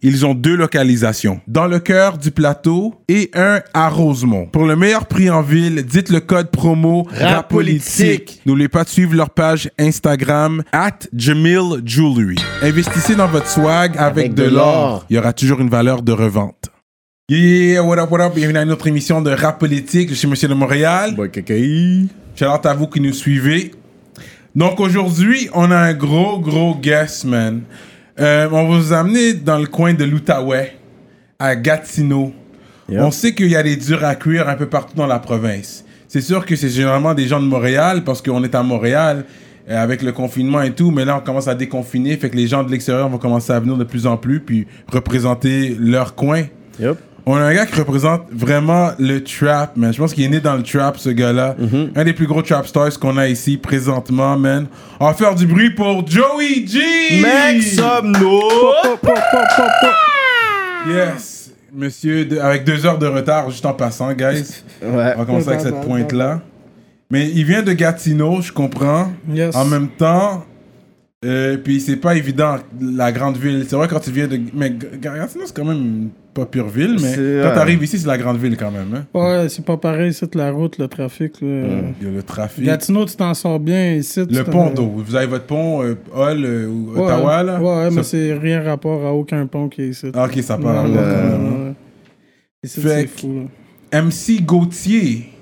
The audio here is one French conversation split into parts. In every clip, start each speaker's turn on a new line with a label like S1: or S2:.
S1: ils ont deux localisations, dans le cœur du plateau et un à Rosemont. Pour le meilleur prix en ville, dites le code promo RAPOLITIQUE. N'oubliez pas de suivre leur page Instagram at Jamil Jewelry. Investissez dans votre swag avec,
S2: Avec
S1: de
S2: de
S1: l'or.
S2: l'or.
S1: Il y aura toujours une valeur de revente. Yeah, what up, what up? Bienvenue à une autre émission de Rap Politique. Je suis Monsieur de Montréal. Shout-out à vous qui nous suivez. Donc aujourd'hui, on a un gros, gros guest, man. Euh, on va vous amener dans le coin de l'Outaouais, à Gatineau.
S2: Yeah.
S1: On sait qu'il y a des durs à cuire un peu partout dans la province. C'est sûr que c'est généralement des gens de Montréal, parce qu'on est à Montréal euh, avec le confinement et tout, mais là on commence à déconfiner, fait que les gens de l'extérieur vont commencer à venir de plus en plus, puis représenter leur coin.
S2: Yup.
S1: On a un gars qui représente vraiment le trap, man. Je pense qu'il est né dans le trap, ce gars-là. Un des plus gros trap stars qu'on a ici présentement, man. On va faire du bruit pour Joey G!
S2: Mec, sommes-nous?
S1: Yes! Monsieur, de- avec deux heures de retard, juste en passant, guys.
S2: Ouais.
S1: On va commencer avec cette pointe-là. Mais il vient de Gatineau, je comprends.
S3: Yes.
S1: En même temps, euh, puis c'est pas évident, la grande ville. C'est vrai, quand tu viens de. Mais G- Gatineau, c'est quand même une pas pure ville, mais
S2: C'est,
S1: quand
S2: euh,
S1: t'arrives ici, c'est la grande ville quand même. hein.
S3: Ouais, c'est pas pareil, c'est la route, le trafic. Là.
S1: Il y a le trafic.
S3: Gatineau, tu t'en sors bien ici. tu
S1: Le
S3: t'en-
S1: pont d'eau. Vous avez votre pont, euh, Hall, euh, ou
S3: Ouais,
S1: Ottawa, là
S3: Ouais, mais
S1: Ça-
S3: c'est rien rapport à aucun pont qui est ici.
S1: Ah, ok, ça
S3: Ouais,
S1: part.
S3: ouais,
S1: en bas, quand
S3: ouais,
S1: même, hein.
S3: ouais. Ici,
S1: Fait
S3: c'est
S1: que-
S3: fou.
S1: MC Gauthier.
S3: Là.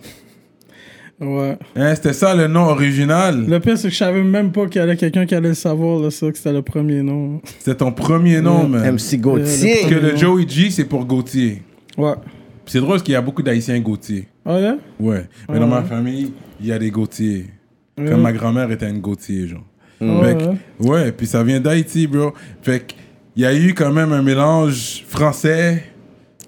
S3: Ouais.
S1: Hein, C'était ça le nom original.
S3: Le pire, c'est que je savais même pas qu'il y avait quelqu'un qui allait le savoir, là, ça, que c'était le premier nom.
S1: C'était ton premier
S2: Mm,
S1: nom, man.
S2: MC Gauthier.
S1: Parce que le Joey G, c'est pour Gauthier.
S3: Ouais.
S1: Puis C'est drôle parce qu'il y a beaucoup d'Haïtiens Gauthier.
S3: Ah, là?
S1: Ouais. Mais dans ma famille, il y a des Gauthier.
S2: Mm.
S1: Comme ma grand-mère était une Gauthier, genre. Fait que-
S3: ouais.
S1: ouais, puis ça vient d'Haïti, bro. Fait que, il y a eu quand même un mélange français,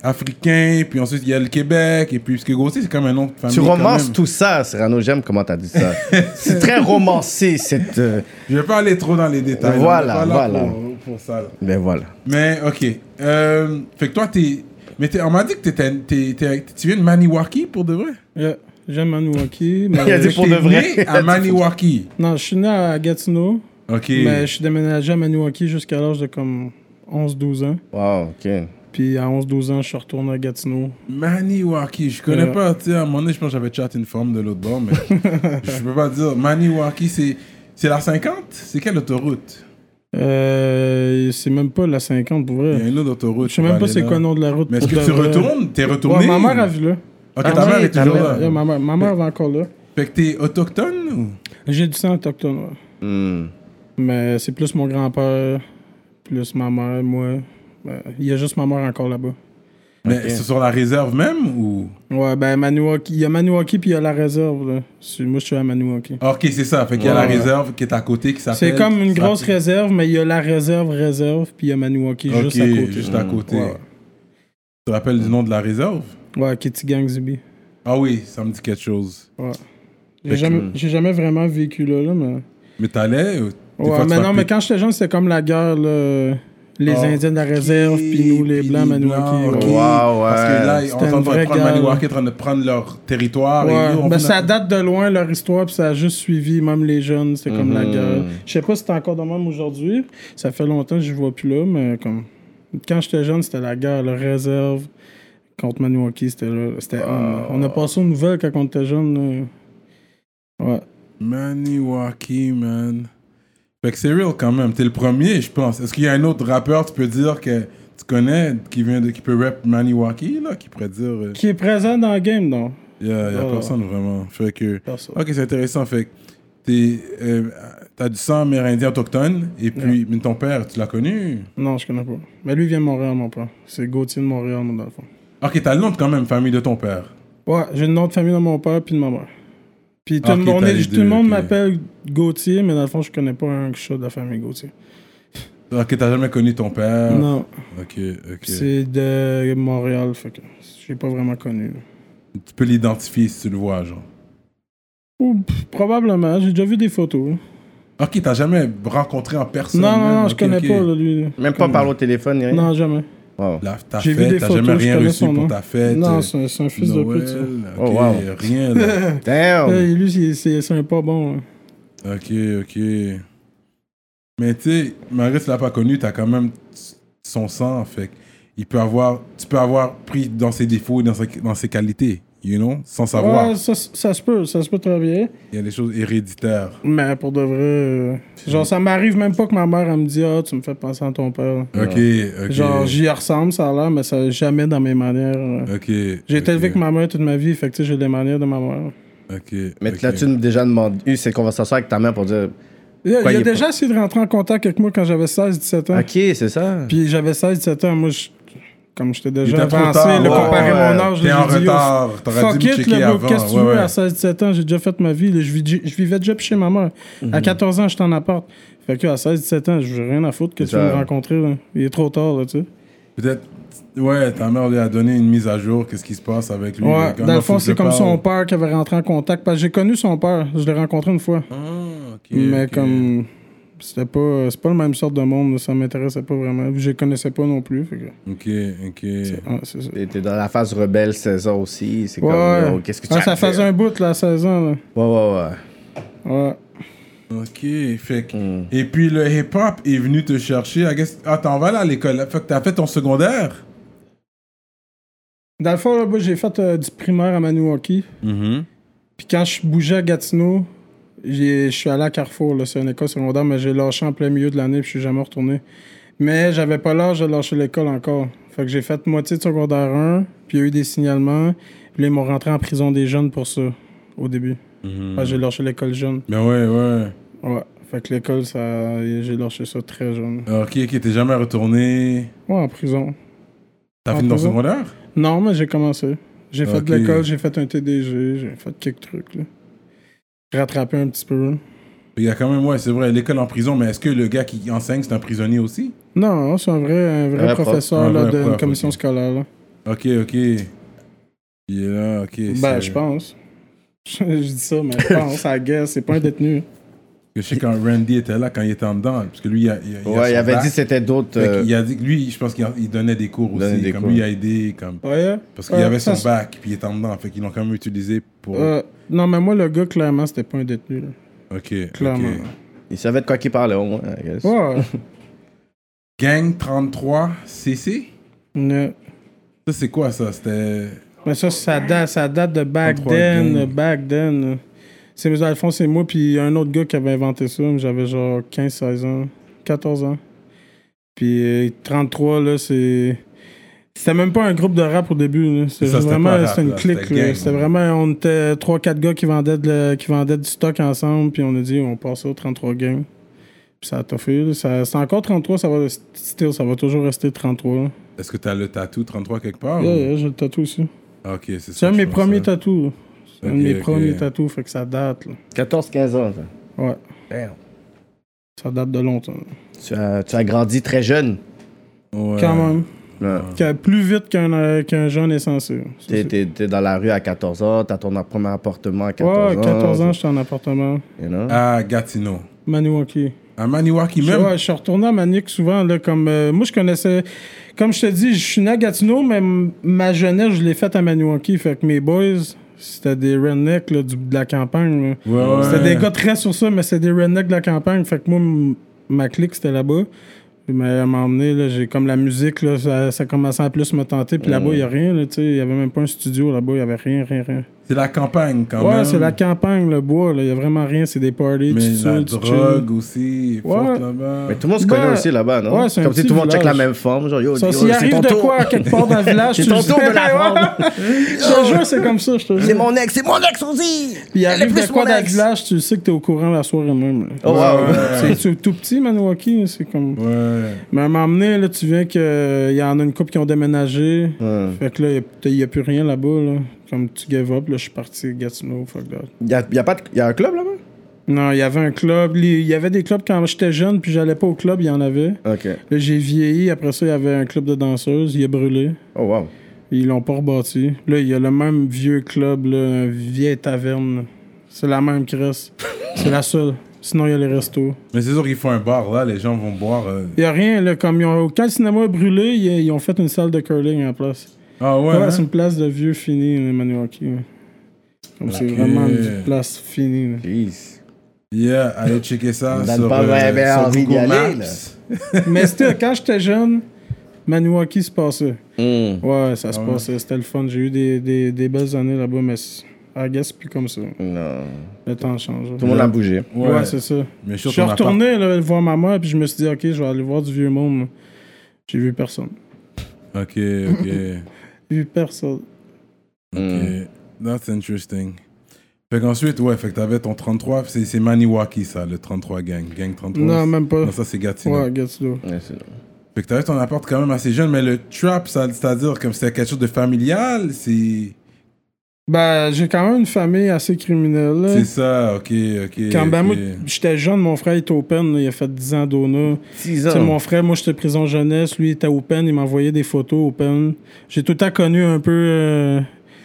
S1: africain, puis ensuite il y a le Québec, et puis parce que Gauthier, c'est comme un nom de famille.
S2: Tu
S1: quand
S2: romances
S1: même.
S2: tout ça, Serrano. J'aime comment t'as dit ça. c'est très romancé, cette. euh,
S1: Je vais pas aller trop dans les détails. là. On
S2: Voilà,
S1: est pas là
S2: voilà.
S1: Pour, pour ça. là.
S2: Ben voilà.
S1: Mais, ok. Euh, fait que toi, t'es. Mais t'es- on m'a dit que t'étais- t'es- t'es- tu viens de Maniwaki pour de vrai. Euh,
S3: Yeah. J'aime Maniwaki. Mais...
S2: Il a dit- C'est pour
S1: T'es
S2: de vrai.
S1: né à Maniwaki.
S3: Non, je suis né à Gatineau,
S1: Ok.
S3: mais je suis déménagé à Maniwaki jusqu'à l'âge de comme 11-12 ans.
S2: Wow, ok.
S3: Puis à 11-12 ans, je suis retourné à Gatineau.
S1: Maniwaki, je connais
S3: Ouais.
S1: pas, tu sais, à un moment donné, je pense que j'avais chat une forme de l'autre bord, mais je peux pas dire. Maniwaki, c'est, c'est la 50 C'est quelle autoroute
S3: Euh, c'est même pas la 50 pour
S1: Il y a
S3: vrai.
S1: une autre autoroute.
S3: Je sais
S1: pour
S3: même pas
S1: aller
S3: c'est
S1: là.
S3: quoi le nom de la route.
S1: Mais est-ce que
S3: pour
S1: tu
S3: de vrai.
S1: retournes T'es
S3: Ouais,
S1: retourné
S3: ma mère a vu là.
S1: Ok,
S2: Ah
S1: ta mère
S2: oui,
S1: est
S2: ta
S1: toujours
S2: mère,
S1: là.
S3: Yeah, ma, mère, ma mère va encore là.
S1: Fait que t'es autochtone ou
S3: J'ai du sang autochtone, ouais.
S2: Hmm.
S3: Mais c'est plus mon grand-père, plus ma mère, moi. Ben, Il y a juste ma mère encore là-bas.
S1: Mais c'est sur la réserve même ou
S3: Ouais, ben Maniwaki. Il y a Maniwaki puis il y a la réserve, là. C'est- Moi, je suis à Maniwaki.
S1: Ok, c'est ça. Fait qu'il y a la
S3: Ouais, ouais.
S1: réserve qui est à côté qui s'appelle.
S3: C'est comme une grosse
S1: réserve.
S3: réserve, mais il y a la réserve, réserve, puis il y a Maniwaki
S1: Ok,
S3: juste à côté.
S1: juste à côté.
S3: Ouais,
S1: Tu te rappelles du nom de la réserve
S3: ouais Kitty Gang Zubi.
S1: Ah oui, ça me dit quelque chose.
S3: Ouais.
S1: Fait que-
S3: J'ai jamais, j'ai jamais vraiment vécu là, là, mais.
S1: Mais t'allais ou- des
S3: Ouais,
S1: fois, tu
S3: mais
S1: vas
S3: non,
S1: plus-
S3: mais quand j'étais jeune, c'était comme la guerre, là, les
S1: Ah,
S3: Indiens de la réserve, puis nous, les Blancs, Maniwaki.
S1: ok.
S3: ouais.
S2: Wow, ouais.
S1: Parce que là,
S3: C'était
S1: on est en
S3: une
S1: train de
S3: vraie
S1: prendre
S3: guerre.
S1: Maniwaki, en train de prendre leur territoire. et
S3: Ouais,
S1: nous, on
S3: ben,
S1: vient
S3: ça
S1: de-
S3: date de loin leur histoire, puis ça a juste suivi, même les jeunes, c'est comme
S1: Mhm.
S3: la guerre. Je sais pas si c'est encore de même aujourd'hui, ça fait longtemps que je vois plus là, mais comme quand j'étais jeune, c'était la guerre, la réserve contre Maniwaki, c'était là. C'était
S1: Ah,
S3: on, là. on a passé aux nouvelles quand on était jeune. là. Ouais.
S1: Maniwaki, man. Fait que c'est real quand même. T'es le premier, je pense. Est-ce qu'il y a un autre rappeur, tu peux dire que tu connais, qui vient de, qui peut rap Maniwaki, là, qui pourrait dire. euh,
S3: Qui est présent dans le game, non?
S1: Il y a, il y a
S3: Ouais.
S1: personne vraiment. Fait que.
S3: Personne.
S1: Ok, c'est intéressant. Fait que t'es, euh, t'as du sang amérindien autochtone, et puis mais ton père, tu l'as connu.
S3: Non, je connais pas. Mais lui vient de Montréal, mon père. C'est Gauthier de Montréal, moi, dans le fond.
S1: Ok, t'as le nom de quand même, famille de ton père.
S3: Ouais, j'ai le nom de famille de mon père puis de ma mère. Puis tout,
S1: Ah,
S3: le
S1: ok,
S3: monde- on
S1: t'as
S3: est-
S1: les
S3: tout
S1: deux,
S3: le monde
S1: ok.
S3: m'appelle Gauthier, mais dans le fond, je connais pas un chat de la famille Gauthier.
S1: Ok, t'as jamais connu ton père.
S3: Non,
S1: Ah, Ok, ok.
S3: c'est de Montréal, fait que j'ai pas vraiment connu.
S1: Tu peux l'identifier si tu le vois, genre.
S3: Ou, pff, probablement, j'ai déjà vu des photos.
S1: Ok, t'as jamais rencontré en personne.
S3: Non,
S1: même.
S3: non, non, je
S1: Ok,
S3: connais
S1: ok.
S3: pas là, lui. là.
S2: Même pas parler au téléphone, ni rien.
S3: Non, jamais.
S2: Wow.
S1: Là, ta
S3: J'ai vu des
S1: fête, t'as
S3: photos,
S1: jamais
S3: je
S1: rien
S3: connais
S1: reçu
S3: son nom.
S1: pour ta fête.
S3: Non,
S1: euh,
S3: c'est un, c'est un fils de pute. ça.
S1: Noël, Ah,
S2: Oh,
S1: ok,
S2: wow.
S1: rien. là.
S2: Damn.
S1: Euh,
S3: Hey, lui, c'est- c'est c'est un pas bon. hein. là.
S1: ok, ok. Mais tu sais, malgré que tu l'as pas connu, t'as quand même son sang, fait que il peut avoir, tu peux avoir pris dans ses défauts, dans, sa- dans ses qualités, you know, sans savoir.
S3: Ouais, ça, ça se peut, ça se peut très bien.
S1: Il y a des choses héréditaires.
S3: Mais pour de vrai, euh, genre, ça m'arrive même pas que ma mère, elle me dit Ah, tu me fais penser à ton père.
S1: Ok, ok.
S3: Genre, j'y ressemble, ça a l'air, mais ça jamais dans mes manières. euh.
S1: Ok.
S3: J'ai été
S1: ok,
S3: élevé avec ma mère toute ma vie, fait que tu sais, j'ai les manières de ma mère.
S1: Ok.
S2: Mais
S1: ok.
S2: là, tu as déjà demandé, eu cette conversation avec ta mère pour dire
S3: Il, a-
S2: Quoi,
S3: il a
S2: il est
S3: déjà essayé de rentrer en contact avec moi quand j'avais 16-17 ans.
S2: Ok, c'est ça.
S3: Puis j'avais 16-17 ans, moi, je- comme j'étais
S1: Il
S3: déjà
S1: était trop
S3: avancé,
S1: tard,
S3: le
S1: ouais,
S3: comparer
S2: ouais.
S3: mon âge,
S1: T'es en
S3: j'ai dit, Yo,
S1: retard. T'aurais
S3: Fuck
S1: dû me
S3: it,
S1: checker
S3: le
S1: avant.
S3: bro, qu'est-ce que tu
S1: Ouais,
S3: veux?
S1: ouais.
S3: À 16-17 ans, j'ai déjà fait ma vie. là. Je, vis- je vivais déjà plus chez ma mère.
S1: Mhm.
S3: À 14 ans, j'étais en appart. Fait que à 16-17 ans, j'ai rien à foutre que
S2: C'est
S3: tu veux
S2: ça.
S3: me rencontrer. là. Il est trop tard, là, tu sais.
S1: Peut-être. Ouais, ta mère lui a donné une mise à jour. Qu'est-ce qui se passe avec lui?
S3: Ouais,
S1: Comment
S3: dans le
S1: faut
S3: fond,
S1: que je
S3: c'est comme
S1: parle?
S3: son père qui avait rentré en contact. Parce que j'ai connu son père. Je l'ai rencontré une fois.
S1: Ah, ok.
S3: Mais
S1: ok.
S3: comme. C'était pas. C'est pas le même sorte de monde. là. Ça m'intéressait pas vraiment. Je les connaissais pas non plus. Fait que-
S1: Ok, ok.
S3: ouais, c'est ça.
S2: T'es t'es dans la phase rebelle 16 ans aussi. C'est comme,
S3: Ouais.
S2: yo, qu'est-ce que tu
S3: Ah,
S2: as à
S3: ça
S2: dire?
S3: faisait un bout, là, à 16 ans. là.
S2: Ouais, ouais, ouais.
S3: Ouais.
S1: Ok, fait que-
S2: Hmm.
S1: Et puis le hip-hop est venu te chercher. I guess- Ah, t'en vas là à l'école. Fait que t'as fait ton secondaire?
S3: Dans le fond, là, moi, j'ai fait euh, du primaire à Maniwaki.
S2: Mm-hmm.
S1: Mhm.
S3: Puis quand je bougeais à Gatineau, j'ai- je suis allé à Carrefour, là, c'est une école secondaire, mais j'ai lâché en plein milieu de l'année, puis je suis jamais retourné. Mais j'avais pas l'âge de lâcher l'école encore. Fait que j'ai fait moitié de secondaire 1, puis il y a eu des signalements, puis là, ils m'ont rentré en prison des jeunes pour ça, au début.
S2: Mm-hmm.
S3: Fait que
S2: Mm.
S3: j'ai lâché l'école jeune.
S1: Ben ouais, ouais.
S3: Ouais. Fait que l'école, ça, j'ai lâché ça très jeune.
S1: Ok, ok, t'es jamais retourné.
S3: Ouais, en prison.
S1: T'as
S3: En
S1: fini ton
S3: prison?
S1: secondaire?
S3: Non, mais j'ai commencé. J'ai fait de
S1: Ok.
S3: l'école, j'ai fait un TDG, j'ai fait quelques trucs, là. Rattrapé un petit peu.
S1: Il y a quand même, ouais, c'est vrai, l'école en prison, mais est-ce que le gars qui enseigne, c'est un prisonnier aussi?
S3: Non, c'est un vrai, un vrai
S2: Un vrai prof.
S3: professeur
S1: Un
S3: là,
S1: vrai
S3: d'une
S1: prof,
S3: commission
S1: ok.
S3: scolaire. là.
S1: Ok, ok. Il est là, ok.
S3: Ben,
S1: c'est-
S3: je pense. je dis ça, mais je pense, à guess, c'est pas un détenu.
S1: Je sais quand Randy était là, quand il était en dedans, parce que lui, il, a, il, a- il a
S2: Ouais, il
S1: son
S2: avait
S1: bac.
S2: dit que c'était d'autres.
S1: Fait
S2: euh,
S1: qu'il a dit que lui, je pense qu'il il donnait des cours
S2: Donnait
S1: aussi.
S2: des
S1: comme
S2: cours.
S1: lui, il a aidé. Comme,
S3: Ouais.
S1: parce qu'il
S3: Ouais,
S1: avait son
S3: ça, c'est-
S1: bac, puis il était en dedans. Fait qu'ils l'ont quand même utilisé pour.
S3: Euh, non, mais moi, le gars, clairement, c'était pas un détenu. là.
S1: ok.
S3: Clairement.
S1: ok.
S2: Il savait de quoi qu'il parlait au moins, I guess.
S3: Ouais.
S1: Gang 33 CC
S3: Ouais.
S1: Ça, c'est quoi ça C'était.
S3: Mais Ben, ça, ça date, ça date de back
S1: 33
S3: then,
S1: gang.
S3: back then. C'est, dans le fond, c'est moi puis un autre gars qui avait inventé ça. mais J'avais genre 15, 16 ans, 14 ans. Puis euh, 33, là, c'est... C'était même pas un groupe de rap au début. là. C'était
S1: C'est ça, c'était
S3: vraiment
S1: pas rap,
S3: c'était une
S1: là,
S3: clique.
S1: c'était
S3: là.
S1: gang.
S3: C'était vraiment... On était 3-4 gars qui vendaient, de la- qui vendaient du stock ensemble. Puis on a dit, on passe ça au 33 gang. Puis ça a toffé. là. Ça, c'est encore 33, ça va, still, ça va toujours rester 33. là.
S1: Est-ce que t'as le tatou 33 quelque part
S3: Yeah,
S1: ou- Ah,
S3: yeah, j'ai le tatou aussi.
S1: Ok, c'est ça.
S3: C'est un de
S1: je
S3: mes
S1: pense,
S3: premiers
S1: hein.
S3: tatous. C'est un de
S1: Ok,
S3: mes
S1: ok.
S3: premiers tatous, fait que ça date. Là.
S2: 14-15 ans. ça.
S3: Ouais, ça date de longtemps.
S2: Tu as, tu as grandi très jeune.
S1: Ouais.
S3: Quand même.
S2: Ouais.
S3: Que- Plus vite qu'un euh, qu'un jeune est censé. Ça,
S2: T'es,
S3: c'est-
S2: t'es- t'es dans la rue à 14 ans, t'as ton premier appartement à 14
S3: Ouais,
S2: ans.
S3: 14 ans, j'étais en appartement.
S2: you know?
S1: À Ah, Gatineau.
S3: Maniwaki.
S1: À Maniwaki même
S3: Ouais, je suis retourné à Manic souvent. Là, comme, euh, moi, je connaissais. Comme je te dis, je suis né à Gatineau, mais m- ma jeunesse, je l'ai faite à Maniwaki. Fait que mes boys, c'était des rednecks là, du- de la campagne. là.
S1: Ouais, ouais.
S3: C'était des gars très sur ça, mais c'était des rednecks de la campagne. Fait que moi, m- ma clique, c'était là-bas. Mais à un moment donné, là, j'ai comme la musique, là, ça, ça commençait à plus me tenter. Puis là-bas, il n'y a rien. là, tu sais, Il n'y avait même pas un studio là-bas. Il n'y avait rien, rien, rien.
S1: C'est la campagne quand même.
S3: Ouais, c'est la campagne, le bois. Il n'y a vraiment rien. C'est des parties.
S1: Ah, Mais
S3: tu
S1: la
S3: saoules, tu chilles.
S1: drogue aussi est forte
S3: Ouais.
S1: là-bas.
S2: Mais tout le monde se connaît
S3: Ben,
S2: aussi là-bas, non?
S3: ouais, c'est un
S2: Comme si
S3: petit
S2: tout le monde check la
S3: village.
S2: même forme. Genre, yo,
S3: Ça,
S2: yo,
S3: s'il
S2: c'est
S3: arrive
S2: ton
S3: de
S2: tour.
S3: quoi quelque part dans le village,
S2: C'est
S3: tu
S2: ton
S3: le
S2: tour de
S3: sais.
S2: la vendre.
S3: Je te jure, c'est comme ça, je te jure.
S2: mon ex, c'est mon ex aussi!
S3: Puis il
S2: Elle est
S3: arrive
S2: plus
S3: de quoi
S2: mon
S3: dans le
S2: ex.
S3: village, tu sais que t'es au courant la soirée même. là.
S2: Oh, wow.
S3: C'est c'est tout petit, Maniwaki. C'est comme...
S1: Ouais.
S3: Mais à un moment donné, là, tu viens qu'il y en a une couple qui ont déménagé. Fait que là, il n'y a, plus rien là-bas. Là. Comme tu gave up, là, je suis parti Gatineau, fuck that.
S2: Y a, y a pas de- y a un club là-bas?
S3: Non, il y avait un club. les- Il y avait des clubs quand j'étais jeune, puis j'allais pas au club, il y en avait.
S2: Ok.
S3: Là, j'ai vieilli. Après ça, il y avait un club de danseuses. Il est brûlé.
S2: Oh, wow.
S3: Ils l'ont pas rebâti. Là, il y a le même vieux club, là, une vieille taverne. C'est la même qui reste. C'est la seule. Sinon, il y a les restos.
S1: Mais c'est sûr qu'ils font un bar, là, les gens vont boire. euh.
S3: Il y a rien, là. Comme ils ont, quand le cinéma a brûlé, ils, ils ont fait une salle de curling à la place.
S1: Ah ouais,
S3: Ouais,
S1: hein?
S3: c'est une place de vieux finis, les Maniwaki. ouais. Comme c'est
S1: Ok.
S3: vraiment une place finie. là.
S2: Jeez.
S1: Yeah, allez checker ça
S2: donne
S1: sur,
S2: pas
S1: euh,
S2: bien
S1: sur
S2: envie d'y
S1: Google
S2: aller,
S1: Maps.
S2: là.
S3: Mais c'était quand j'étais jeune, Maniwaki se passait.
S2: Mm.
S3: Ouais, ça se passait. C'était le fun. J'ai eu des, des, des belles années là-bas, mais c- I guess c'est plus comme ça.
S2: Non.
S3: Le temps change.
S2: Tout le monde a bougé.
S3: Ouais,
S1: Ouais,
S3: c'est ça.
S1: mais
S3: Je
S1: sur
S3: suis
S1: ton appart-
S3: retourné là, voir ma mère, puis je me suis dit, OK, je vais aller voir du vieux monde. J'ai vu personne.
S1: Ok, ok.
S3: J'ai vu personne.
S1: ok.
S3: Hmm.
S1: That's interesting. Fait qu'ensuite, ouais, fait que t'avais ton 33, c'est c'est Maniwaki ça, le 33 gang. Gang 33.
S3: Non, même pas.
S1: Non, ça c'est Gatineau.
S3: Ouais, Gatineau.
S2: Ouais, c'est-
S1: Fait que t'avais ton appart quand même assez jeune, mais le trap, ça- c'est-à-dire comme c'était quelque chose de familial, c'est.
S3: Ben, j'ai quand même une famille assez criminelle. là.
S1: C'est ça, ok, ok.
S3: Quand ben,
S1: ok.
S3: moi, j'étais jeune, mon frère était open, là, il a fait 10 ans d'ONA.
S1: Ah.
S2: Six
S3: Tu sais,
S2: ans.
S3: mon frère, moi, j'étais prison jeunesse, lui, il était open, il m'envoyait des photos open. J'ai tout le temps connu un peu. euh,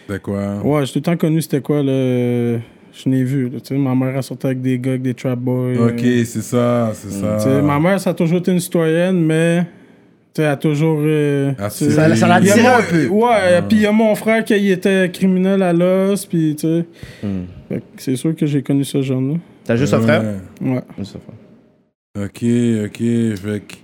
S1: C'était quoi
S3: Ouais, j'ai tout le temps connu c'était quoi, le Je n'ai vu, là, tu sais. Ma mère, elle sortait avec des gars, avec des trap boys.
S1: Ok,
S3: euh,
S1: c'est ça, c'est ça.
S3: Hmm.
S1: Ah,
S3: tu sais, Ma mère, ça a toujours été une citoyenne, mais. Tu sais, elle a toujours. euh,
S1: Ah,
S3: tu sais,
S2: Ça- ça l'a
S3: il y a
S2: attiré
S3: mon-
S2: un peu.
S3: Ouais, et puis il y a mon frère qui il était criminel à l'os, puis tu sais.
S1: Hmm.
S3: Fait que C'est sûr que j'ai connu ce genre-là.
S2: T'as juste un frère
S1: Ouais.
S3: Ouais.
S2: Juste un frère.
S1: Ok, ok. Fait que,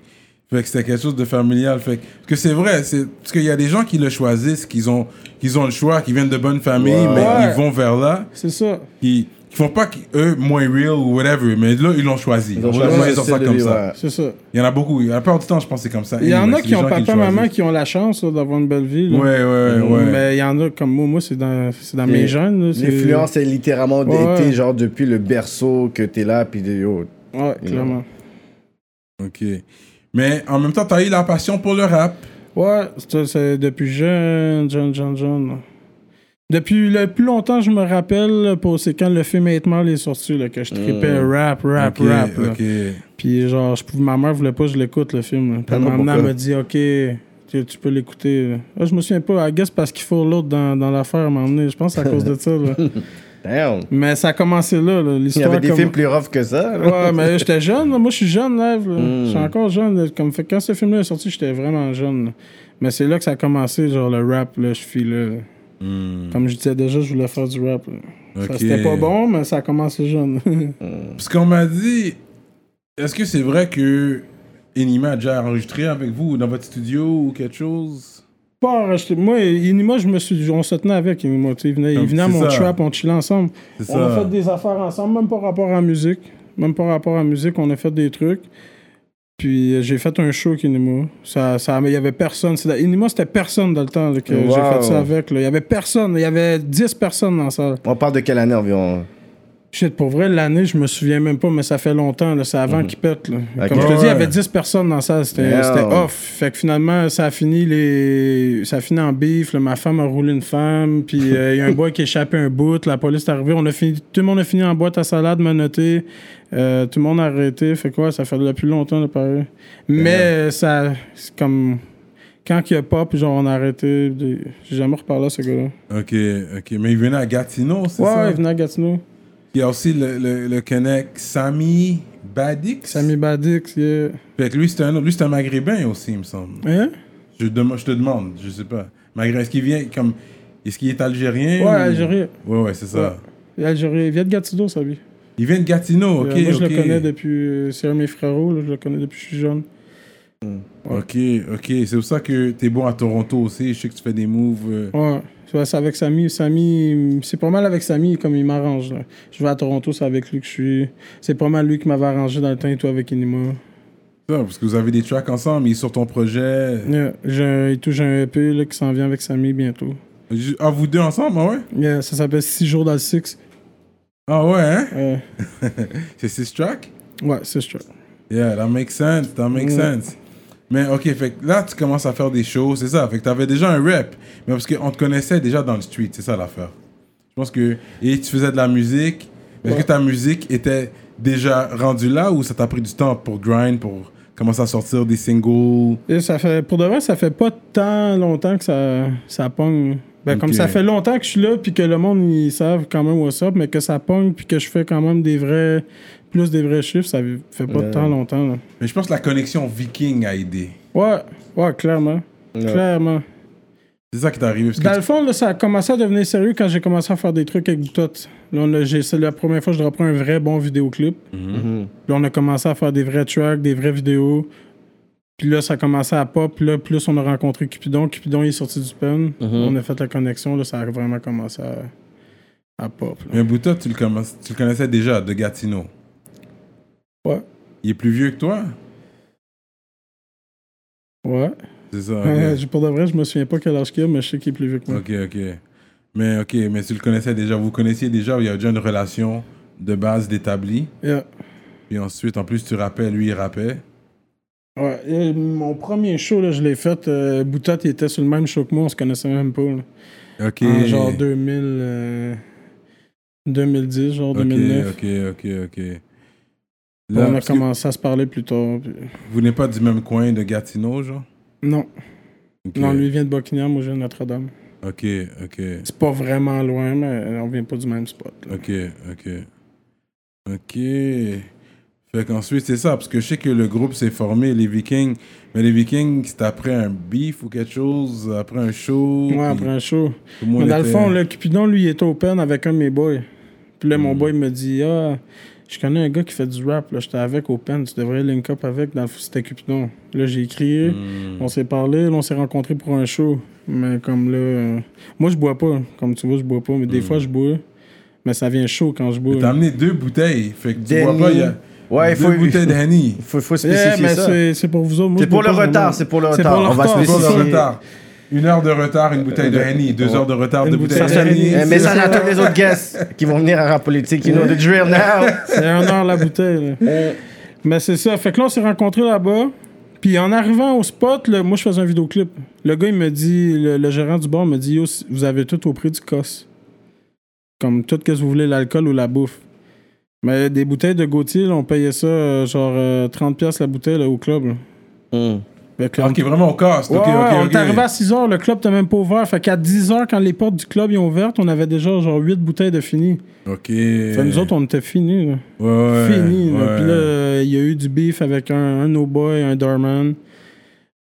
S1: fait que c'était quelque chose de familial. Fait que, parce que c'est vrai, c'est, parce qu'il y a des gens qui le choisissent, qu'ils ont, qu'ils ont le choix, qui viennent de bonnes familles, mais
S3: Ouais.
S1: ils vont vers là,
S3: C'est ça.
S1: qui, qui font pas qu'ils- eux moins real ou whatever, mais là, ils l'ont choisi.
S2: Ils ont
S1: Honnêtement,
S2: choisi
S1: ils
S2: ce
S1: ont ça
S2: style de
S1: comme
S2: vie,
S1: ça.
S2: ouais.
S3: C'est ça.
S1: Il y en a beaucoup. La plupart du temps, je pense que c'est comme ça.
S3: Il y en
S1: Anyway,
S3: a
S1: c'est
S3: qui
S1: les
S3: ont
S1: gens
S3: papa,
S1: le
S3: maman
S1: choisissent.
S3: qui ont la chance là, d'avoir une belle vie. là.
S1: Ouais, ouais, ouais.
S2: Mm.
S3: Mais il y en a comme moi, moi c'est dans, c'est dans mes jeunes. là, c'est-
S2: L'influence est littéralement
S3: Ouais.
S2: été genre depuis le berceau que t'es là, puis de, yo,
S3: Ouais, clairement.
S1: Ok. Mais en même temps, t'as eu la passion pour le rap.
S3: Ouais, c'est c'est depuis jeune, jeune, jeune, jeune. Depuis le plus longtemps, je me rappelle, là, pour- c'est quand le film Eight Mile est sorti, là, que je tripais rap, rap,
S1: Ok,
S3: rap. là.
S1: ok.
S3: Puis genre, je, pouvais- ma mère voulait pas que je l'écoute, le film. là. Puis elle
S2: Vraiment,
S3: m'a amené, elle
S2: Ah pourquoi?
S3: m'a dit, OK, tu, tu peux l'écouter. là. Ah, je me souviens pas, I guess parce qu'il faut l'autre dans, dans l'affaire, m'a emmené. Je pense que c'est à cause de ça. là.
S2: damn.
S3: Mais ça a commencé là, là,
S2: Il y
S3: l'histoire.
S2: avait des
S3: comme-
S2: films plus rough que ça. là.
S3: Ouais, mais j'étais jeune, là. moi je suis jeune, là, là.
S1: Hmm.
S3: Je suis encore jeune. là. Comme, fait, que quand ce film-là est sorti, j'étais vraiment jeune. là. Mais c'est là que ça a commencé, genre le rap, là, je suis là. là. Comme je disais déjà, je voulais faire du rap. là. Ça,
S1: Hmm. Ok.
S3: C'était pas bon, mais ça a commencé jeune.
S1: Parce qu'on m'a dit, est-ce que c'est vrai que Enima a déjà enregistré avec vous dans votre studio ou quelque chose
S3: pas enregistré. Moi, Inima, je me suis, on se tenait avec Inima. tu sais, Il venait, il
S1: Comme-
S3: venait à
S1: c'est
S3: mon
S1: ça.
S3: trap, on chillait ensemble.
S1: C'est
S3: On a
S1: ça.
S3: fait des affaires ensemble, même par rapport à la musique. Même par rapport à la musique, on a fait des trucs. Puis euh, j'ai fait un show avec Inima. Ça, ça, mais il y avait personne. C'est- Inima, c'était personne dans le temps là, que j'ai
S2: Wow.
S3: fait ça avec. là. Il y avait personne. Il y avait 10 personnes dans la salle.
S2: On parle de quelle année environ
S3: Shit, pour vrai, l'année, je me souviens même pas, mais ça fait longtemps. là. C'est avant qu'ils pètent. là.
S2: Ok.
S3: Comme je te dis, il y avait
S1: Ouais.
S3: 10 personnes dans la salle. C'était
S2: Yeah.
S3: c'était off. Fait que finalement, ça a fini, les... ça a fini en bif. là. Ma femme a roulé une femme. Puis euh, il y a un boy qui a échappé un bout. La police est arrivée. On a fini... Tout le monde a fini en boîte à salade, menotté. Euh, tout le monde a arrêté. Fait quoi, ça fait depuis longtemps, là, pareil. Mais euh, ça, c'est comme. Quand il y a pop, genre, on a arrêté. des- J'ai jamais reparlé à ce gars-là.
S1: Ok, ok. Mais il venait à Gatineau, c'est
S3: Ouais,
S1: ça
S3: il venait à Gatineau.
S1: Il y a aussi le, le, le Kennec Sami Badix.
S3: Samy Badix, yeah.
S1: Fait que lui, c'est un, autre- lui, c'est un Maghrébin aussi, il me semble.
S3: Hein?
S1: Je, dema- je te demande, je sais pas. Maghrébin, est-ce qu'il vient comme. Est-ce qu'il est algérien
S3: Ouais,
S1: ou-
S3: Algérien.
S1: Ouais, ouais, c'est ça.
S3: Ouais. Algérien. Il vient de Gatineau, ça, lui.
S1: Il vient de Gatineau, ok.
S3: Euh, moi, je
S1: ok.
S3: le connais depuis. euh, C'est un de mes frérots, là, je le connais depuis que je suis jeune.
S1: Ok, ok. C'est pour ça que t'es bon à Toronto aussi. Je sais que tu fais des moves. euh,
S3: Ouais. Ça, C'est avec Samy. Samy, c'est pas mal avec Samy, comme il m'arrange. là. Je vais à Toronto, c'est avec lui que je suis. C'est pas mal lui qui m'avait arrangé dans le temps et tout avec Inima.
S1: Ça, parce que vous avez des tracks ensemble, il est sur ton projet.
S3: Yeah. J'ai un- et tout, j'ai un EP là, qui s'en vient avec Samy bientôt.
S1: Ju- Ah, vous deux ensemble, ah ouais
S3: Yeah, ça s'appelle 6 jours dans le Six.
S1: Ah ouais, hein
S3: Euh,
S1: C'est six tracks
S3: ouais, c'est ça.
S1: Yeah, that makes sense, that makes
S3: Ouais.
S1: sense. Mais ok, fait que là, tu commences à faire des shows, c'est ça. Fait que t'avais déjà un rap, mais parce qu'on te connaissait déjà dans le street, c'est ça l'affaire. Je pense que. Et tu faisais de la musique, mais est-ce que ta musique était déjà rendue là ou ça t'a pris du temps pour grind, pour commence à sortir des singles.
S3: Et ça fait, pour de vrai, ça fait pas tant longtemps que ça, ça pogne. Ben, Comme
S1: Ok.
S3: ça fait longtemps que je suis là, puis que le monde, ils savent quand même what's up, mais que ça pogne, puis que je fais quand même des vrais, plus des vrais chiffres, ça fait pas tant longtemps. là.
S1: Mais je pense que la connexion viking a aidé.
S3: Ouais, ouais, clairement. Clairement.
S1: C'est ça qui t'est arrivé. Parce que
S3: Dans
S1: tu-
S3: le fond, là, ça a commencé à devenir sérieux quand j'ai commencé à faire des trucs avec Boutotte. Là, on a- j'ai- c'est la première fois que je reprends un vrai bon vidéoclip.
S1: Mhm.
S3: Puis on a commencé à faire des vrais tracks, des vraies vidéos. Puis là, ça a commencé à pop. Puis là, plus on a rencontré Cupidon. Cupidon, il est sorti du pen.
S1: Mhm.
S3: On a fait la connexion. Là, ça a vraiment commencé à, à pop. là.
S1: Mais Bouta, tu le, commences- tu le connaissais déjà, de Gatineau.
S3: Ouais.
S1: Il est plus vieux que toi
S3: Ouais.
S1: C'est ça.
S3: Euh,
S1: ok.
S3: Pour de vrai, je me souviens pas quel âge qu'il a, mais je sais qu'il est plus vieux que moi.
S1: ok, ok. Mais ok, mais tu le connaissais déjà. Vous connaissiez déjà, il y a déjà une relation de base d'établie.
S3: Yeah.
S1: Puis ensuite, en plus, tu rappelles, lui, il rappelle.
S3: Ouais, et mon premier show, là, je l'ai fait. euh, Boutotte, il était sur le même show que moi, on se connaissait même pas. là.
S1: Ok.
S3: En Ah, genre 2000, euh, 2010, genre
S1: Ok,
S3: 2009.
S1: ok, ok, ok.
S3: Puis
S1: Là,
S3: on a
S1: parce que
S3: commencé à se parler plus tard. puis-
S1: vous n'êtes pas du même coin de Gatineau, genre
S3: Non,
S1: Ok,
S3: non, lui vient de Buckingham, moi je viens de Notre-Dame.
S1: Ok, ok,
S3: C'est pas vraiment loin, mais on vient pas du même spot. là.
S1: ok, ok. Ok. Fait qu'ensuite, c'est ça, parce que je sais que le groupe s'est formé, les Vikings. Mais les Vikings, c'était après un beef ou quelque chose, après un show.
S3: Ouais,
S1: puis
S3: après un show.
S1: tout monde
S3: Mais dans le
S1: était-
S3: fond, le Cupidon, lui, il était open avec un de mes boys. Puis là, mon boy me dit Ah, je connais un gars qui fait du rap, là, j'étais avec open, tu devrais link up avec. Dans le fond, c'était Cupidon. Là, j'ai écrit, on s'est parlé, là, on s'est rencontrés pour un show. Mais comme là, euh, moi, je bois pas. Comme tu vois, je bois pas, mais des fois, je bois. Mais ça vient chaud quand je bois.
S1: T'as amené deux bouteilles. Fait que tu
S2: Danny.
S1: vois pas, il y a.
S2: Ouais, il
S1: deux
S2: faut-
S1: bouteilles d'Henny.
S2: Faut, faut
S3: Yeah,
S2: spécifier
S3: mais
S2: ça.
S3: c'est- c'est pour vous autres. Moi,
S2: C'est
S3: je
S2: pour
S3: bois
S2: le
S3: pas
S2: retard,
S3: vraiment.
S2: c'est pour le
S3: C'est
S2: retard.
S3: pour le
S2: On va
S3: retard,
S1: Deux heures de
S2: spécifier.
S1: retard. Une heure de retard, une bouteille de Henny. Deux heures de retard,
S3: Une
S1: deux
S3: bouteille
S1: bouteilles
S3: de Henny.
S1: de
S2: Un
S3: C'est-
S1: Henny.
S2: message à tous les autres guests qui vont venir à rap politique. You know the drill now.
S3: C'est un heure la bouteille.
S1: Euh.
S3: là. Mais c'est ça. Fait que là, on s'est rencontrés là-bas. Puis en arrivant au spot, là, moi, je faisais un vidéoclip. Le gars, il me dit, le, le gérant du bar me dit, Yo, si- vous avez tout au prix du cos. Comme tout que vous voulez, l'alcool ou la bouffe. Mais des bouteilles de Gauthier, là, on payait ça euh, genre euh, 30$ piastres la bouteille là, au club. là.
S2: Mm.
S3: Fait que là,
S1: Ah, Ok, vraiment au cost.
S3: Ouais,
S1: Ok,
S3: ouais,
S1: ok,
S3: on
S1: ok.
S3: est arrivé à 6 heures, le club t'a même pas ouvert. Fait qu'à 10 heures, quand les portes du club ils ont ouvertes, on avait déjà genre 8 bouteilles de fini.
S1: Ok.
S3: Fait
S1: Euh.
S3: que nous autres, on était finis. là.
S1: Ouais, ouais,
S3: Fini. là.
S1: ouais.
S3: Puis là, euh, il y a eu du beef avec un, un no boy, un doorman.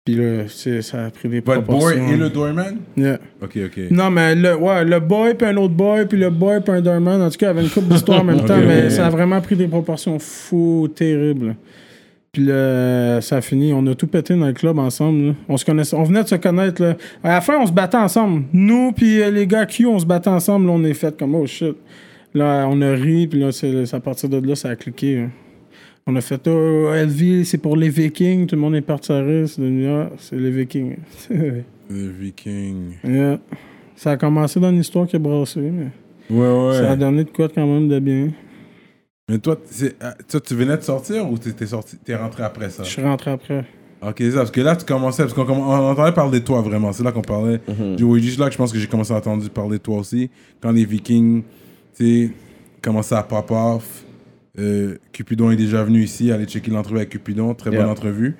S3: Puis là, c'est- ça a pris des
S1: Votre boy
S3: proportions.
S1: et le doorman?
S3: Yeah.
S1: Ok, ok.
S3: Non, mais le, ouais, le boy, puis un autre boy, puis le boy, puis un doorman. En tout cas, il y avait une couple d'histoires en même
S1: Ok,
S3: temps,
S1: ok.
S3: mais ça a vraiment pris des proportions fous, terribles. Puis là, ça a fini. On a tout pété dans le club ensemble. là. On se connaissait. On venait de se connaître. Là. À la fin, on se battait ensemble. Nous, puis euh, les gars Q, on se battait ensemble. Là, on est fait comme, oh shit. Là, on a ri, puis là, c'est c'est à partir de là, ça a cliqué. hein. On a fait, oh, LV, c'est pour les Vikings. Tout le monde est parti à rire. C'est devenu, Ah, c'est les Vikings.
S1: Le viking.
S3: Yeah. Euh, Ça a commencé dans une histoire qui a brassé, mais
S1: Ouais, ouais.
S3: ça a donné de quoi quand même de bien.
S1: Mais toi, c'est- ah, toi, tu venais de sortir ou t'es t'es sorti, t'es rentré après ça?
S3: Je suis rentré après.
S1: Ok, c'est ça, parce que là, tu commençais, parce qu'on comm- on entendait parler de toi vraiment. C'est là qu'on parlait du Ouija. C'est là que je pense que j'ai commencé à entendre parler de toi aussi. Quand les Vikings, tu sais, commençaient à pop off. Euh, Cupidon est déjà venu ici. Allez checker l'entrevue avec Cupidon. Très
S2: Yeah.
S1: bonne entrevue.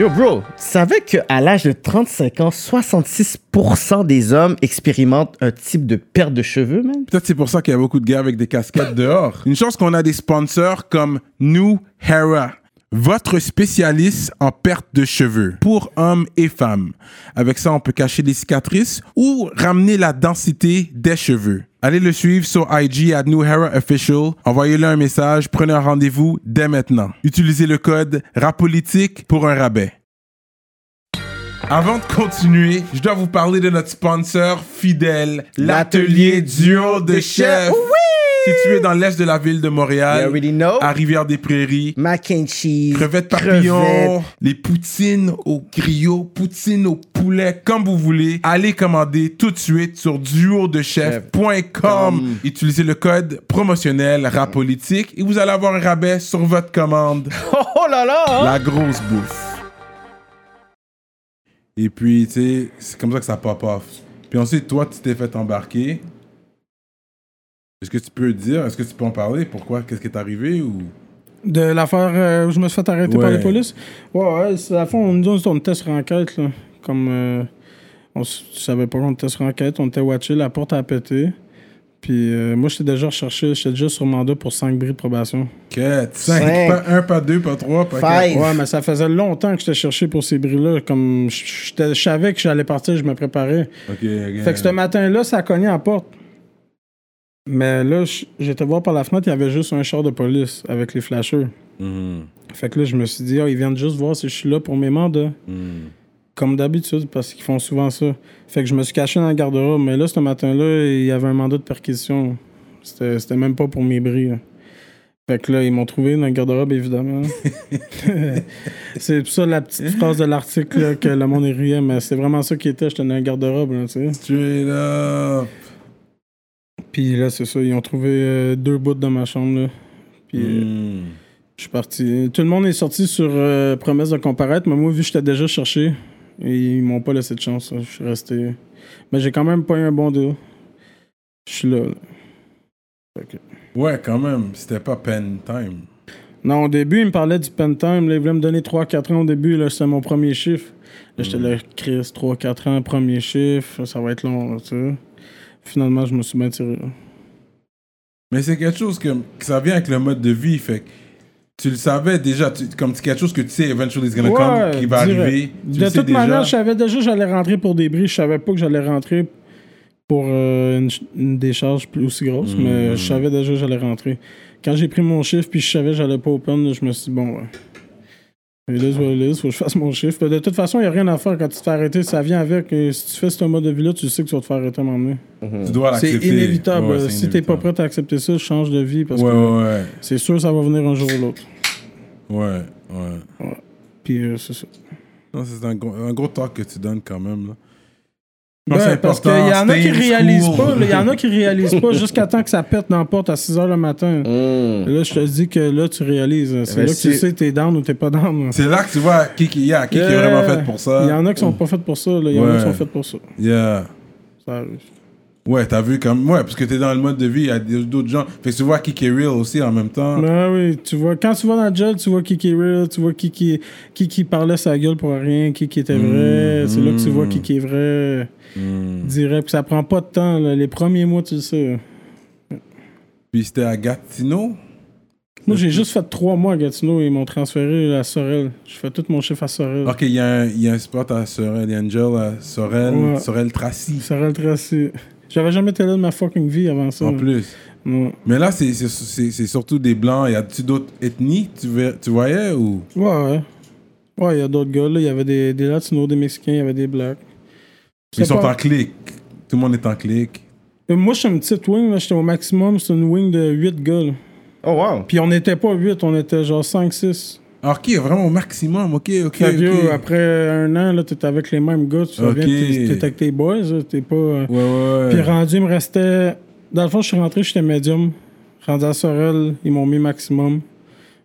S2: Yo, bro, tu savais qu'à l'âge de 35 ans, 66% des hommes expérimentent un type de perte de cheveux, même?
S1: Peut-être c'est pour ça qu'il y a beaucoup de gars avec des casquettes dehors. Une chance qu'on a des sponsors comme New Hera, votre spécialiste en perte de cheveux pour hommes et femmes. Avec ça, on peut cacher les cicatrices ou ramener la densité des cheveux. Allez le suivre sur IG à New Hera Official. Envoyez-le un message, prenez un rendez-vous dès maintenant. Utilisez le code RAPOLITIQUE pour un rabais. Avant de continuer, je dois vous parler de notre sponsor fidèle, l'atelier duo de chef. Oui! Situé dans l'est de la ville de
S2: I
S1: Montréal,
S2: already know.
S1: à Rivière-des-Prairies.
S2: Mac and cheese.
S1: Crevettes papillons,
S2: crevettes.
S1: les poutines au griot, poutines au poulet, comme vous voulez. Allez commander tout de suite sur duodechef.com. Utilisez le code promotionnel rapolitique et vous allez avoir un rabais sur votre commande.
S2: Oh, oh là là! hein?
S1: La grosse bouffe. Et puis, tu sais, c'est comme ça que ça pop off. Puis ensuite, toi, tu t'es fait embarquer. Est-ce que tu peux dire, est-ce que tu peux en parler? Pourquoi? Qu'est-ce qui est arrivé? Ou...
S3: De l'affaire euh, où je me suis fait arrêter
S1: Ouais.
S3: par les polices? Ouais, ouais, c'est- à fond, on, nous autres, on était sur enquête, là. Comme, euh, on s- savait pas qu'on était sur enquête, on était watché, la porte a pété. Puis euh, moi, j'étais déjà recherché, j'étais déjà sur mandat pour 5 bris de probation.
S1: 4, 5,
S2: Cinq.
S1: pas 1, pas 2, pas 3, pas 4.
S2: Five.
S3: Ouais, mais ça faisait longtemps que j'étais cherché pour ces bris-là. Comme, j- j'étais- je savais que j'allais partir, je me préparais.
S1: Ok, ok.
S3: Fait que ce matin-là, ça cognait à la porte. Mais là, j- j'étais voir par la fenêtre, il y avait juste un char de police avec les flasheurs.
S1: Mhm,
S3: Fait que là, je me suis dit, Ah, ils viennent juste voir si je suis là pour mes mandats.
S1: mhm.
S3: Comme d'habitude, parce qu'ils font souvent ça. Fait que je me suis caché dans le garde-robe. Mais là, ce matin-là, il y avait un mandat de perquisition. C'était c'était même pas pour mes bris. là. Fait que là, ils m'ont trouvé dans le garde-robe, évidemment. c'est pour ça la petite phrase de l'article là, que le monde y riait, mais c'est vraiment ça qui était. J'étais dans le garde-robe, là, tu sais.
S1: Straight up.
S3: Puis là, c'est ça, ils ont trouvé euh, deux bouts dans ma chambre. Là. Puis euh,
S1: Mhm.
S3: je suis parti. Tout le monde est sorti sur euh, promesse de comparaître, mais moi, vu que j'étais déjà cherché, ils m'ont pas laissé de chance. là. Je suis resté. Mais j'ai quand même pas eu un bon deal. Je suis là. là.
S1: Ouais, quand même, c'était pas pen time.
S3: Non, au début, ils me parlaient du pen time. Là, ils voulaient me donner 3-4 ans au début. Là, c'était mon premier chiffre. Là, j'étais là, Chris, 3-4 ans, premier chiffre. Ça va être long, là, tu sais. Finalement, je me suis bien tiré. là.
S1: Mais c'est quelque chose que, que ça vient avec le mode de vie, fait que tu le savais déjà, tu- comme c'est quelque chose que tu sais eventually it's gonna come, qui va
S3: direct.
S1: arriver. Tu
S3: de
S1: le sais
S3: toute
S1: déjà.
S3: manière, je savais déjà que j'allais rentrer pour des bris. Je savais pas que j'allais rentrer pour euh, une, ch- une décharge plus aussi grosse,
S1: Hmm.
S3: mais je savais déjà que j'allais rentrer. Quand j'ai pris mon chiffre puis je savais que j'allais pas open, je me suis dit, bon, ouais. It is what it is, faut que je fasse mon chiffre. De toute façon, il n'y a rien à faire quand tu te fais arrêter. Ça vient avec. Et si tu fais ce mode de vie-là, tu sais que tu vas te faire arrêter à un moment donné.
S1: tu dois
S3: C'est
S1: l'accepter.
S3: inévitable.
S1: Ah,
S3: euh,
S1: Ouais, c'est
S3: si t'es pas
S1: inévitable.
S3: prêt à accepter ça, change de vie parce
S1: Ouais,
S3: que
S1: ouais,
S3: c'est sûr que ça va venir un jour ou l'autre.
S1: ouais. Ouais, ouais.
S3: Puis euh, c'est ça.
S1: Non, c'est un gros, un gros talk que tu donnes quand même. Là.
S3: Ben,
S1: Non, c'est
S3: parce qu'il
S1: important,
S3: y en a
S1: stay
S3: qui
S1: in
S3: réalisent
S1: school.
S3: pas. Il y en a qui réalisent pas jusqu'à temps que ça pète dans la porte à 6 h le matin.
S2: Mm.
S3: Là, je te dis que là, tu réalises. C'est
S2: Ben,
S3: là que tu
S2: si-
S3: sais t'es down ou t'es pas down. Euh,
S1: C'est là que tu vois qui, qui, yeah, qui, qui est vraiment fait pour
S3: Il y
S1: ça.
S3: en a qui sont pas faits pour ça. Il y en a
S1: Ouais.
S3: qui sont faits pour ça.
S1: Yeah.
S3: Ça arrive.
S1: Ouais, t'as vu comme. Ouais, parce que t'es dans le mode de vie, il y a des- d'autres gens. Fait que tu vois qui, qui est real aussi en même temps.
S3: Ben oui, tu vois, quand tu vas dans le jail, tu vois qui qui est real, tu vois qui qui, qui, qui parlait sa gueule pour rien, qui qui était
S1: Mm.
S3: vrai. C'est là que tu vois qui qui est vrai. Direct. Puis ça prend pas de temps. là. Les premiers mois, tu le sais.
S1: Puis c'était à Gatineau.
S3: Moi, j'ai juste fait trois mois à Gatineau et ils m'ont transféré à Sorel. Je fais tout mon chiffre à Sorel.
S1: Ok, il y, a un- il y a un spot à Sorel, il y a une gel à Sorel,
S3: Ouais.
S1: Sorel Tracy.
S3: Sorel Tracy. J'avais jamais été là de ma fucking vie avant ça.
S1: En plus.
S3: Non.
S1: Mais là, c'est- c'est c'est- c'est surtout des blancs. Y a-tu d'autres ethnies, tu, ver- tu voyais ou.
S3: Ouais, ouais. Ouais, il y a d'autres gars là. Il y avait des, des Latinos, des Mexicains, il y avait des Blacks.
S1: Ils sont
S3: pas-
S1: en clic. Tout le monde est en clic.
S3: Euh, Moi, je suis une petite wing, là. J'étais au maximum. C'est une wing de 8 gars, là.
S2: Oh, wow.
S3: Puis on n'était pas 8, on était genre 5-6.
S1: Alors, qui est Ah, vraiment au maximum, ok, ok.
S3: Fait que,
S1: ok.
S3: yo, après un an, là, t'es avec les mêmes gars. Tu
S1: Ok.
S3: reviens, t'es t'es avec tes boys, là. T'es pas. euh,
S1: Ouais, ouais, ouais.
S3: Puis rendu, il me restait. Dans le fond, je suis rentré, j'étais médium. Rendu à Sorel, ils m'ont mis maximum.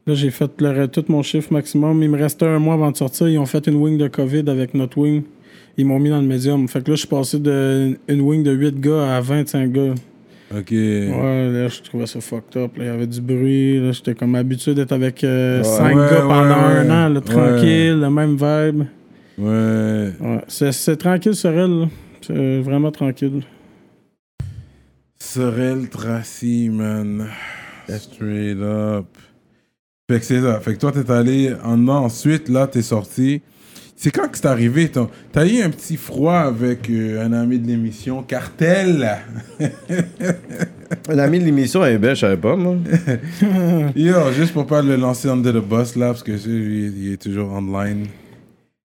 S3: Là, j'ai fait le- tout mon chiffre maximum. Il me restait un mois avant de sortir. Ils ont fait une wing de COVID avec notre wing. Ils m'ont mis dans le médium. Fait que là, je suis passé de une wing de 8 gars à 25 gars.
S1: Ok.
S3: Ouais, là, je trouvais ça fucked up. là. Il y avait du bruit. Là, j'étais comme habitué d'être avec 5
S1: Ouais,
S3: gars pendant
S1: ouais,
S3: un an, là,
S1: ouais.
S3: tranquille, le même vibe.
S1: Ouais.
S3: Ouais. C'est, c'est tranquille, Sorel. là. C'est vraiment tranquille.
S1: Sorel Tracy, man. Straight up. Fait que c'est ça. Fait que toi, t'es allé en an ensuite, là, t'es sorti. C'est quand que c'est arrivé? ton- T'as eu un petit froid avec euh, un ami de l'émission, Cartel.
S2: Un ami de l'émission, elle est belle, je savais pas, moi.
S1: Yo, juste pour pas le lancer under the bus, là, parce que je- il, il est toujours online.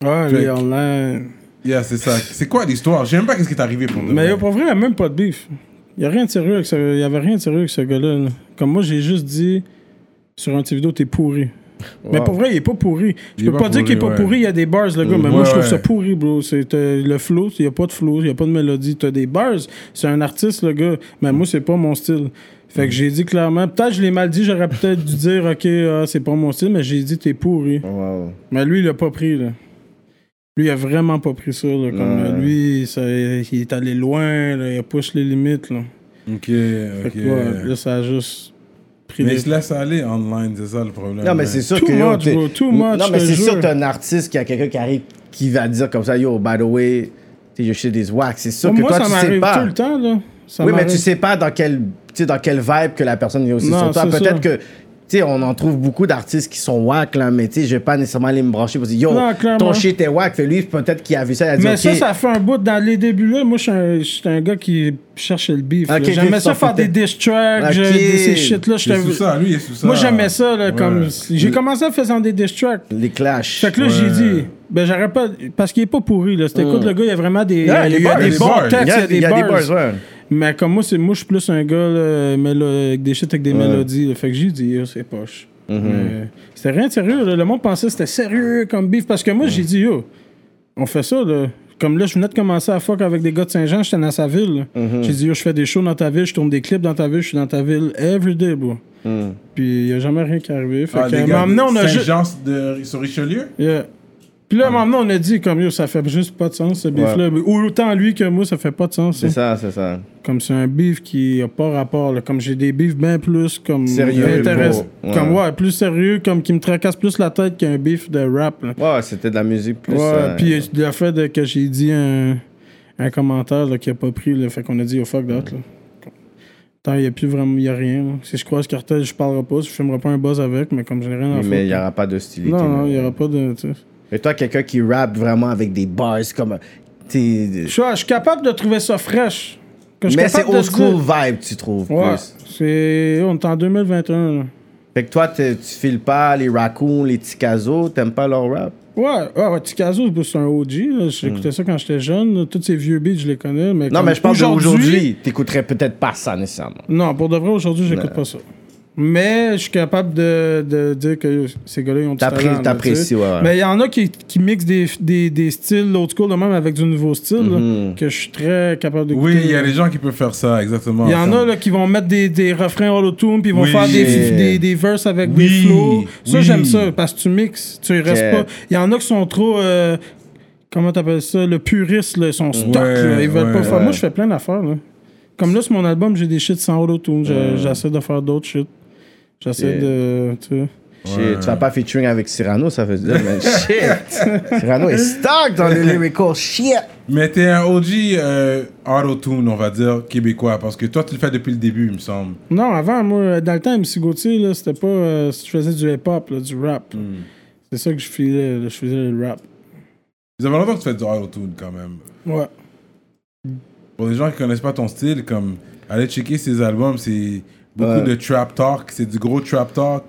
S3: Ouais,
S1: Fait
S3: les
S1: que-
S3: online.
S1: Yeah, c'est ça. C'est quoi l'histoire? J'aime pas qu'est-ce qui est arrivé pour nous.
S3: Mais yo, pour vrai, il n'y a même pas de beef. Il n'y a rien de sérieux avec ce... Il y avait rien de sérieux avec ce gars-là. là. Comme moi, j'ai juste dit sur un petit vidéo, t'es pourri. Mais
S2: Wow.
S3: pour vrai, il est pas pourri.
S1: Il
S3: Je peux
S1: est
S3: pas,
S1: pas
S3: dire qu'il est
S1: pourri,
S3: pas
S1: ouais.
S3: pourri, il y a des bars, le gars.
S1: Mm,
S3: Mais
S1: ouais,
S3: moi, je trouve
S1: ouais.
S3: ça pourri, bro. C'est euh, le flow, il n'y a pas de flow, il n'y a pas de mélodie. T'as des bars, c'est un artiste, le gars. Mais moi, c'est pas mon style. Fait
S1: Mm.
S3: que j'ai dit clairement, peut-être je l'ai mal dit, j'aurais peut-être dû dire, ok, ah, c'est pas mon style, mais j'ai dit, t'es pourri.
S2: Oh, Wow.
S3: Mais lui, il l'a pas pris, là. Lui, il a vraiment pas pris ça, là. Comme,
S2: Ouais.
S3: euh, Lui, ça- il est allé loin, là. Il a poussé les limites, là.
S1: Ok,
S3: Fait
S1: ok.
S3: que, ouais, là, ça a juste pris pris
S1: Mais
S3: des.
S1: ils se laissent aller online, c'est ça le problème.
S2: Non, mais
S1: hein.
S2: c'est sûr
S3: Too
S2: que. yo,
S3: much,
S2: t'es-
S3: bro, too much,
S2: non, mais
S3: je
S2: c'est
S3: te
S2: sûr
S3: jure.
S2: que t'es un artiste qui a quelqu'un qui arrive qui va dire comme ça, yo, by the way, t'es your shit is whack. C'est sûr que
S3: Moi,
S2: toi,
S3: ça
S2: tu sais
S3: m'arrive
S2: pas.
S3: tout le temps, là. Ça
S2: oui, mais tu
S3: m'arrive.
S2: sais pas dans quelle, tu sais, dans quelle vibe que la personne est aussi
S3: Non,
S2: sur toi.
S3: c'est
S2: Peut-être
S3: ça.
S2: que. Tu sais, on en trouve beaucoup d'artistes qui sont whack, là, mais tu sais, je vais pas nécessairement aller me brancher pour dire, yo,
S3: Non, clairement.
S2: ton shit est whack. Fait lui, peut-être qu'il a vu ça, il a dit,
S3: Mais
S2: ok.
S3: ça, ça fait un bout dans les débuts là. Moi, je suis un- je suis un, gars qui cherche le beef. là.
S2: Ok, ok,
S3: J'aimais
S2: tu
S3: ça
S2: t'en
S3: faire des
S2: foutais.
S3: diss tracks,
S2: Ok.
S3: je- des- ces shit là.
S1: Il est sous ça, lui, il est sous ça.
S3: Moi, j'aimais ça. Là, comme
S1: Ouais.
S3: j'ai commencé en faisant des diss tracks.
S2: Les clashs.
S3: Fait que là,
S1: Ouais.
S3: j'ai dit, ben j'aurais pas. Parce qu'il est pas pourri, là. Si t'écoutes, le gars, il y a vraiment des.
S2: Yeah,
S3: Mm. il
S2: il
S3: y
S2: y
S3: a
S2: a
S3: des
S1: des
S3: bons
S1: bars.
S3: textes, il y a des bars.
S2: ouais.
S3: Mais comme moi, c'est moi, je suis plus un gars, là, mélo- avec des shit, avec des mélodies. là. Fait que j'ai dit, Yo, c'est poche. Mais C'était rien de sérieux, là. Le monde pensait que c'était sérieux comme beef. Parce que moi, j'ai dit, yo, on fait ça, là. Comme là, je venais de commencer à fuck avec des gars de Saint-Jean, j'étais dans sa ville. là. J'ai dit, yo, je fais des shows dans ta ville, je tourne des clips dans ta ville, je suis dans ta ville every day, bro. Puis il n'y a jamais rien qui est arrivé. Fait
S1: Ah,
S3: que,
S1: les
S3: à un
S1: gars,
S3: moment donné, on a juste.
S1: Saint-Jean de- sur Richelieu
S3: Yeah. Puis là, maintenant, on a dit, comme yo, ça fait juste pas de sens, ce beef-là. Ou Autant lui que moi, ça fait pas de sens.
S2: C'est
S3: hein.
S2: ça, c'est ça.
S3: Comme c'est un beef qui a pas rapport. là. Comme j'ai des beefs bien plus comme
S2: Sérieux,
S3: m'intéresse-
S2: gros. Ouais.
S3: Comme ouais, plus sérieux, comme qui me tracasse plus la tête qu'un beef de rap. là.
S2: Ouais, c'était de la musique plus.
S3: Ouais,
S2: euh,
S3: puis euh, le fait de- que j'ai dit un, un commentaire là, qui a pas pris, là, fait qu'on a dit au fuck that. là. Tant il n'y a plus vraiment, il a rien. là. Si je croise cartel, je parlerai pas, je filmerai pas un buzz avec, mais comme je n'ai rien à
S2: mais il n'y
S3: faire.
S2: aura pas d'hostilité.
S3: Non, non, il n'y
S2: là.
S3: aura pas de. tu sais.
S2: Et toi, quelqu'un qui rappe vraiment avec des bars comme. t'es-
S3: Je suis, je suis capable de trouver ça fraîche. Que je suis
S2: Mais c'est
S3: capable
S2: old
S3: de dire-
S2: school vibe, tu trouves.
S3: Ouais,
S2: Plus.
S3: c'est... On est en 2021, là.
S2: Fait que toi, t'es- tu files pas les raccoons, les ticazo, t'aimes pas leur rap.
S3: Ouais, ouais, ouais, Tikazo, c'est un OG. là. J'écoutais ça quand j'étais jeune. là. Tous ces vieux beats, je les connais. Mais
S2: Hmm. Non,
S3: comme
S2: mais je parle
S3: aujourd'hui-
S2: d'aujourd'hui. T'écouterais peut-être pas ça nécessairement.
S3: Non, pour de vrai, aujourd'hui, j'écoute pas ça. Mais je suis capable de, de dire que ces gars-là, ils ont du
S2: T'appré-
S3: talent. là,
S2: t'apprécies,
S3: tu sais.
S2: ouais, ouais.
S3: Mais il y en a qui, qui mixent des, des, des styles old school, là, même avec du nouveau style, là,
S2: Hmm.
S3: que je suis très capable d'écouter.
S1: Oui, il y a
S3: là.
S1: des gens qui peuvent faire ça, exactement.
S3: Il y en a là, qui vont mettre des, des refrains auto-tune, puis ils vont
S1: Oui.
S3: faire des,
S2: Yeah.
S3: des, des verses avec des
S1: Oui.
S3: flows. Ça,
S1: Oui.
S3: j'aime ça, parce que tu mixes, tu y restes
S2: Yeah.
S3: pas. Il y en a qui sont trop. euh, comment t'appelles ça Le puriste, là, ils sont stock,
S1: Ouais,
S3: là, ils veulent
S1: ouais,
S3: pas faire.
S2: ouais.
S3: Moi, je fais plein d'affaires. là. Comme là, sur mon album, j'ai des shit sans auto-tune. Je- J'essaie de faire d'autres shit. J'essaie
S2: Yeah.
S3: de. Tu sais.
S2: Shit, Tu vas pas featuring avec Cyrano, ça veut dire. mais shit! Cyrano est stuck dans les lyrical shit!
S1: Mais t'es un OG euh, auto-tune, on va dire, québécois, parce que toi, tu le fais depuis le début, il me semble.
S3: Non, avant, moi, dans le temps, MC Gauthier, là, c'était pas. euh, je faisais du hip-hop, là, du rap.
S1: Mm.
S3: C'est ça que je filais, là, je faisais le rap.
S1: Vous avez longtemps que tu fais du auto-tune, quand même.
S3: Ouais.
S1: Pour les gens qui connaissent pas ton style, comme, allez checker ses albums, c'est beaucoup
S2: Ouais.
S1: de trap talk, c'est du gros trap talk.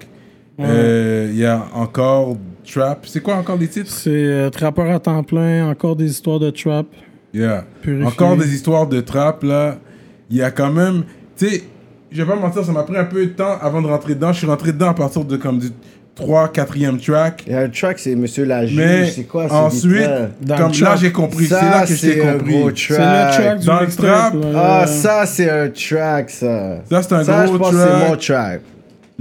S1: Euh, Il y a encore trap. C'est quoi encore les titres
S3: C'est euh, trappeur à temps plein, encore des histoires de trap.
S1: Yeah.
S3: Purifier.
S1: Encore des histoires de trap, là. Il y a quand même. Tu sais, je vais pas mentir, ça m'a pris un peu de temps avant de rentrer dedans. Je suis rentré dedans à partir de comme du 3 4e track.
S2: Il y a un track, c'est Monsieur la
S1: Mais
S2: Juge, Eh, c'est quoi ce
S1: ensuite,
S2: beat-là?
S3: Dans
S1: comme
S3: le
S1: là,
S3: track.
S1: j'ai compris. C'est
S2: Ça,
S1: là que je t'ai
S2: c'est un
S1: compris.
S2: gros
S3: C'est le track du
S1: Dans le
S3: extrait,
S1: trap.
S3: là.
S2: Ah, ça, c'est un track, ça.
S1: euh, Ça, c'est un
S2: ça,
S1: gros
S2: je pense que
S1: track.
S2: c'est mon track.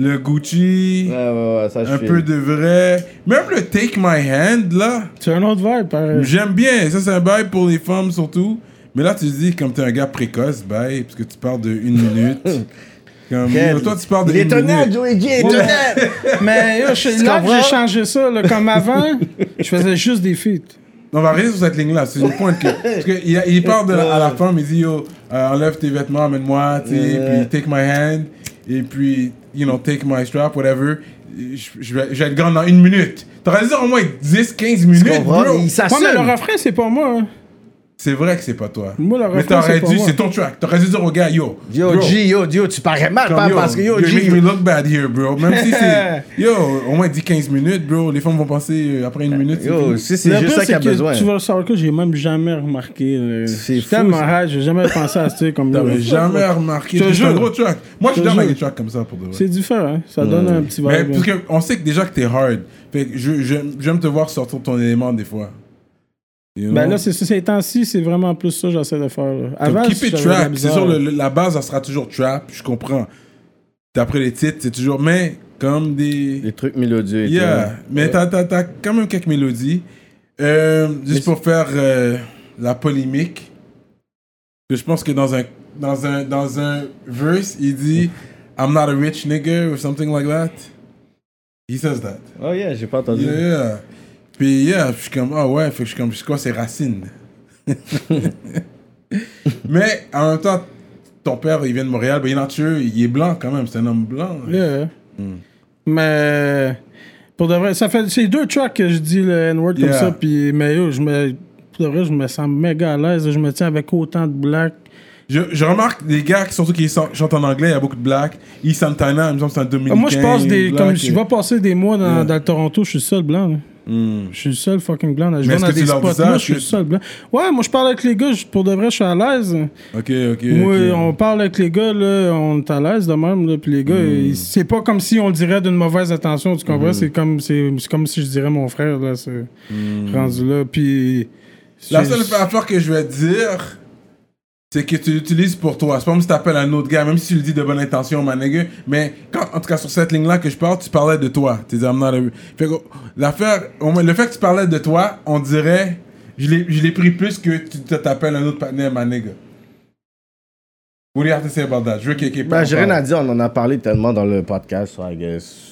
S1: Le Gucci,
S2: Ouais, ouais, ouais, ça, je
S1: un
S2: file.
S1: peu de vrai. Même le Take My Hand, là.
S3: C'est un autre vibe, pareil.
S1: J'aime bien. Ça, c'est un bail pour les femmes, surtout. Mais là, tu te dis, comme t'es un gars précoce, bail, parce que tu parles de une minute. comme,
S2: Quel-
S1: toi, tu parles de
S2: Il est
S1: une minute.
S2: étonnant, Joey G, il est étonnant.
S3: Mais yo, je- là, que
S2: comprends?
S3: j'ai changé ça. là. comme avant, je faisais juste des feats.
S1: On va rester sur cette ligne-là. C'est une pointe que. Parce que il, il parle de la- à la femme, il dit Yo, euh, enlève tes vêtements, amène-moi, tu sais,
S2: Ouais.
S1: puis take my hand, et puis, you know, take my strap, whatever. Je, je vais, je vais être grande dans une minute. T'aurais dû dire au moins 10, 15 minutes,
S2: comprends?
S1: bro.
S2: Il
S3: Ouais,
S2: s'assume.
S3: mais le refrain, c'est pas moi. hein.
S1: C'est vrai que c'est pas toi.
S3: Moi, le
S1: Mais
S3: refrain, c'est
S1: t'aurais
S3: pas
S1: dû,
S3: moi.
S1: c'est ton track. T'aurais dû dire au gars Yo,
S2: Yo,
S1: bro,
S2: G, yo, yo, tu parais mal,
S1: comme,
S2: pas,
S1: yo,
S2: parce que yo,
S1: you
S2: G.
S1: make me look bad here, bro. Même si c'est. Yo, au moins 10, 15 minutes, bro. Les femmes vont penser euh, après une minute. c'est
S2: Yo,
S1: fini.
S2: si
S3: Le
S2: c'est juste
S3: pire,
S2: ça qu'il y a
S3: que
S2: besoin.
S3: Tu vas savoir que j'ai même jamais remarqué. euh, là.
S2: C'est
S3: Je suis
S2: fou,
S3: tellement
S2: ça.
S3: high, j'ai jamais pensé à ça comme là.
S1: T'aurais jamais remarqué.
S3: Je te
S1: C'est un
S3: jure.
S1: gros track. Moi, je suis
S3: Je te
S1: down avec
S3: jure.
S1: des tracks comme ça pour de vrai.
S3: C'est différent. hein. Ça
S2: Hmm.
S3: donne un petit
S1: Mais
S3: vibe. hein.
S1: parce que on sait que déjà que t'es hard. Fait que je- je- j'aime te voir sortir ton élément des fois. You
S3: Ben
S1: know?
S3: là, c'est ça, ces temps-ci, c'est vraiment plus ça que j'essaie de faire. là.
S1: Comme
S3: Avant,
S1: keep it
S3: j'avais de la
S1: trap. C'est
S3: misère.
S1: sûr, le- le- la base, ça sera toujours trap. Je comprends. D'après les titres, c'est toujours. Mais comme des.
S2: Les trucs mélodieux. et
S1: Yeah.
S2: tout.
S1: Mais t'as t'as- t'as quand même quelques mélodies. Euh, juste pour faire euh, la polémique. Que je pense que dans un, dans un, dans un verse, il dit I'm not a rich nigga or something like that. He says that.
S2: Oh yeah, j'ai pas entendu.
S1: Yeah, yeah. Puis, yeah, puis je suis comme, ah ouais, fait que je suis comme, c'est quoi ses racines? Mais en même temps, ton père, il vient de Montréal, ben, il est naturel, il est blanc quand même, c'est un homme blanc.
S3: Yeah. Mais pour de vrai, ça fait c'est deux tracks que je dis le N-word comme
S1: Yeah.
S3: ça, puis mais yo, je me pour de vrai, je me sens méga à l'aise, je me tiens avec autant de black.
S1: Je, je remarque des gars, qui, surtout qui sont- chantent en anglais, il y a beaucoup de blacks. Yves Santana, il me semble que c'est un dominicain.
S3: Moi, je passe des
S1: black,
S3: comme je
S1: et-
S3: vais passer des mois dans,
S1: Yeah. Mm.
S3: dans le Toronto, je suis le seul blanc. là. Je suis le seul fucking blanc. là. Je
S1: Mais
S3: vais
S1: est-ce
S3: dans
S1: que tu
S3: des spots.
S1: l'envisages
S3: Moi, je suis
S1: que-
S3: le seul blanc. Ouais, moi, je parle avec les gars. je- Pour de vrai, je suis à l'aise.
S1: Ok, ok.
S3: Moi,
S1: ok.
S3: on parle avec les gars, là, on est à l'aise de même, là, puis les gars,
S1: Hmm.
S3: ils- c'est pas comme si on le dirait d'une mauvaise attention, tu comprends? C'est comme, c'est c'est comme si je dirais mon frère, là, ce rendu là, puis...
S1: Hmm. La
S3: c'est-
S1: seule affaire que je vais te dire, c'est que tu l'utilises pour toi. C'est pas comme si t'appelles un autre gars, même si tu le dis de bonne intention, ma nigga. Mais quand, en tout cas, sur cette ligne-là que je parle, tu parlais de toi. Tu disais, I'm not a... Fait que l'affaire, au moins, le fait que tu parlais de toi, on dirait, je l'ai je l'ai pris plus que tu te- t'appelles un autre partenaire, ma nigga. What do you have to say about that? Je veux qu'il y ait
S2: Ben, j'ai rien à dire, on en a parlé tellement dans le podcast, so I guess.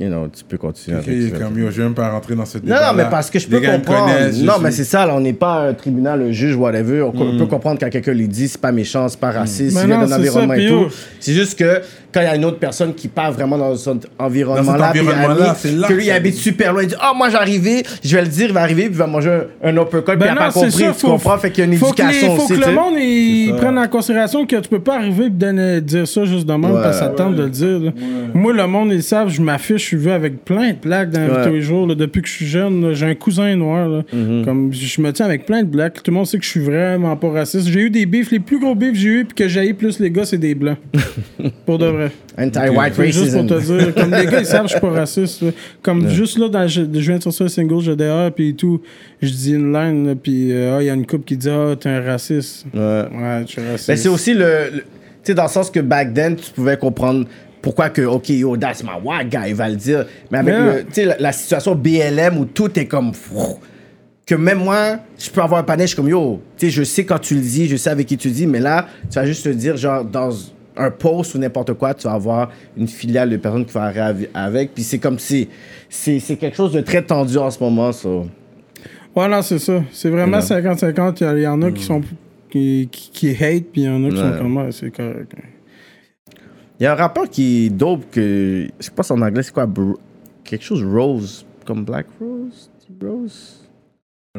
S2: You know, tu peux continuer
S1: Ok, il est
S2: avec ça.
S1: comme, yo, je vais même pas rentrer dans ce
S2: Non,
S1: débat.
S2: non, mais parce que je peux comprendre. Non, mais c'est ça, là, on n'est pas un tribunal, un juge, whatever. On co- peut
S1: Hmm.
S2: comprendre quand quelqu'un le dit, c'est pas méchant, c'est pas raciste,
S3: Mais
S2: il vient
S3: non,
S2: d'un
S3: c'est
S2: environnement
S3: ça,
S2: et
S3: puis oh.
S2: tout.
S3: yo.
S2: C'est juste que quand il y a une autre personne qui part vraiment dans cet environnement-là, puis
S1: environnement-là, c'est
S2: habite-
S1: là
S2: que
S1: que
S2: lui, il
S1: ça-
S2: habite super loin, il dit Ah, moi, j'arrivais, je vais le dire, il va arriver, puis il va manger un- un uppercut, puis il
S3: Ben
S2: n'a pas
S3: non, c'est
S2: compris.
S3: ça,
S2: tu comprends, fait qu'il y a une
S3: faut que les-
S2: éducation aussi.
S3: Faut que
S2: tu
S3: le
S2: sais.
S3: monde, il
S1: C'est ça.
S3: prenne en considération que tu peux pas arriver et donner, dire ça juste de même,
S2: Ouais.
S3: parce que ça tente de le dire, là. Moi, le monde, ils savent, je m'affiche, je suis vu avec plein de plaques dans la vie
S2: Ouais. Mm-hmm.
S3: tous les jours, là. Depuis que je suis jeune, là, j'ai un cousin noir, là. Comme, je me tiens avec plein de blagues. Tout le monde sait que je suis vraiment pas raciste. J'ai eu des bifs, les plus gros bifs que j'ai eu, puis que j'ai plus les gars, c'est des blancs. pour de vrai.
S2: Anti-white
S3: C'est juste
S2: racism.
S3: pour te dire, comme les gars, ils savent que je suis pas raciste. là. Comme juste là, dans, je, je viens de sortir le single, je DR, puis tout, je dis une line, là, puis euh, ah, il y a une couple qui dit Ah, t'es un raciste.
S2: Ouais.
S3: Ouais, tu es raciste.
S2: Ben, c'est aussi le. le- tu sais, dans le sens que back then, tu pouvais comprendre pourquoi que, OK, yo, that's my white guy, il va le dire. Mais avec
S3: Yeah.
S2: le- tu sais, la, la situation BLM où tout est comme. frou, Que même moi, je peux avoir un panier, je suis comme, yo, tu sais, je sais quand tu le dis, je sais avec qui tu le dis, mais là, tu vas juste te dire, genre, dans un post ou n'importe quoi, tu vas avoir une filiale de personnes qui vont arriver avec. Puis c'est comme si. C'est c'est quelque chose de très tendu en ce moment, ça.
S3: Voilà, c'est ça. C'est vraiment 50-50. Il y a- Il y, en a qui sont qui, qui, qui hate, puis il y en a qui
S2: Ouais.
S3: sont comme Ouais, c'est correct.
S2: Il y a un rapport qui est dope que. Je sais pas si en anglais c'est quoi. bro- quelque chose rose. Comme Black Rose Rose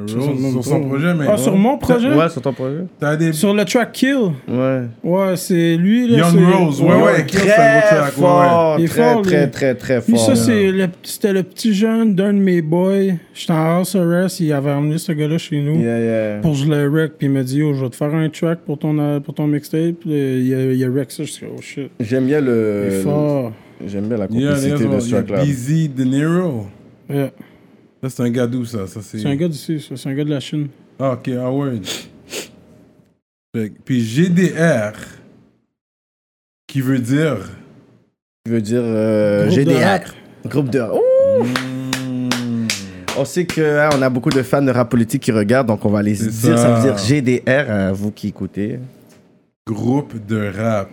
S1: Sur son projet, mais...
S3: Ah, sur mon projet
S2: Ouais, sur ton projet.
S1: T'as des...
S3: Sur le track Kill
S2: Ouais.
S3: Ouais, c'est lui. Là,
S1: Young
S3: c'est-
S1: Rose, ouais, ouais. Kill, c'est un gros
S2: Très
S1: track, ouais, ouais.
S2: fort.
S3: Il est
S2: Très,
S3: fort,
S2: très,
S3: lui.
S2: très, très
S3: Puis
S2: fort.
S3: ça, c'est le, c'était le petit jeune d'un de mes boys. J'étais en house arrest, il avait emmené ce gars-là chez nous.
S2: Yeah, yeah.
S3: Pour que je le rec, puis il m'a dit, oh, je vais te faire un track pour ton, euh, pour ton mixtape. Puis, euh, Il a, il a rec ça, je suis oh shit.
S2: J'aime bien
S3: Il est
S2: le.
S3: fort.
S2: J'aime bien la
S1: Yeah,
S2: complicité de ce
S1: yeah,
S2: track-là.
S1: Busy De Niro.
S3: Ouais.
S1: Ça, c'est un gars d'où, ça? ça c'est...
S3: C'est un gars d'ici, ça, c'est un gars de la Chine.
S1: Ah, OK, ah ouais. Fait que- Puis GDR, qui veut dire...
S2: Je veux dire euh,
S3: Groupe de rap.
S2: GDR. Groupe de. Ouh!
S1: hmm,
S2: On sait que hein, on a beaucoup de fans de rap politique qui regardent, donc on va les
S1: C'est
S2: dire.
S1: ça.
S2: Ça. veut dire GDR à vous qui écoutez.
S1: Groupe de rap.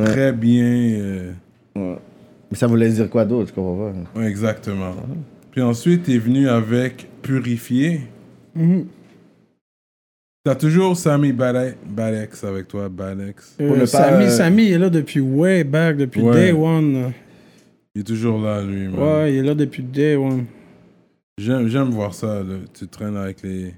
S2: Ouais.
S1: Très bien. euh,
S2: Mais ça voulait dire quoi d'autre Je comprends pas.
S1: ouais, exactement. Puis ensuite, t'es venu avec Purifié.
S3: Mhm.
S1: T'as toujours Sammy Bale- Balex avec toi, Balex.
S3: Euh,
S2: Pour ne pas,
S3: Samy,
S2: euh,
S3: Samy est là depuis way back, depuis
S1: Ouais.
S3: day one.
S1: Il est toujours là, lui. man.
S3: Ouais, il est là depuis day one.
S1: J'aime, j'aime voir ça. là. Tu traînes avec les,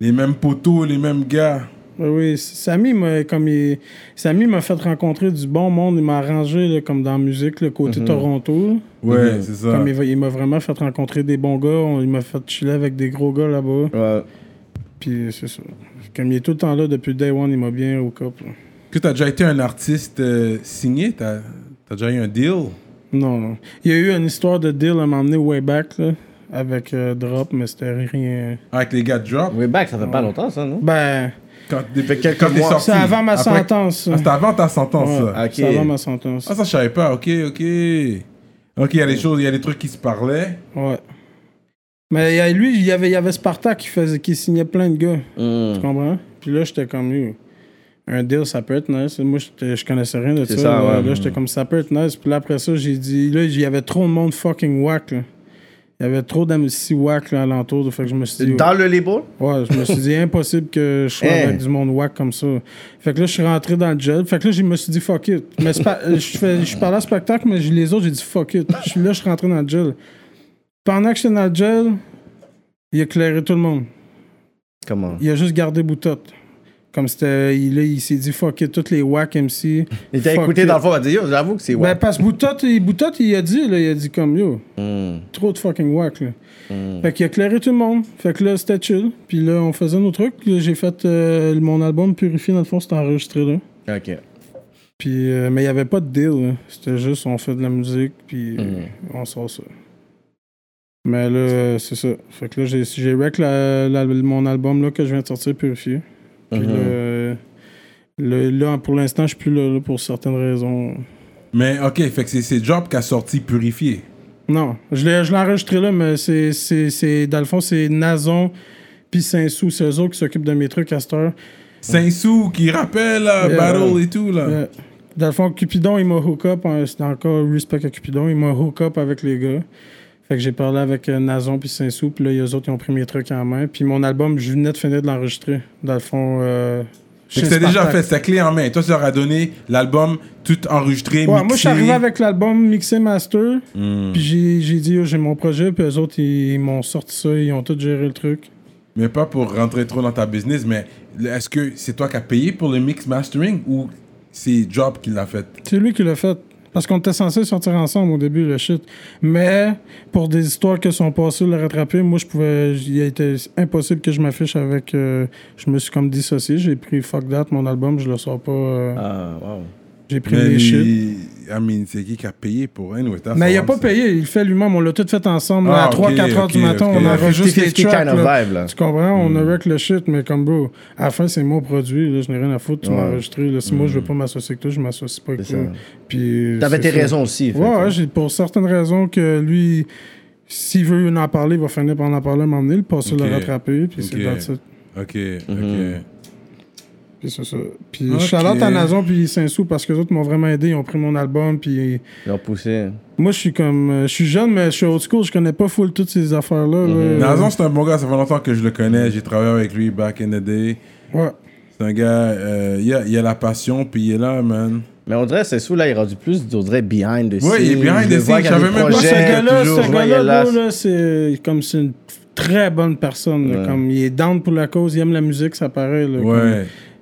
S1: les mêmes poteaux, les mêmes gars.
S3: Oui, Oui, Samy m'a comme il- Samy m'a fait rencontrer du bon monde, il m'a arrangé là, comme dans la musique, le côté
S2: Mm-hmm.
S3: Toronto.
S1: Ouais, c'est ça.
S3: Mhm. Comme il va- il m'a vraiment fait rencontrer des bons gars, on- il m'a fait chiller avec des gros gars là-bas.
S2: Ouais.
S3: Puis c'est ça. Comme il est tout le temps là depuis day one, il m'a bien au couple.
S1: Que t'as déjà été un artiste euh, signé, t'as as déjà eu un deal.
S3: Non, non. Il y a eu une histoire de deal à m'emmener way back là, avec euh, Drop, mais c'était rien.
S1: Avec les gars de Drop,
S2: Way back, ça fait pas longtemps, ça, non
S3: Ben,
S1: quand, depuis,
S2: quelques
S1: quand t'es
S2: mois.
S1: sorti.
S3: c'est avant ma
S1: Ah, Après-
S3: sentence.
S1: Ah, C'était avant ta sentence,
S3: Ouais,
S1: ça.
S2: ok.
S3: C'est avant ma sentence.
S1: Ah, ça, je savais pas. Ok, ok. Ok, il y a des choses, il y a des trucs qui se parlaient.
S3: Ouais. Mais il y a- lui,
S2: Mm.
S3: il y avait, il y avait Sparta qui, faisait, qui signait plein de gars. Tu comprends? Puis là, j'étais comme lui. un deal, ça peut être nice. Moi, je, je connaissais rien de
S2: C'est
S3: ça.
S2: ça,
S3: là,
S2: ouais.
S3: Là, j'étais comme ça peut être nice. Puis là, après ça, j'ai dit, là, il y avait trop de monde fucking whack. là. Il y avait trop d'amitié whack là, alentour. Fait que je me suis dit,
S2: Dans le label?
S3: Ouais, je me suis dit, impossible que je sois
S2: Hein.
S3: avec du monde whack comme ça. Fait que là, je suis rentré dans le gel. Fait que là, je me suis dit, fuck it. Mais c'est pas- euh, je, fais, je suis parlé à spectacle, mais je- les autres, j'ai dit, fuck it. Je suis là, je suis rentré dans le gel. Pendant que j'étais dans le gel, il éclairait tout le monde.
S2: Comment?
S3: Il a juste gardé Boutotte. Comme c'était. Il, là, il s'est dit, fuck it, toutes les whack MC.
S2: Il t'a
S3: fuck
S2: écouté
S3: it.
S2: dans le fond, il a dit, Yo, j'avoue que c'est
S3: Ben,
S2: ouais.
S3: parce que Boutotte, il, Boutotte, il a dit, là, il a dit comme, yo,
S2: Mm.
S3: trop de fucking whack, là.
S2: Hmm.
S3: Fait qu'il a éclairé tout le monde. Fait que là, c'était chill. Puis là, on faisait nos trucs. Puis là, J'ai fait euh, mon album Purifié, dans le fond, c'était enregistré, là.
S2: Ok.
S3: Puis, euh, mais il n'y avait pas de deal, là. C'était juste, on fait de la musique, puis euh, on sort ça. Mais là, euh, c'est ça. Fait que là, j'ai- j'ai rec la- la- mon album, là, que je viens de sortir, Purifié. Puis là, euh, le- là, pour l'instant, je suis plus là, là, pour certaines raisons.
S1: Mais ok, fait que c'est- c'est Job qui a sorti Purifié.
S3: Non, je l'ai, je l'ai enregistré là, mais c'est, c'est, c'est, dans le fond, c'est Nazon puis Saint-Sou, c'est eux autres qui s'occupent de mes trucs à cette heure.
S1: Saint-Sou qui rappelle là,
S3: Yeah.
S1: Battle et tout, là.
S3: Euh, dans le fond, Cupidon, il m'a hook up, hein, c'est encore respect à Cupidon, il m'a hook up avec les gars. Fait que j'ai parlé avec euh, Nazon puis Saint-Sou, puis là, eux autres, ils ont pris mes trucs en main. Puis mon album, je venais de finir de l'enregistrer, dans le fond. Euh,
S1: Fait
S3: chez
S1: que c'est déjà
S3: Spartak.
S1: fait, c'est clé en main. Toi, tu leur as donné l'album tout enregistré,
S3: Ouais,
S1: mixé.
S3: moi, je suis arrivé avec l'album Mixé Master,
S1: Hmm.
S3: puis j'ai, j'ai dit, Yo, j'ai mon projet, puis eux autres, ils m'ont sorti ça, ils ont tout géré le truc.
S1: Mais pas pour rentrer trop dans ta business, mais est-ce que c'est toi qui as payé pour le mix mastering ou c'est Job qui l'a fait
S3: C'est lui qui l'a fait. Parce qu'on était censé sortir ensemble au début, le shit. Mais pour des histoires que sont passées, le rattraper, moi, je pouvais. j- Il a été impossible que je m'affiche avec. euh, je me suis comme dissocié. J'ai pris Fuck That, mon album, je le sors pas. euh,
S2: Ah, wow.
S3: J'ai pris
S1: Mais
S3: les shit.
S1: lui, I mean, c'est qui qui a payé pour Anyway, that's
S3: Mais il a
S1: all
S3: pas
S1: I'm
S3: payé, il fait lui-même. On l'a tout fait ensemble.
S1: Ah,
S3: à 3-4
S1: ok,
S3: heures du
S1: ok,
S3: matin,
S1: ok.
S3: on enregistre les
S2: 50-50 kind
S3: tracks.
S2: of
S3: là.
S2: vibe, Hmm. là.
S3: Tu comprends? On a wreck le shit, mais comme bro, à la fin, c'est mon produit. Là, je n'ai rien à foutre. Tu m'as enregistré. là. Si moi, je veux pas m'associer avec toi, je m'associe pas avec
S2: Hmm. C'est
S3: toi.
S2: ça.
S3: Puis,
S2: T'avais
S3: c'est
S2: tes
S3: ça.
S2: raisons aussi. fait
S3: Ouais,
S2: que-
S3: ouais, j'ai pour certaines raisons que lui, s'il veut en parler, il va finir par en parler, m'emmener, le passer,
S1: Ok.
S3: le rattraper, puis
S1: Ok.
S3: c'est dans ça.
S1: Ok, ok.
S3: Puis c'est ça. Puis
S1: Ok.
S3: Charlotte à Nazon, puis Saint-Sou, parce que les autres m'ont vraiment aidé, ils ont pris mon album, puis
S2: Ils ont poussé.
S3: moi, je suis comme. euh, Je suis jeune, mais je suis old school, je connais pas full toutes ces affaires-là. là.
S1: Mhm. Nazon, Euh, c'est un bon gars, ça fait longtemps que je le connais. J'ai travaillé avec lui back in the day.
S3: Ouais.
S1: C'est un gars, euh, il a, il a la passion, puis il est là, man.
S2: Mais on dirait, c'est sous là, il est rendu plus, on dirait behind the scenes.
S1: Ouais, il est behind
S2: Je
S1: the
S2: le vois
S1: scenes,
S2: qu'il y a
S1: j'avais
S2: des
S1: même pas
S3: Moi,
S1: Projet,
S3: ce
S2: projets,
S3: gars-là,
S2: toujours.
S3: ce
S2: Je voyais
S3: gars-là,
S2: là,
S3: bro, là, c'est comme c'est une très bonne personne. là, Comme il est down pour la cause, il aime la musique, ça paraît. là,
S1: Ouais.
S3: comme-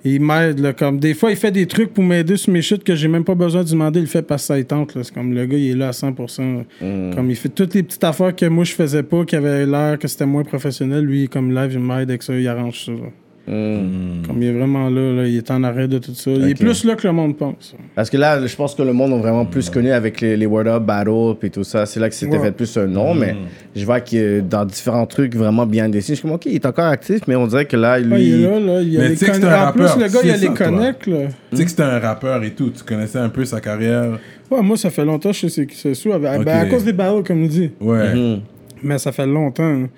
S3: il m'aide. là, Comme des fois, il fait des trucs pour m'aider sur mes chutes que j'ai même pas besoin de demander. Il le fait parce que ça il tente. là. C'est comme le gars, il est là à 100%. là.
S1: Mm.
S3: Comme il fait toutes les petites affaires que moi je faisais pas, qui avaient l'air que c'était moins professionnel. Lui, comme live, il m'aide avec ça, il arrange ça. là.
S2: Mm.
S1: Mm.
S3: Comme il est vraiment là, là, il est en arrêt de tout ça. Il est
S2: Ok.
S3: plus là que le monde pense.
S2: Parce que là, je pense que le monde a vraiment plus connu avec les, les Word Up Battle puis tout ça. C'est là que c'était
S3: Mm. Ouais.
S2: fait plus un nom, mais je vois que dans différents trucs vraiment bien dessinés, je suis comme, OK, il est encore actif, mais on dirait que là, lui.
S3: Ouais, Ah, il est là, là, il y a
S1: Mais
S3: les
S1: tu sais que c'est
S3: conne-
S1: un
S3: En plus,
S1: rappeur,
S3: le gars, il y a
S1: c'est
S3: les
S1: ça, toi.
S3: connects. là.
S1: Tu sais que c'était un rappeur et tout. Tu connaissais un peu sa carrière.
S3: Ouais, moi, ça fait longtemps que je sais qui c'est sous. avec-
S1: Ok.
S3: ben, à cause des barreaux, comme on dit.
S1: Ouais.
S2: Mm-hmm. Mm.
S3: Mais ça fait longtemps. hein.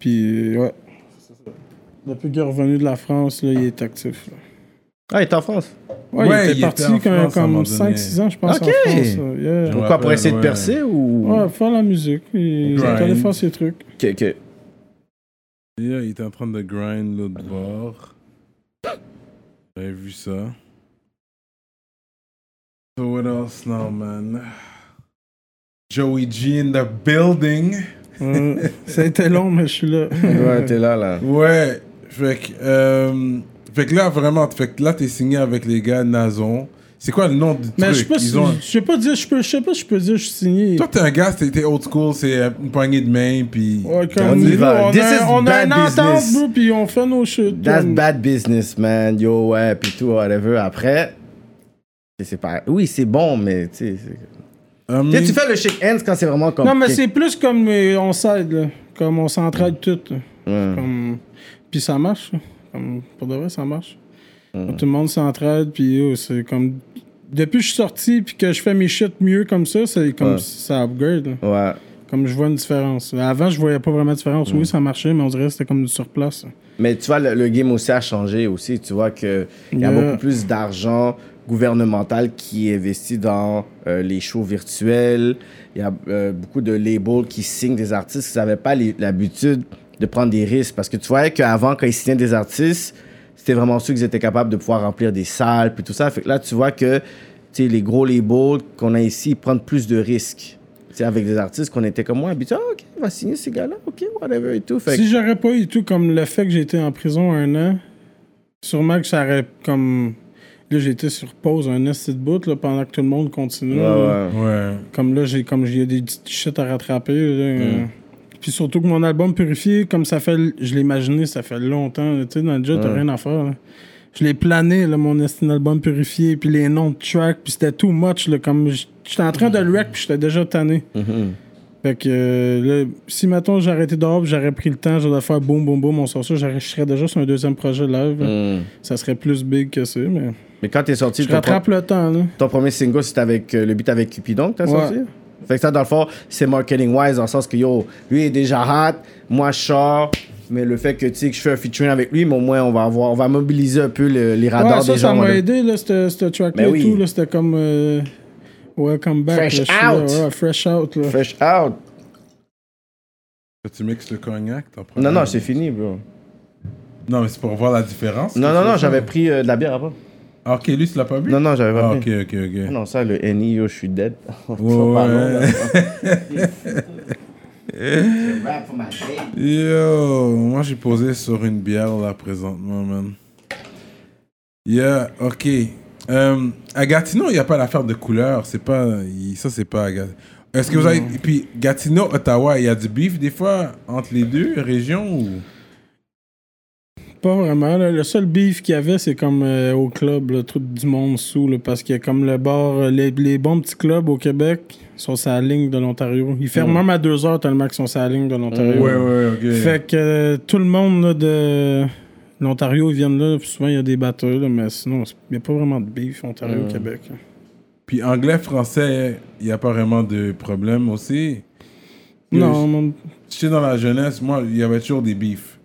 S3: Puis, euh, ouais. Depuis qu'il est revenu de la France, là, il est actif. là.
S2: Ah, il est en France.
S1: Ouais,
S3: Ouais, il
S1: il
S3: était
S1: était
S3: parti
S1: en
S3: quand-
S1: France à un moment
S3: comme
S1: donné.
S3: 5-6 ans, je pense,
S2: Ok.
S3: en France. là. Yeah.
S1: Ouais.
S2: Pourquoi pour essayer de
S1: ouais.
S2: percer ou.
S3: Ouais, faire la musique. Il est
S1: Grind.
S3: allé faire ses trucs.
S2: Ok, ok.
S1: Yeah, il était en train de grind l'autre bord. J'avais vu ça. So what else now, man? Joey G in the building.
S3: Ouais. ça a été long, mais je suis là.
S2: Ouais, t'es là, là.
S1: Ouais, fait que, euh, fait que là, vraiment, fait que là, t'es signé avec les gars Nazon. C'est quoi le nom du
S3: mais je sais
S1: truc?
S3: pas
S1: Ils
S3: si.
S1: ont-
S3: Je sais pas dire, je peux, je sais pas si je peux dire, je suis signé.
S1: Toi, t'es un gars, t'es t'es old school, c'est euh, une poignée de main, puis...
S3: Ouais, comme
S2: On y
S3: nous,
S2: va.
S3: on
S2: This
S3: a,
S2: is
S3: on a
S2: bad
S3: une entente,
S2: business.
S3: bro, puis on fait nos shit.
S2: That's
S3: comme-
S2: bad business, man. Yo, ouais, puis tout, whatever. Après, c'est- c'est pas. Oui, c'est bon, mais tu sais. c'est-
S1: I
S2: Tu
S1: mean,
S2: sais, tu fais le shake hands quand c'est vraiment comme.
S3: Non, mais c'est plus comme euh, on s'aide, là. Comme on s'entraide tout. là. Comme... Puis ça marche. là. Comme... Pour de vrai, ça marche. Tout le monde s'entraide, puis yo, c'est comme... Depuis que je suis sorti, puis que je fais mes shit mieux comme ça, c'est comme
S2: Ouais.
S3: ça upgrade. là.
S2: Ouais.
S3: Comme je vois une différence. Avant, je voyais pas vraiment de différence. Oui, ça marchait, mais on dirait que c'était comme du surplace. là.
S2: Mais tu vois, le, le game aussi a changé aussi. Tu vois qu'il y a
S3: Yeah.
S2: beaucoup plus d'argent gouvernemental qui est investi dans euh, les shows virtuels. Il y a euh, beaucoup de labels qui signent des artistes qui n'avaient pas les- l'habitude de prendre des risques. Parce que tu voyais qu'avant, quand ils signaient des artistes, c'était vraiment sûr qu'ils étaient capables de pouvoir remplir des salles puis tout ça. Fait que là, tu vois que tu sais, les gros labels qu'on a ici ils prennent plus de risques. Tu sais, avec des artistes qu'on était comme moi habitués, ah, ok, on va signer ces gars-là, ok, whatever et tout. Fait que-
S3: Si j'aurais pas eu tout comme le fait que j'ai été en prison un an, sûrement que ça aurait comme. Là, j'étais sur pause un esti de bout là, pendant que tout le monde continue.
S2: Ouais,
S3: là.
S2: ouais.
S1: Ouais.
S3: Comme là, j'ai comme j'ai des petites shit à rattraper. là, euh. Puis surtout que mon album Purifié, comme ça fait. l- Je l'ai imaginé, ça fait longtemps. là, Tu sais, dans le jeu, t'as rien à faire. là. Je l'ai plané, là, mon esti d'album Purifié, puis les noms de tracks, puis c'était too much. Là, comme j- j'étais en train de le wreck, puis j'étais déjà tanné.
S2: Hmm.
S3: Fait que euh, là, si maintenant j'arrêtais été dehors, puis j'aurais pris le temps, j'aurais faire boum boum boum, on sort ça, j'aurais- je serais déjà sur un deuxième projet live.
S2: Mm.
S3: Ça serait plus big que ça, mais
S2: Mais quand t'es sorti,
S3: je
S2: ton, pro-
S3: rattrape le temps. Là.
S2: ton premier single, c'était avec euh, le beat avec Cupidon que t'as
S3: Ouais.
S2: sorti. Fait que ça, dans le fond, c'est marketing-wise, dans le sens que yo, lui est déjà hot, moi je sors, mais le fait que tu sais que je fais un featuring avec lui, mais au moins on va avoir, on va mobiliser un peu le- les
S3: Ouais,
S2: radars
S3: ça,
S2: des
S3: ça
S2: gens.
S3: m'a
S2: là.
S3: aidé, là, ce ce track-là
S2: Ben
S3: et
S2: oui.
S3: tout. là, C'était comme euh, Welcome Back.
S2: Fresh
S3: là, je suis là,
S2: out.
S3: ouais, fresh out. là.
S2: Fresh out.
S1: Tu mixes le cognac, t'en prends
S2: Non,
S1: un.
S2: non, c'est fini, bro.
S1: Non, mais c'est pour voir la différence.
S2: Non, non, non, j'avais pris euh, de la bière après.
S1: Ah, ok, lui, tu l'as pas bu?
S2: Non, non, j'avais pas
S1: Ah,
S2: pris.
S1: ok, ok, ok.
S2: Non, ça, le NI, yo, je suis dead.
S1: Ouais, ouais. Yo, moi j'ai posé sur une bière là présentement, man. Yeah, ok. Euh, à Gatineau, il n'y a pas l'affaire de couleur. C'est pas. il- Ça, c'est pas à Gat- Est-ce que vous avez. Et puis, Gatineau, Ottawa, il y a du beef des fois entre les deux régions ou.
S3: Pas vraiment. là. Le seul beef qu'il y avait, c'est comme euh, au club, le truc du monde sous, là, parce qu'il y a comme le bar, euh, les, les bons petits clubs au Québec sont sur la ligne de l'Ontario. Ils ferment
S2: Mm.
S3: même à deux heures tellement qu'ils sont sur la ligne de l'Ontario.
S1: ouais, ok.
S3: Fait que euh, tout le monde là, de l'Ontario, ils viennent là, puis souvent il y a des batteurs, là, mais sinon, c'est- il n'y a pas vraiment de beef
S2: Mm.
S3: hein. Ontario-Québec.
S1: Puis, anglais, français, il n'y a pas vraiment de problème aussi. Puis,
S3: Non, mon-
S1: J'étais dans la jeunesse, moi, il y avait toujours des beefs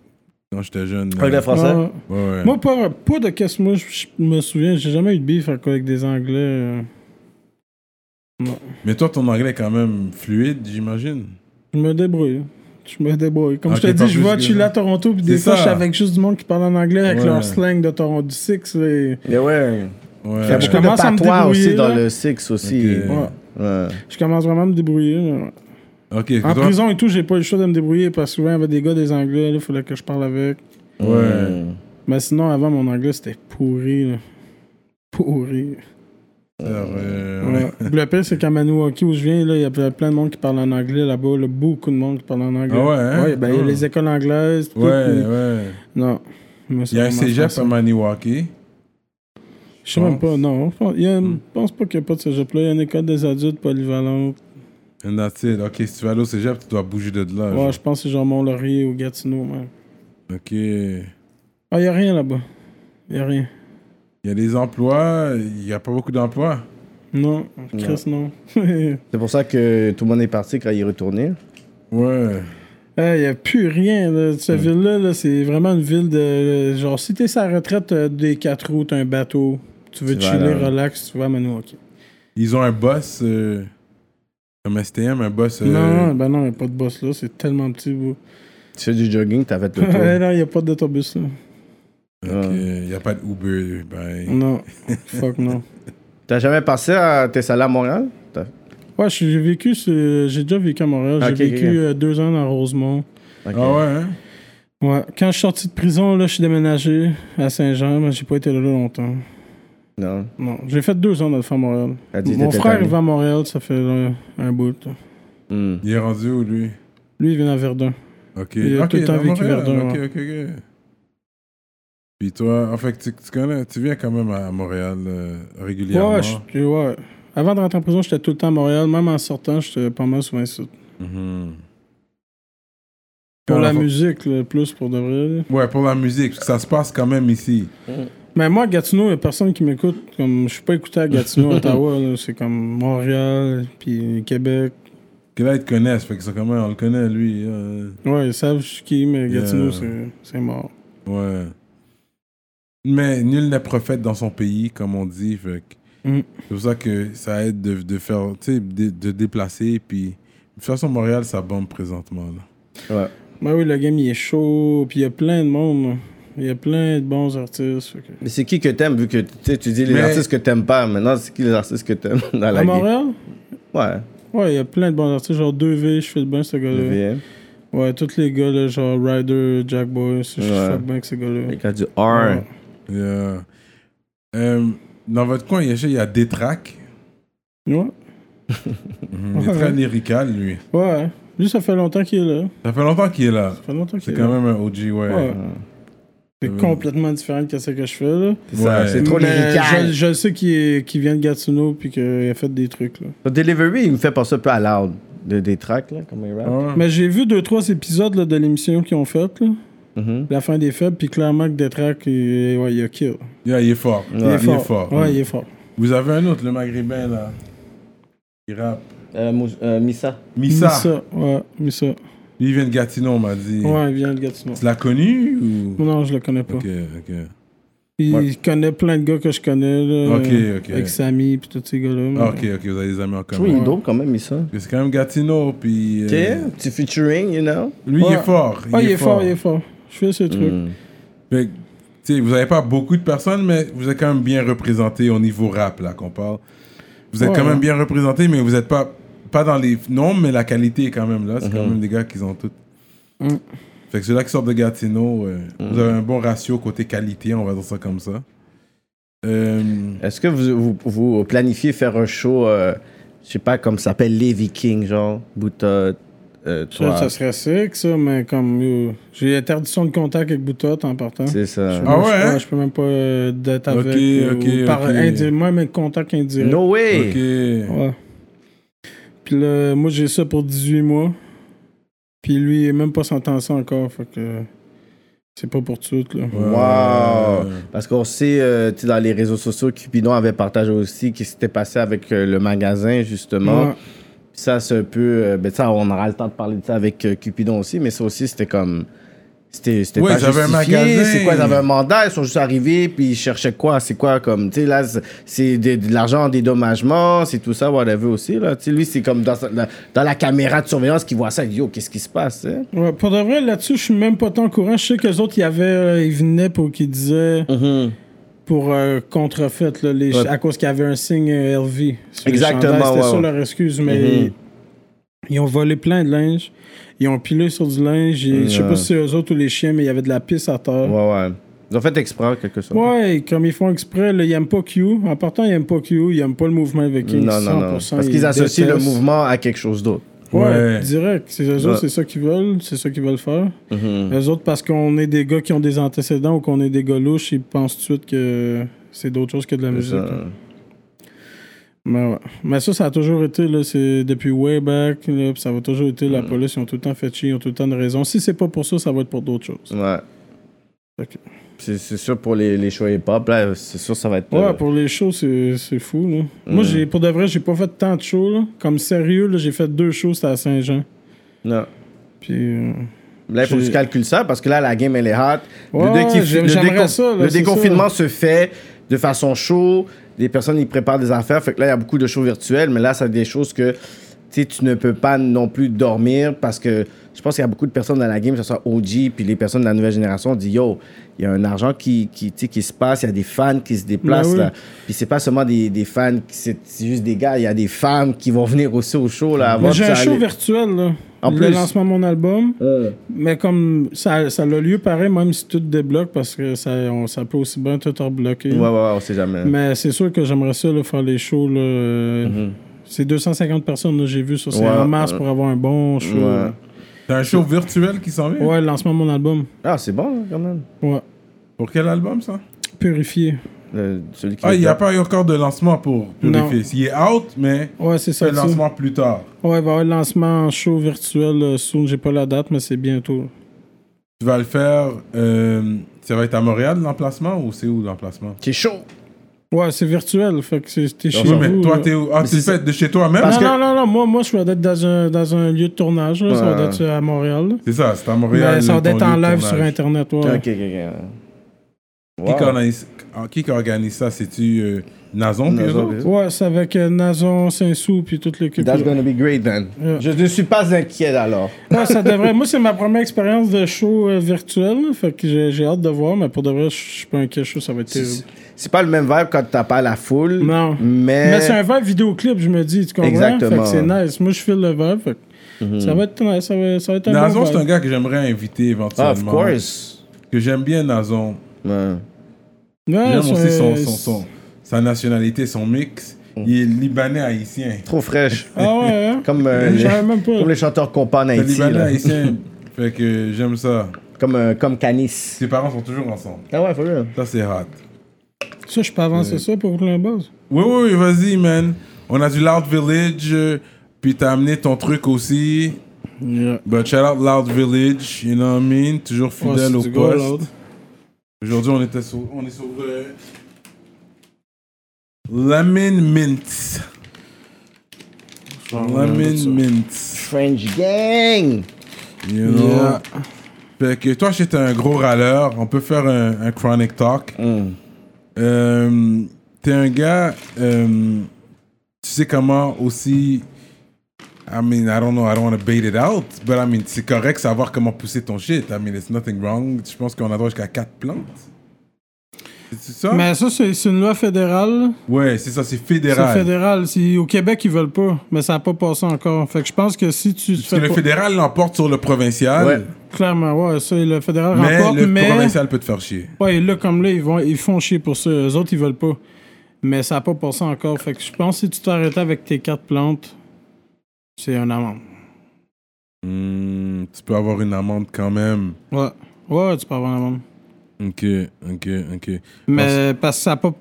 S1: quand j'étais jeune.
S2: Anglais, français.
S3: non.
S1: Ouais, ouais.
S3: Moi, pas, pas de casse. Moi, je je me souviens, j'ai jamais eu de beef avec des Anglais. euh.
S1: Mais toi, ton anglais est quand même fluide, j'imagine.
S3: Je me débrouille. Je me débrouille. Comme
S1: Ok,
S3: je te
S1: pas
S3: dis, je
S1: plus
S3: vais
S1: que-
S3: chiller à Toronto, puis des
S1: C'est
S3: fois,
S1: ça.
S3: je suis avec juste du monde qui parle en anglais avec
S1: Ouais.
S3: leur slang de Toronto du Six. là, et-
S2: Mais ouais.
S1: Ouais.
S2: Il y a
S3: Je
S2: beaucoup de
S3: commence à me
S2: patois
S3: débrouiller,
S2: aussi dans
S3: là.
S2: le Six aussi.
S1: Ok.
S3: ouais.
S2: Ouais.
S3: Je commence vraiment à me débrouiller. mais ouais.
S1: Ok,
S3: En
S1: toi-
S3: prison et tout, j'ai pas eu le choix de me débrouiller parce que souvent, il y avait des gars des Anglais, il fallait que je parle avec.
S1: Ouais.
S3: Mais sinon, avant, mon anglais, c'était pourri. là. Pourri.
S1: Alors, euh,
S3: Ouais. Le pire, c'est qu'à Maniwaki, où je viens, là, il y avait plein de monde qui parlait en anglais là-bas. là, beaucoup de monde qui parlait en anglais.
S1: Ah ouais, hein?
S3: ben, il y a
S1: Ah.
S3: les écoles anglaises. tout,
S1: Ouais,
S3: puis-
S1: ouais.
S3: Non. Moi, c'est
S1: Il y a un
S3: vraiment
S1: cégep
S3: français.
S1: à Maniwaki.
S3: Je sais même pas, non. Je pense, il y a-
S1: Hmm.
S3: je pense pas qu'il n'y a pas de cégep là. Il y a une école des adultes polyvalente.
S1: And that's it. Ok, si tu vas aller au cégep, tu dois bouger de là.
S3: Ouais,
S1: genre.
S3: je pense que c'est genre Mont-Laurier ou Gatineau. ouais.
S1: Ok. Il
S3: Ah, il n'y a rien là-bas. Il n'y a rien.
S1: y a des emplois, il n'y a pas beaucoup d'emplois.
S3: Non, Chris, non.
S2: C'est pour ça que tout le monde est parti quand il est retourné.
S1: Ouais.
S3: Il n'y a plus rien. Là. Cette ville-là, là, c'est vraiment une ville de. euh, Genre, si t'es sa retraite t'as des quatre roues, t'as un bateau, tu veux
S2: Tu vas
S3: chiller,
S2: là.
S3: relax, tu vas à Maniwaki.
S1: Ils ont un boss, euh, comme STM, un boss. euh,
S3: Non, ben non, il n'y a pas de boss là. C'est tellement petit. bro.
S2: Tu fais du jogging, t'as fait le tour.
S3: Ouais, non, il n'y a pas d'autobus là.
S1: ok, Il n'y a pas d'Uber. Ben,
S3: Non. Fuck, non.
S2: T'as jamais passé à tes salles à Montréal T'as-
S3: Ouais, je- j'ai vécu, sur- j'ai déjà vécu à Montréal. J'ai
S2: Ok, ok,
S3: vécu
S2: ok.
S3: euh, deux ans dans Rosemont.
S2: Ok.
S1: Ah ouais, hein?
S3: Ouais, quand je suis sorti de prison, là, je suis déménagé à Saint-Jean, mais j'ai pas été là longtemps.
S2: Non.
S3: Non, j'ai fait deux ans dans le fond à Montréal.
S2: Elle dit
S3: Mon
S2: t'étais
S3: frère
S2: tanné.
S3: il va à Montréal, ça fait là, un bout. là.
S2: Hmm.
S1: Il est rendu où, lui?
S3: Lui, il vient à Verdun.
S1: Ok.
S3: Il a
S1: Ok,
S3: tout le temps
S1: dans
S3: vécu
S1: Montréal.
S3: Verdun,
S1: Ok, ok, ok. Puis toi, en fait, tu, tu connais, tu viens quand même à Montréal euh, régulièrement.
S3: Ouais, je- ouais. Avant de rentrer en prison, j'étais tout le temps à Montréal. Même en sortant, j'étais pas mal souvent ici.
S1: Mhm.
S3: Pour
S1: Quand
S3: la
S1: la-
S3: musique, là, plus pour de vrai. là.
S1: Ouais, pour la musique, parce que ça se passe quand même ici.
S3: Mais moi, à Gatineau, il a personne qui m'écoute. Comme, je suis pas écouté à Gatineau, Ottawa. là. C'est comme Montréal, puis Québec.
S1: Que là, ils te connaissent, fait que ça, quand même, on le connaît, lui. euh.
S3: Ouais, ils savent je suis qui, mais Gatineau,
S1: Yeah.
S3: c'est- c'est mort.
S1: Ouais. Mais nul n'est prophète dans son pays, comme on dit. fait que
S3: Mm.
S1: C'est pour ça que ça aide de, de faire, tu sais, de, de déplacer. Puis, de toute façon, Montréal, ça bombe présentement. Là.
S2: Ouais.
S3: Ben oui, le game, il est chaud. Puis il y a plein de monde. Il y a plein de bons artistes. fait que-
S2: Mais c'est qui que t'aimes vu que tu sais, tu dis les
S1: Mais-
S2: artistes que t'aimes pas. Maintenant, c'est qui les artistes que t'aimes dans la
S3: À
S2: vie?
S3: Montréal? Euh.
S2: Ouais.
S3: Ouais, il y a plein de bons artistes. Genre 2V, je fais le bain, ce
S2: Le
S3: gars-là.
S2: VM.
S3: Ouais, tous les gars, là, genre Ryder, Jack Boy, je
S2: Ouais.
S3: fais le bain avec ces gars-là.
S2: Les gars du R.
S3: Ouais.
S1: Yeah. Euh, dans votre coin, il y a- il y a des tracks.
S3: Ouais.
S1: Mhm, Il est très lyrical, lui.
S3: Ouais. Lui, ça fait longtemps qu'il est là.
S1: Ça fait longtemps qu'il est là.
S3: Ça fait longtemps qu'il
S1: C'est
S3: est
S1: quand
S3: là.
S1: même un OG, ouais.
S3: Ouais. C'est
S1: Euh,
S3: complètement différent que ce que je fais, là.
S2: C'est ça,
S1: Ouais.
S2: c'est trop
S3: Mais
S2: lyrical.
S3: Je, je sais qu'il est- qu'il vient de Gatineau puis qu'il a fait des trucs, là.
S2: Le Delivery, il me fait penser un peu à Loud. De, des tracks, là, comme il rappe.
S1: Ouais.
S3: Mais j'ai vu deux, trois épisodes là, de l'émission qu'ils ont fait, là.
S2: Mhm.
S3: La fin des faibles, puis clairement que Detrack, il, ouais, il a kill.
S1: Yeah, il est fort.
S2: Il est
S3: Ouais, il est fort.
S1: Vous avez un autre, le maghrébin, là. Il rappe.
S2: Euh, Mous- euh, Missa.
S1: Missa.
S3: Ouais, Missa.
S1: Lui, il vient de Gatineau, on m'a dit.
S3: Ouais, il vient de Gatineau.
S1: Tu l'as connu ou...
S3: Non, je le connais pas.
S1: Ok, ok.
S3: Il
S1: Ouais.
S3: connaît plein de gars que je connais, là.
S1: Ok,
S3: euh,
S1: ok.
S3: Avec Samy, puis tous ces gars-là. mais-
S1: Ah, ok, ok, vous avez des amis en
S2: Je trouve qu'il
S1: commun.
S2: est dope quand même, Missa.
S3: Euh.
S2: Ok,
S1: Parce que C'est quand même Gatineau, puis... euh,
S2: petit featuring, you know. Hmm.
S1: Lui, il est
S3: Ouais.
S1: fort.
S3: Ah, il est fort, il est fort. Je fais ce truc.
S1: Fait que, tu sais, vous n'avez pas beaucoup de personnes, mais vous êtes quand même bien représenté au niveau rap, là, qu'on parle. Vous êtes
S3: Ouais,
S1: quand même
S3: ouais.
S1: bien représenté, mais vous n'êtes pas, pas dans les nombres, mais la qualité est quand même là. C'est
S3: Mm-hmm.
S1: quand même des gars qui ont tout.
S3: Mm.
S1: Fait que ceux-là qui sortent de Gatineau, euh, vous avez un bon ratio côté qualité, on va dire ça comme ça. Euh,
S2: Est-ce que vous, vous, vous planifiez faire un show, euh, je sais pas, comme ça s'appelle Les Vikings, genre Bouta, euh,
S3: Ça,
S2: toi
S3: ça serait sick, ça, mais comme. euh, J'ai interdiction de contact avec Boutotte en partant.
S2: C'est ça.
S1: Ah ouais,
S3: Je,
S1: hein?
S3: je peux même pas euh, d'être
S1: Ok,
S3: avec. euh,
S1: ok,
S3: ou par
S1: ok.
S3: indi- moi, mes contacts indirects.
S2: No way!
S1: ok.
S3: Ouais. Puis là, moi, j'ai ça pour 18 mois. Puis lui, il est même pas sentencé encore. Fait que c'est pas pour tout, là.
S1: Ouais.
S2: Wow! Parce qu'on sait, euh, tu sais, dans les réseaux sociaux, Cupidon avait partagé aussi ce qui s'était passé avec euh, le magasin, justement.
S3: Ouais.
S2: Puis Ça, c'est un peu. euh, ben, ça, on aura le temps de parler de ça avec euh, Cupidon aussi, mais ça aussi, c'était comme. C'était c'était
S1: Ouais,
S2: pas
S1: ils avaient un
S2: justifié.
S1: magasin.
S2: C'est quoi, ils avaient un mandat, ils sont juste arrivés, puis ils cherchaient quoi, c'est quoi, comme, tu sais, là, c'est- c'est de, de l'argent en dédommagement, c'est tout ça, whatever aussi, là. Tu sais, lui, c'est comme dans, sa- la- dans la caméra de surveillance qu'il voit ça, il dit, yo, qu'est-ce qui se passe, hein?
S3: Ouais, Pour de vrai, là-dessus, je suis même pas tant au courant. Je sais que les autres, il y avait, euh, ils venaient pour qu'ils disaient pour euh, contrefaite, là, les-
S2: Ouais.
S3: à cause qu'il y avait un signe euh, LV. sur les
S2: Exactement,
S3: chandails. C'était
S2: ouais,
S3: ça
S2: ouais.
S3: leur excuse, mais
S2: Mhm.
S3: ils, ils ont volé plein de linge. Ils ont pilé sur du linge. et Je sais
S2: Ouais.
S3: pas si c'est eux autres ou les chiens, mais il y avait de la pisse à terre.
S2: Ouais, ouais. Ils ont fait exprès, en quelque sorte.
S3: Ouais, et comme ils font exprès, là, ils aiment pas Q. En partant, ils aiment pas Q, ils aiment pas le mouvement avec King.
S2: Non, non, non.
S3: 100%,
S2: Parce
S3: ils
S2: qu'ils associent le
S3: détestent.
S2: mouvement à quelque chose d'autre.
S3: Ouais,
S1: Ouais.
S3: direct. C'est eux autres,
S2: Ouais. Mm-hmm.
S3: c'est ça qu'ils veulent, c'est ça qu'ils veulent faire. Eux autres, parce qu'on est des gars qui ont des antécédents ou qu'on est des gars louches, ils pensent tout de suite que c'est d'autres choses que de la
S2: C'est
S3: musique.
S2: ça. hein.
S3: là. Mais, ouais. Mais ça, ça a toujours été, là, c'est depuis way back, là, puis ça va toujours été,
S2: Mm.
S3: la police, ils ont tout le temps fait chier, ils ont tout le temps de raison. Si c'est pas pour ça, ça va être pour d'autres choses.
S2: Ouais.
S3: Ok.
S2: C'est c'est sûr pour les, les shows hip-hop, là, c'est sûr ça va être.
S3: Ouais,
S2: euh,
S3: pour les shows, c'est c'est fou. Là.
S2: Mm.
S3: Moi, j'ai pour de vrai, j'ai pas fait tant de shows. là. Comme sérieux, là, j'ai fait deux shows, c'était à Saint-Jean.
S2: Non.
S3: Puis. euh,
S2: Là, il faut que
S3: J'ai-
S2: tu calcules ça parce que là, la game, elle est hot.
S3: Ouais,
S2: le, déconf-
S3: j'aime-
S2: le
S3: j'aimerais
S2: déconf-
S3: ça, là,
S2: le
S3: c'est
S2: déconfinement se fait de façon chaud. Les personnes, ils préparent des affaires. Fait que là, il y a beaucoup de shows virtuels, mais là, c'est des choses que tu sais, tu ne peux pas non plus dormir parce que je pense qu'il y a beaucoup de personnes dans la game, que ce soit OG, puis les personnes de la nouvelle génération, on dit Yo, il y a un argent qui, qui, tu sais, qui se passe, il y a des fans qui se déplacent.
S3: Ben oui.
S2: là. Puis c'est pas seulement des, des fans, qui- c'est c'est juste des gars, il y a des femmes qui vont venir aussi au show. Là, avant
S3: mais
S2: de
S3: j'ai un show
S2: s'aller.
S3: virtuel. Là.
S2: En
S3: le
S2: plus.
S3: lancement de mon album.
S2: Euh,
S3: Mais comme ça, ça a lieu pareil, même si tout débloque, parce que ça, on, ça peut aussi bien tout rebloquer.
S2: Ouais, ouais, ouais, on sait jamais.
S3: Mais c'est sûr que j'aimerais ça, là, faire les shows. Là, euh, C'est 250 personnes, là, j'ai vu ça. C'est
S2: Mm-hmm. Ouais.
S3: en mars pour avoir un bon show.
S2: Ouais.
S3: là.
S1: T'as un show virtuel qui s'en vient
S3: Ouais, le lancement de mon album.
S2: Ah, c'est bon, hein, quand même.
S3: Ouais.
S1: Pour quel album, ça
S3: Purifié.
S2: Le- Euh, celui qui
S1: Ah, il n'y a
S2: était-
S1: pas eu encore de lancement pour
S3: Non.
S1: Purifice. Il est out, mais
S3: Ouais, c'est ça.
S1: c'est le lancement plus tard.
S3: Ouais, il va y avoir le lancement en show virtuel euh, soon. J'ai pas la date, mais c'est bientôt.
S1: Tu vas le faire. euh, ça va être à Montréal l'emplacement ou c'est où l'emplacement
S2: qui est chaud.
S3: Ouais, c'est virtuel. Fait que c'est- t'es chez
S1: Oui,
S3: vous.
S1: mais toi,
S3: là.
S1: t'es où? Ah,
S2: Mais
S1: tu
S2: c'est
S1: le
S2: ça.
S1: fais de chez toi même?
S3: non,
S2: Parce
S3: non,
S2: que-
S3: non, non, moi, moi je suis être dans un, dans un lieu de tournage. là. Ça va
S2: Ouais.
S3: être euh, à Montréal. là.
S1: C'est ça, c'est à Montréal.
S3: Mais ça va
S1: ton
S3: être en
S1: lieu de
S3: live
S1: tournage.
S3: sur Internet. Ouais.
S2: Ok, ok, ok.
S1: Qui
S2: Wow.
S1: qui organise, ah, qui qui organise ça? C'est-tu euh, Nazon? puis eux
S2: Nazon,
S1: autres?
S2: puis-
S3: Ouais, c'est avec euh, Nazon, Saint-Sou, puis toute l'équipe.
S2: That's
S3: là.
S2: gonna be great then.
S3: Yeah.
S2: Je ne suis pas inquiet alors.
S3: Ouais, ça devrait. Moi, c'est ma première expérience de show euh, virtuel. là. Fait que j'ai- j'ai hâte de voir, mais pour de vrai, je suis pas inquiet. Je trouve que ça va être terrible.
S2: C'est- C'est pas le même vibe quand t'as pas la foule.
S3: Non.
S2: Mais,
S3: Mais c'est un vibe vidéoclip, je me dis, tu comprends?
S2: Exactement. Mhm.
S3: Fait que c'est nice. Moi, je file le vibe. fait que Ça va être nice, ça va, ça va être un
S1: Nazon,
S3: bon ben.
S1: c'est un
S3: vibe.
S1: gars que j'aimerais inviter
S2: Ah,
S1: éventuellement.
S2: of course.
S1: Que j'aime bien Nazon.
S2: Ouais.
S3: Ouais,
S1: J'aime
S3: Ah, c'est
S1: aussi son,
S3: un-
S1: son, son- sa nationalité, son mix.
S2: Mm.
S1: Il est libanais haïtien.
S2: Trop fraîche.
S3: Ah ouais, hein?
S2: Comme, euh,
S3: Je
S2: les,
S3: savais même pas.
S2: comme les chanteurs compas en
S1: C'est
S2: Haïti.
S1: libanais
S2: là.
S1: haïtien. Fait que j'aime ça.
S2: Comme, euh, comme Canis.
S1: Ses parents sont toujours ensemble.
S2: Ah ouais, for real.
S1: Ça, c'est hot.
S3: Ça, je peux avancer ça pour la base.
S1: Oui, oui, oui, vas-y, man. On a du Loud Village. euh, Puis t'as amené ton truc aussi. But shout out Loud Village, you know what I mean? Toujours
S3: Oh,
S1: fidèle au poste. Aujourd'hui, on, était sur, on est sur euh, Lemon Mint. Lemon Mint.
S2: French gang.
S1: You know? Fait que toi, j'étais un gros râleur. On peut faire un, un chronic talk. Euh, T'es un gars, euh, tu sais comment aussi. I mean, I don't know, I don't want to bait it out, but I mean, c'est correct savoir comment pousser ton shit. I mean, it's nothing wrong. Je pense qu'on a droit jusqu'à 4 plantes. C'est ça?
S3: Ah. Mais ça, c'est c'est une loi fédérale.
S1: Ouais, c'est ça, c'est
S3: C'est
S1: fédéral.
S3: fédéral. C'est- Au Québec, ils veulent pas, mais ça n'a pas passé encore. Fait que je pense que si tu te
S1: Parce que le
S3: pas-
S1: fédéral l'emporte sur le
S3: Ah,
S1: provincial,
S2: Ouais.
S3: Clairement, ouais, ça, le fédéral
S1: mais
S3: remporte,
S1: le
S3: mais.
S1: provincial peut te faire chier.
S3: Ouais, et là, comme là, ils, vont, ils font chier pour ça. Eux autres, ils veulent pas. Mais ça n'a pas passé encore. Fait que je pense que si tu t'arrêtes avec tes quatre plantes, c'est un amende.
S1: Hmm, tu peux avoir une amende quand même.
S3: Ouais. Ouais, tu peux avoir une amende.
S1: Ok, ok, ok.
S3: Mais parce que ça n'a pas.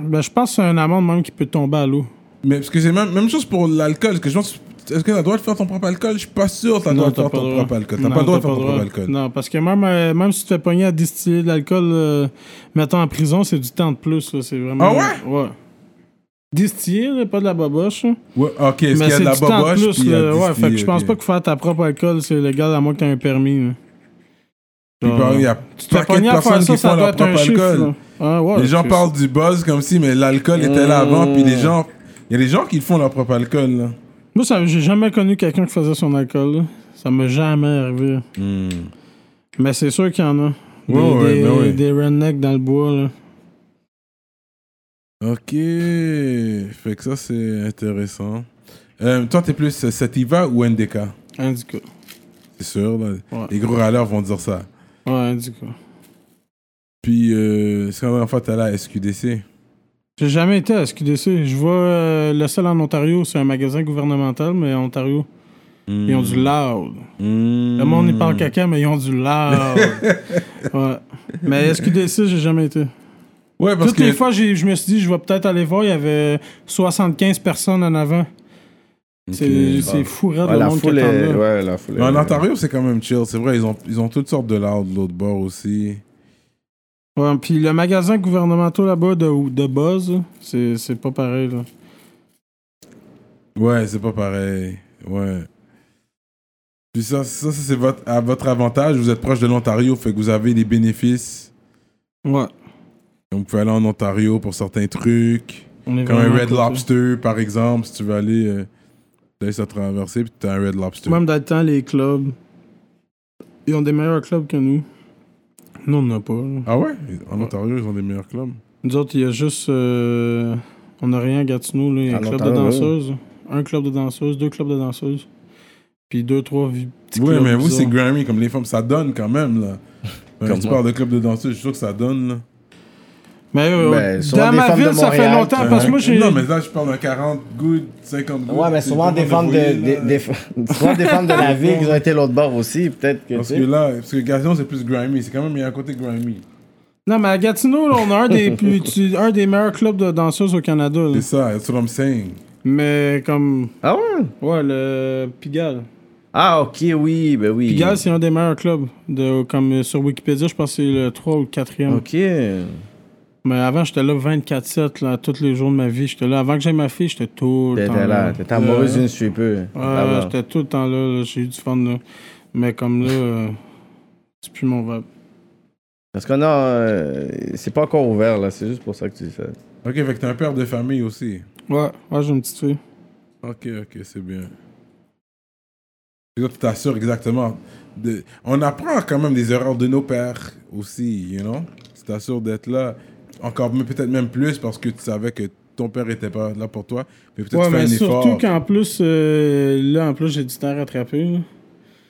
S3: Ben, je pense que c'est un amende même qui peut tomber à l'eau.
S1: Mais parce que c'est même, même chose pour l'alcool. parce que je pense, est-ce que t'as le droit de faire ton propre alcool Je suis pas sûr. T'as le droit de
S3: t'as
S1: faire
S3: pas le
S1: ton
S3: droit.
S1: propre alcool. T'as
S3: Non,
S1: pas le droit de
S3: t'as
S1: faire ton
S3: droit.
S1: propre alcool.
S3: Non, parce que même, euh, même si tu te fais pogner à distiller de l'alcool, euh, mettons en prison, c'est du temps de plus. là, C'est vraiment.
S1: Ah ouais?
S3: Ouais. Distiller, là, pas de la baboche. là.
S1: Ouais, ok, est-ce qu'il
S3: Mais
S1: y a
S3: c'est
S1: de
S3: du
S1: la
S3: temps de
S1: baboche
S3: plus.
S1: puis il y a
S3: là.
S1: du
S3: Ouais, fait que
S1: style,
S3: je pense
S1: ok.
S3: pas que faire ta propre alcool, c'est légal à moins que t'aies un permis. là.
S1: Puis par- Il y a
S3: Tu te fais
S1: paquet de
S3: pogner à faire
S1: personnes
S3: ça,
S1: qui font
S3: ça doit
S1: leur
S3: être un
S1: propre alcool.
S3: chiffre. là. Ah ouais, Mmh.
S1: Les gens
S3: c'est-
S1: parlent du buzz comme si, mais l'alcool était là avant. Puis les gens, il y a des gens qui font leur propre alcool. là.
S3: Moi, ça- j'ai jamais connu quelqu'un qui faisait son alcool. là. Ça m'a jamais arrivé. Mmh. Mais c'est sûr qu'il y en a. Des,
S1: Ouais, ouais,
S3: des,
S1: ben ouais.
S3: des rednecks dans le bois. Là.
S1: Ok, fait que ça c'est intéressant. Euh, toi, t'es plus euh, Sativa ou NDK
S3: Indica.
S1: C'est sûr, là.
S3: Ouais.
S1: les gros râleurs vont dire ça.
S3: Ouais, Indica.
S1: Puis, euh, c'est quand la dernière fois que t'es allé à SQDC
S3: J'ai jamais été à SQDC. Je vois euh, le seul en Ontario, c'est un magasin gouvernemental, mais en Ontario, ils ont
S2: Hmm.
S3: du loud. Le monde, ils parlent caca, mais ils ont du loud. ouais. Mais SQDC, j'ai jamais été.
S1: Ouais, parce
S3: Toutes
S1: que.
S3: les fois, j'ai- je me suis dit, je vais peut-être aller voir, il y avait 75 personnes en avant. C'est c'est fou, raide,
S2: Ouais,
S3: ah, le
S2: la
S3: monde qui
S2: foule
S3: attend
S2: est...
S3: là. Ah,
S2: Ouais, la foule
S1: Mais en
S2: est-
S1: Ontario, c'est quand même chill. C'est vrai, ils ont, ils ont toutes sortes de l'art de l'autre bord aussi.
S3: Ouais, puis le magasin gouvernemental là-bas de, de Buzz, là, c'est c'est pas pareil. Là.
S1: Ouais, c'est pas pareil. Ouais. Puis ça, ça, ça, c'est votre, à votre avantage. Vous êtes proche de l'Ontario, fait que vous avez des bénéfices.
S3: Ouais.
S1: Donc, vous pouvez aller en Ontario pour certains trucs.
S3: On est
S1: Comme un
S3: vraiment
S1: Red
S3: cool, ça.
S1: Lobster, par exemple, si tu veux aller. Euh, t'as ça traverser, puis t'as un Red Lobster.
S3: Même dans le temps, les clubs, ils ont des meilleurs clubs que nous. Nous, on n'en a pas. là.
S1: Ah ouais En Ontario, ils ont des meilleurs clubs.
S3: Nous autres, il y a juste. euh, on n'a rien à Gatineau, là. Il y a
S2: À
S3: un club de
S2: l'Ontario,
S3: danseuses. Un club de danseuses, deux clubs de danseuses. Puis deux, trois vi- petits
S1: Oui,
S3: clubs
S1: mais vous,
S3: bizarres.
S1: c'est Grammy, comme les femmes, ça donne quand même, là. Quand tu
S2: Comment?
S1: parles de club de danseuses, je suis sûr que ça donne, là.
S3: Mais euh,
S2: Ben, souvent
S3: dans
S2: des
S3: ma
S2: femmes
S3: ville,
S2: de
S3: ça fait
S2: Montréal
S3: longtemps.
S2: qui-
S3: Ah, Parce que moi, j'ai.
S1: Non, mais là, je parle d'un 40 good, 50 good.
S2: Ouais, mais
S1: c'est
S2: souvent
S1: tout le
S2: des
S1: monde
S2: femmes de,
S1: voyait,
S2: des,
S1: là.
S2: des, f- souvent des femmes de la ville qui ont été l'autre bord aussi, peut-être que.
S1: Parce
S2: tu
S1: que
S2: sais.
S1: là, parce que Gazon, c'est plus Grammy. C'est quand même, il y a un côté Grammy.
S2: Mm.
S3: Non, mais à Gatineau, là, on a un des, plus, tu- un des meilleurs clubs de danseuses au Canada. là.
S1: C'est ça, that's what I'm saying.
S3: Mais comme.
S2: Ah ouais?
S3: Ouais, le Pigalle.
S2: Ah ok, oui, ben oui.
S3: Pigalle, c'est un des meilleurs clubs. De, comme euh, sur Wikipédia, je pense que c'est le 3 ou le 4e.
S2: Ok.
S3: Mais avant, j'étais là 24-7, là, tous les jours de ma vie. J'étais là. Avant que j'aie ma fille, j'étais tout le temps
S2: T'étais là, t'étais amoureuse
S3: Ouais.
S2: d'une stripper.
S1: Ah,
S3: Ouais, j'étais tout le temps là. là. J'ai eu du fun, là. Mais comme là, euh, c'est plus mon vibe.
S2: Parce qu'on a. euh, c'est pas encore ouvert, là. C'est juste pour ça que tu dis ça.
S1: Ok, fait que t'es un père de famille aussi.
S3: Ouais, ouais, j'ai une petite fille.
S1: Ok, ok, c'est bien. Et toi, tu t'assures exactement. De... On apprend quand même des erreurs de nos pères aussi, you know? Tu t'assures d'être là, encore même- peut-être même plus parce que tu savais que ton père était pas là pour toi. Mais peut-être
S3: Ouais,
S1: tu fais
S3: mais
S1: un effort.
S3: surtout qu'en plus, euh, là, en plus, j'ai du temps à rattraper. là.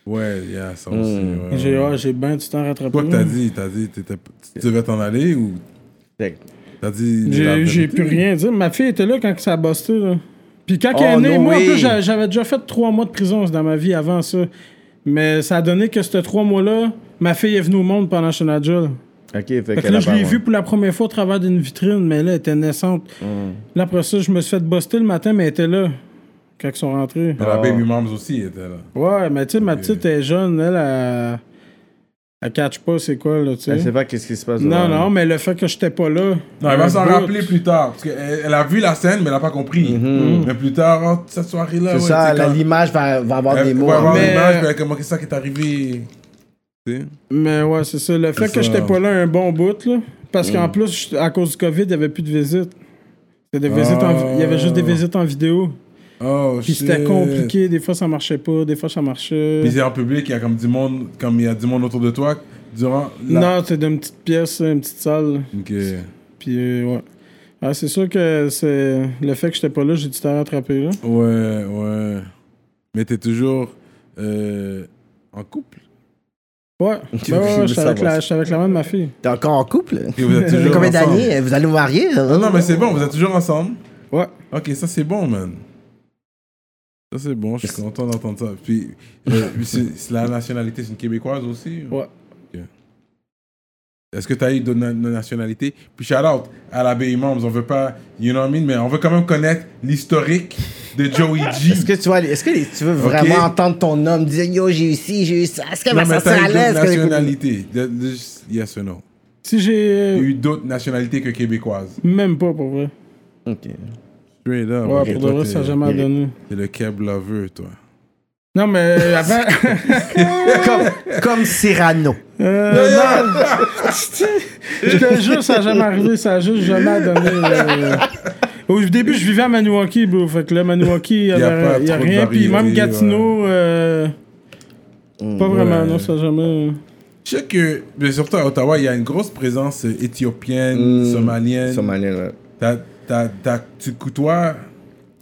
S1: Ouais, yeah, ça aussi.
S2: Mm.
S1: ouais,
S3: J'ai Hmm.
S1: ouais.
S3: ouais, j'ai bien du temps à rattraper.
S1: Toi, que
S3: là.
S1: t'as dit, t'as dit, t'étais- tu devais t'en aller ou
S2: Fait que-
S1: t'as dit. la
S3: J'ai j'ai
S1: vérité?
S3: plus rien dire. Ma fille était là quand que ça a busté. Là. Puis quand
S2: Oh,
S3: elle est née,
S2: no
S3: moi, en plus,
S2: way.
S3: j'a- j'avais déjà fait trois mois de prison dans ma vie avant ça. Mais ça a donné que ces trois mois-là, ma fille est venue au monde pendant Shana Jol.
S2: Ok, fait,
S3: Fait que
S2: qu'elle
S3: là,
S2: a
S3: je
S2: pas
S3: l'ai
S2: moins.
S3: vue pour la première fois au travers d'une vitrine, mais là, elle était naissante.
S2: Mm.
S3: Là, après ça, je me suis fait buster le matin, mais elle était là quand ils sont rentrés.
S2: Ah.
S1: Mais La baby moms aussi était là.
S3: Ouais, mais tu sais, ma petite est jeune, elle, elle, elle catch pas c'est quoi, là, tu
S2: Elle sait
S3: sais.
S2: pas qu'est-ce qui se passe.
S3: Non,
S2: dans-
S3: non, mais le fait que j'étais pas là.
S1: Non, elle va
S3: un
S1: s'en
S3: bout.
S1: rappeler plus tard. Parce qu'elle elle a vu la scène, mais elle n'a pas compris. Mais plus tard, oh, cette soirée-là.
S2: Mm-hmm. C'est
S1: ouais,
S2: ça,
S1: tu sais,
S2: là,
S1: quand-
S2: l'image va, va avoir
S1: Elle
S2: Ah, des hein. mots.
S1: va avoir
S2: en-
S3: Euh, Mais-
S1: l'image, puis elle, comment qu'est-ce qui est arrivé Tu sais?
S3: Mais ouais, c'est ça. Le
S1: C'est
S3: fait
S1: ça.
S3: que j'étais pas là un bon bout, là. Parce qu'en plus, je- à cause du COVID, il n'y avait plus de visites. C'était des visites en vi- Il y avait juste des visites en vidéo.
S1: Oh,
S3: Puis c'était compliqué. Des fois, ça marchait pas. Des fois, ça marchait.
S1: Puis c'est en public, il y a comme du monde, comme il y a du monde autour de toi durant la.
S3: Non, c'était d'une petite pièce, une petite salle.
S1: Ok.
S3: Puis euh, ouais. Ah, c'est sûr que c'est le fait que j'étais pas là, j'ai du temps à rattraper, là.
S1: Ouais, ouais. Mais t'es toujours euh, en couple
S3: Ouais.
S2: Tu
S3: Ben ouais,
S2: veux
S3: ouais, j'étais avec,
S2: savoir
S3: la-
S2: ça.
S3: j'étais avec la main de ma fille.
S2: T'es encore en couple
S1: Et vous êtes toujours
S2: Combien
S1: ensemble?
S2: d'années Vous allez vous marier hein?
S1: Non, non, mais c'est bon, vous êtes toujours ensemble.
S3: Ouais.
S1: Ok, ça c'est bon, man. Ça c'est bon, je suis content d'entendre ça. Puis euh, puis c'est- c'est la nationalité, c'est une québécoise aussi
S3: Ouais.
S1: Est-ce que tu as eu de na- de nationalité Puis shout out à la BI Moms, on veut pas, you know what I mean, mais on veut quand même connaître l'historique de Joey G.
S2: Est-ce que tu, vas, est-ce que les- tu veux vraiment entendre ton homme dire Yo, j'ai eu ci, j'ai eu ça Est-ce qu'elle
S1: Non,
S2: va
S1: mais
S2: sortir
S1: t'as
S2: à
S1: eu d'autres
S2: l'aise que les-
S1: nationalités. De- de- juste Yes or no.
S3: Si
S1: T'as
S3: j'ai.
S1: eu d'autres nationalités que québécoises.
S3: Même pas pour vrai.
S2: Ok.
S1: Straight up.
S3: Ouais,
S1: Ok,
S3: pour de
S1: toi,
S3: vrai,
S1: t'es-
S3: ça n'a jamais donné.
S1: T'es le Keb lover, toi.
S3: Non, mais avant.
S2: Comme, comme Cyrano.
S3: Euh, non. je te jure, ça n'a jamais arrivé, ça a juste jamais donné. euh. Au début, je vivais à Maniwaki, bro. Fait que là, Maniwaki, il n'y
S1: Y a pas
S3: a,
S1: trop de
S3: rien. Puis même
S1: variété,
S3: Gatineau, euh, pas vraiment,
S1: ouais.
S3: non, ça a jamais.
S1: Je sais que, mais surtout à Ottawa, il y a une grosse présence euh, éthiopienne,
S2: Mm.
S1: somalienne.
S2: Somalien,
S1: T'as- t'as- t'as- tu côtoies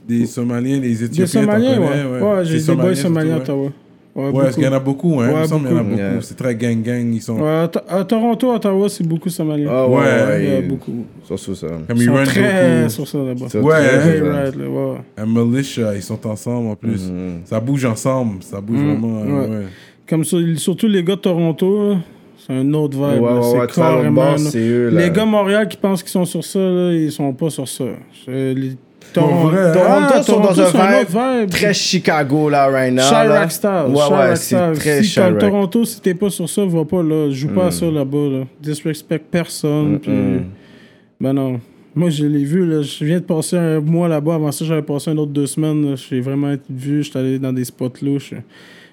S1: des Somaliens, des Éthiopiens.
S3: Des
S1: t'en
S3: Somaliens,
S1: connais,
S3: ouais. Ouais,
S1: Des
S3: j'ai des boys
S1: surtout,
S3: somaliens à
S1: ouais.
S3: Ottawa. Ouais,
S1: Ouais, parce
S3: beaucoup.
S1: qu'il y en a beaucoup, hein.
S3: Ouais,
S1: il me semble qu'il y en a
S3: beaucoup.
S1: beaucoup.
S2: Yeah.
S1: C'est très gang-gang. Ils sont.
S3: Ouais, à To- à Toronto, Ottawa, c'est beaucoup somaliens.
S2: Ah
S1: Ouais,
S3: Il y a
S2: il-
S3: beaucoup.
S2: Sur sous ça.
S1: Comme
S3: Ils
S1: ils
S3: sont
S1: run
S3: très
S1: beaucoup.
S3: sur ça là-bas.
S2: Sur-
S1: Ouais,
S2: sur-
S3: Très
S1: hein.
S3: right, là, ouais.
S1: Un militia, ils sont ensemble en plus.
S2: Mhm.
S1: Ça bouge ensemble. Ça bouge
S3: Mhm.
S1: vraiment. euh,
S3: Ouais.
S1: ouais.
S3: Comme sur- surtout les gars de Toronto, là, c'est un autre
S2: Ouais,
S3: vibe.
S2: ouais,
S3: là,
S2: ouais,
S3: c'est
S2: tu vas l'autre
S3: carrément.
S2: bord,
S3: là.
S2: c'est eux, là.
S3: Les gars de Montréal qui pensent qu'ils sont sur ça, là, ils sont pas sur ça. C'est- Les...
S1: Pour
S3: Toron-
S1: vrai, hein.
S2: Toronto
S3: Ah,
S2: sont dans
S3: Toronto, c'est
S2: un
S3: un
S2: vibe,
S3: autre vibe.
S2: très Chicago, là, right now. là.
S3: Chirac style.
S2: Ouais,
S3: Chirac
S2: ouais,
S3: style.
S2: c'est très
S3: si comme
S2: Chirac. Mm.
S3: Toronto, si t'es pas sur ça, va pas là. Joue pas à ça là-bas. Là. Disrespect personne. puis- Ben non. Moi, je l'ai vu. Là. Je viens de passer un mois là-bas. Avant ça, j'avais passé un autre deux semaines. là. J'ai vraiment été vu. J'étais allé dans des spots louches.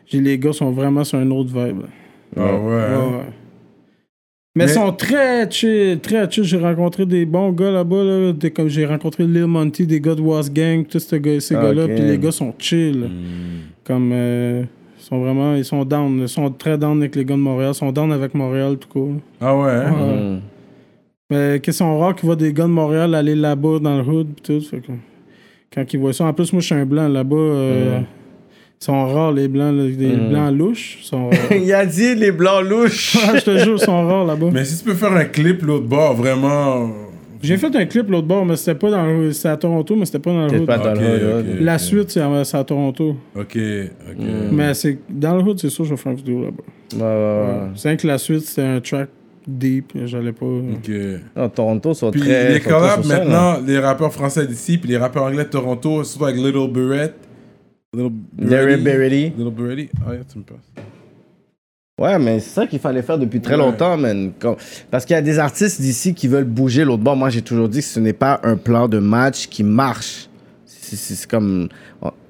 S3: J'ai- Les gars sont vraiment sur un autre vibe. là.
S1: Ah ouais.
S3: Ouais,
S1: hein.
S3: ouais. Mais ils
S1: Mais-
S3: sont très chill, très chill. J'ai rencontré des bons gars là-bas. Là. Des- Comme j'ai rencontré Lil Monty, des gars de Was Gang, tous ces gars- ces
S2: Ah,
S3: gars-là.
S2: ok.
S3: Puis les gars sont chill. Comme euh, ils sont vraiment, ils sont down. Ils sont très down avec les gars de Montréal. Ils sont down avec Montréal, tout court.
S1: Ah ouais. hein.
S3: Ouais.
S2: Mhm.
S3: Mais qu'ils sont rares qu'ils voient des gars de Montréal aller là-bas dans le hood pis tout. Fait que quand ils voient ça, en plus moi je suis un blanc là-bas. euh, Ils sont rares les blancs, là. les blancs louches. Ils sont rares.
S2: Il a dit les blancs louches.
S3: Ah, je te jure, ils sont rares là-bas.
S1: Mais si tu peux faire un clip l'autre bord, vraiment.
S3: J'ai fait un clip l'autre bord, mais c'était pas dans le C'était à Toronto, mais c'était pas dans le
S2: C'est
S3: hood.
S2: pas dans
S1: Ok,
S2: le
S1: ok.
S3: La suite, c'est à, c'est à Toronto.
S1: Ok, ok.
S2: Mm.
S3: Mais c'est dans le hood, c'est sûr, je vais faire une vidéo là-bas.
S2: hein. Ouais, ouais, ouais.
S3: C'est vrai que la suite, c'était un track deep. J'allais pas.
S2: Mm.
S1: Ok.
S2: Non, Toronto sont
S1: Puis
S2: très.
S1: les
S2: sont très
S1: collabs
S2: sur ça, là.
S1: maintenant, les rappeurs français d'ici, puis les rappeurs anglais de Toronto, surtout avec Little Beret. Little
S2: Derry Berretti.
S1: Little Berretti. Ah, yeah, tu me passes.
S2: Ouais, mais c'est ça qu'il fallait faire depuis très longtemps, man. Comme- Parce qu'il y a des artistes d'ici qui veulent bouger l'autre bord. Moi, j'ai toujours dit que ce n'est pas un plan de match qui marche. C'est- C'est c'est comme.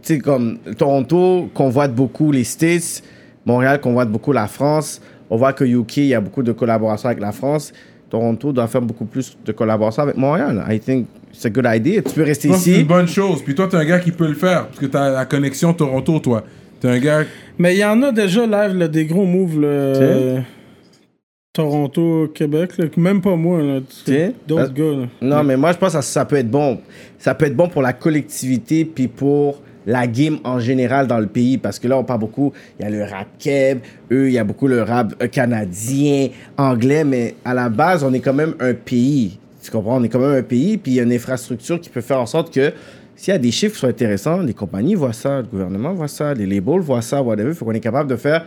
S2: Tu sais, comme Toronto convoite beaucoup les States, Montréal convoite beaucoup la France. On voit que UK, il y a beaucoup de collaborations avec la France. Toronto doit faire beaucoup plus de collaborations avec Montréal. I think it's a good idea. Tu peux rester
S1: Je pense que C'est
S2: ici.
S1: une bonne chose. Puis toi, t'es un gars qui peut le faire. Parce que t'as la connexion Toronto, toi. T'es un gars.
S3: Mais il y en a déjà live, là, des gros moves. là, euh, Toronto, Québec, là, que même pas moi, là,
S2: T'sais?
S3: d'autres gars. là.
S2: Non, mais moi, je pense que ça, ça peut être bon. Ça peut être bon pour la collectivité, puis pour la game en général dans le pays. Parce que là, on parle beaucoup, il y a le rap keb, eux, il y a beaucoup le rap euh, canadien, anglais, mais à la base, on est quand même un pays. Tu comprends? On est quand même un pays, puis il y a une infrastructure qui peut faire en sorte que s'il y a des chiffres qui sont intéressants, les compagnies voient ça, le gouvernement voit ça, les labels voient ça, whatever. Il faut qu'on est capable de faire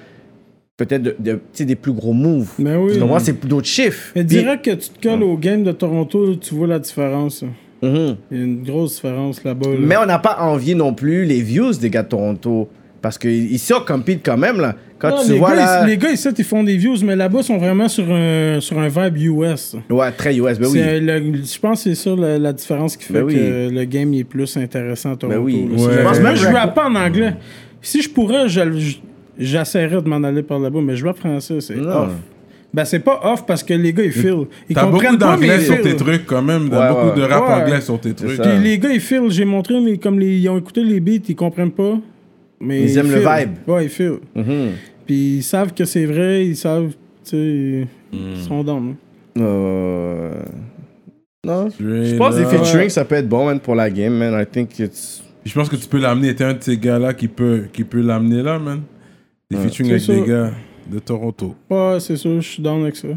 S2: peut-être de, de- tu sais, des plus gros moves.
S3: Mais Ben oui.
S2: Tu comprends? C'est d'autres chiffres.
S3: Mais
S2: Puis- Ah.
S3: direct que tu te colles au game de Toronto, là, tu vois la différence. là.
S2: Mhm.
S3: Il y a une grosse différence là-bas. là.
S2: Mais on n'a pas envie non plus les views des gars de Toronto. Parce qu'ici, on compete quand même, là. Quand
S3: Non,
S2: tu
S3: les,
S2: vois
S3: gars,
S2: là.
S3: ils- les gars, ici, ils font des views, mais là-bas, ils sont vraiment sur un, sur un vibe US.
S2: Ouais, très US, ben oui.
S3: C'est le- je pense que c'est ça la, la différence qui fait
S2: Ben oui.
S3: que le game il est plus intéressant à Toronto.
S2: Ben oui.
S3: là. C'est
S1: Ouais.
S3: la-
S1: Je pense
S3: Moi,
S2: même
S3: je
S2: Rap-
S3: rappe pas en anglais. Si je pourrais, je- j'essaierais de m'en aller par là-bas, mais je rappe français, c'est
S2: Non.
S3: off. Ben, c'est pas off parce que les gars, ils filent. Ils
S1: T'as beaucoup
S3: comprennent pas, mais
S1: d'anglais
S3: ils
S1: sur tes
S3: filent.
S1: trucs, quand même.
S2: Ouais,
S1: T'as beaucoup
S2: ouais.
S1: de rap
S3: Ouais.
S1: anglais sur tes trucs.
S2: ça.
S3: Puis les gars, ils filent. J'ai montré, mais comme les- ils ont écouté les beats, ils comprennent pas. Mais
S2: Ils aiment le
S3: filent.
S2: vibe. Mm-hmm.
S3: Ouais, ils filent. Puis ils savent que c'est vrai, ils savent, tu sais, ils-
S1: Mm.
S3: ils sont dans. hein.
S2: Euh, Non. Je
S1: Je
S2: pense que des
S3: là.
S2: featuring, ça peut être bon, man, pour la game, man. I think it's.
S1: euh, Je pense que tu peux l'amener. T'es un de ces gars-là qui peut, qui peut l'amener là, man. Des featuring avec
S3: C'est
S1: des
S3: ça.
S1: gars de Toronto.
S3: Ouais, c'est sûr, je suis down avec ça.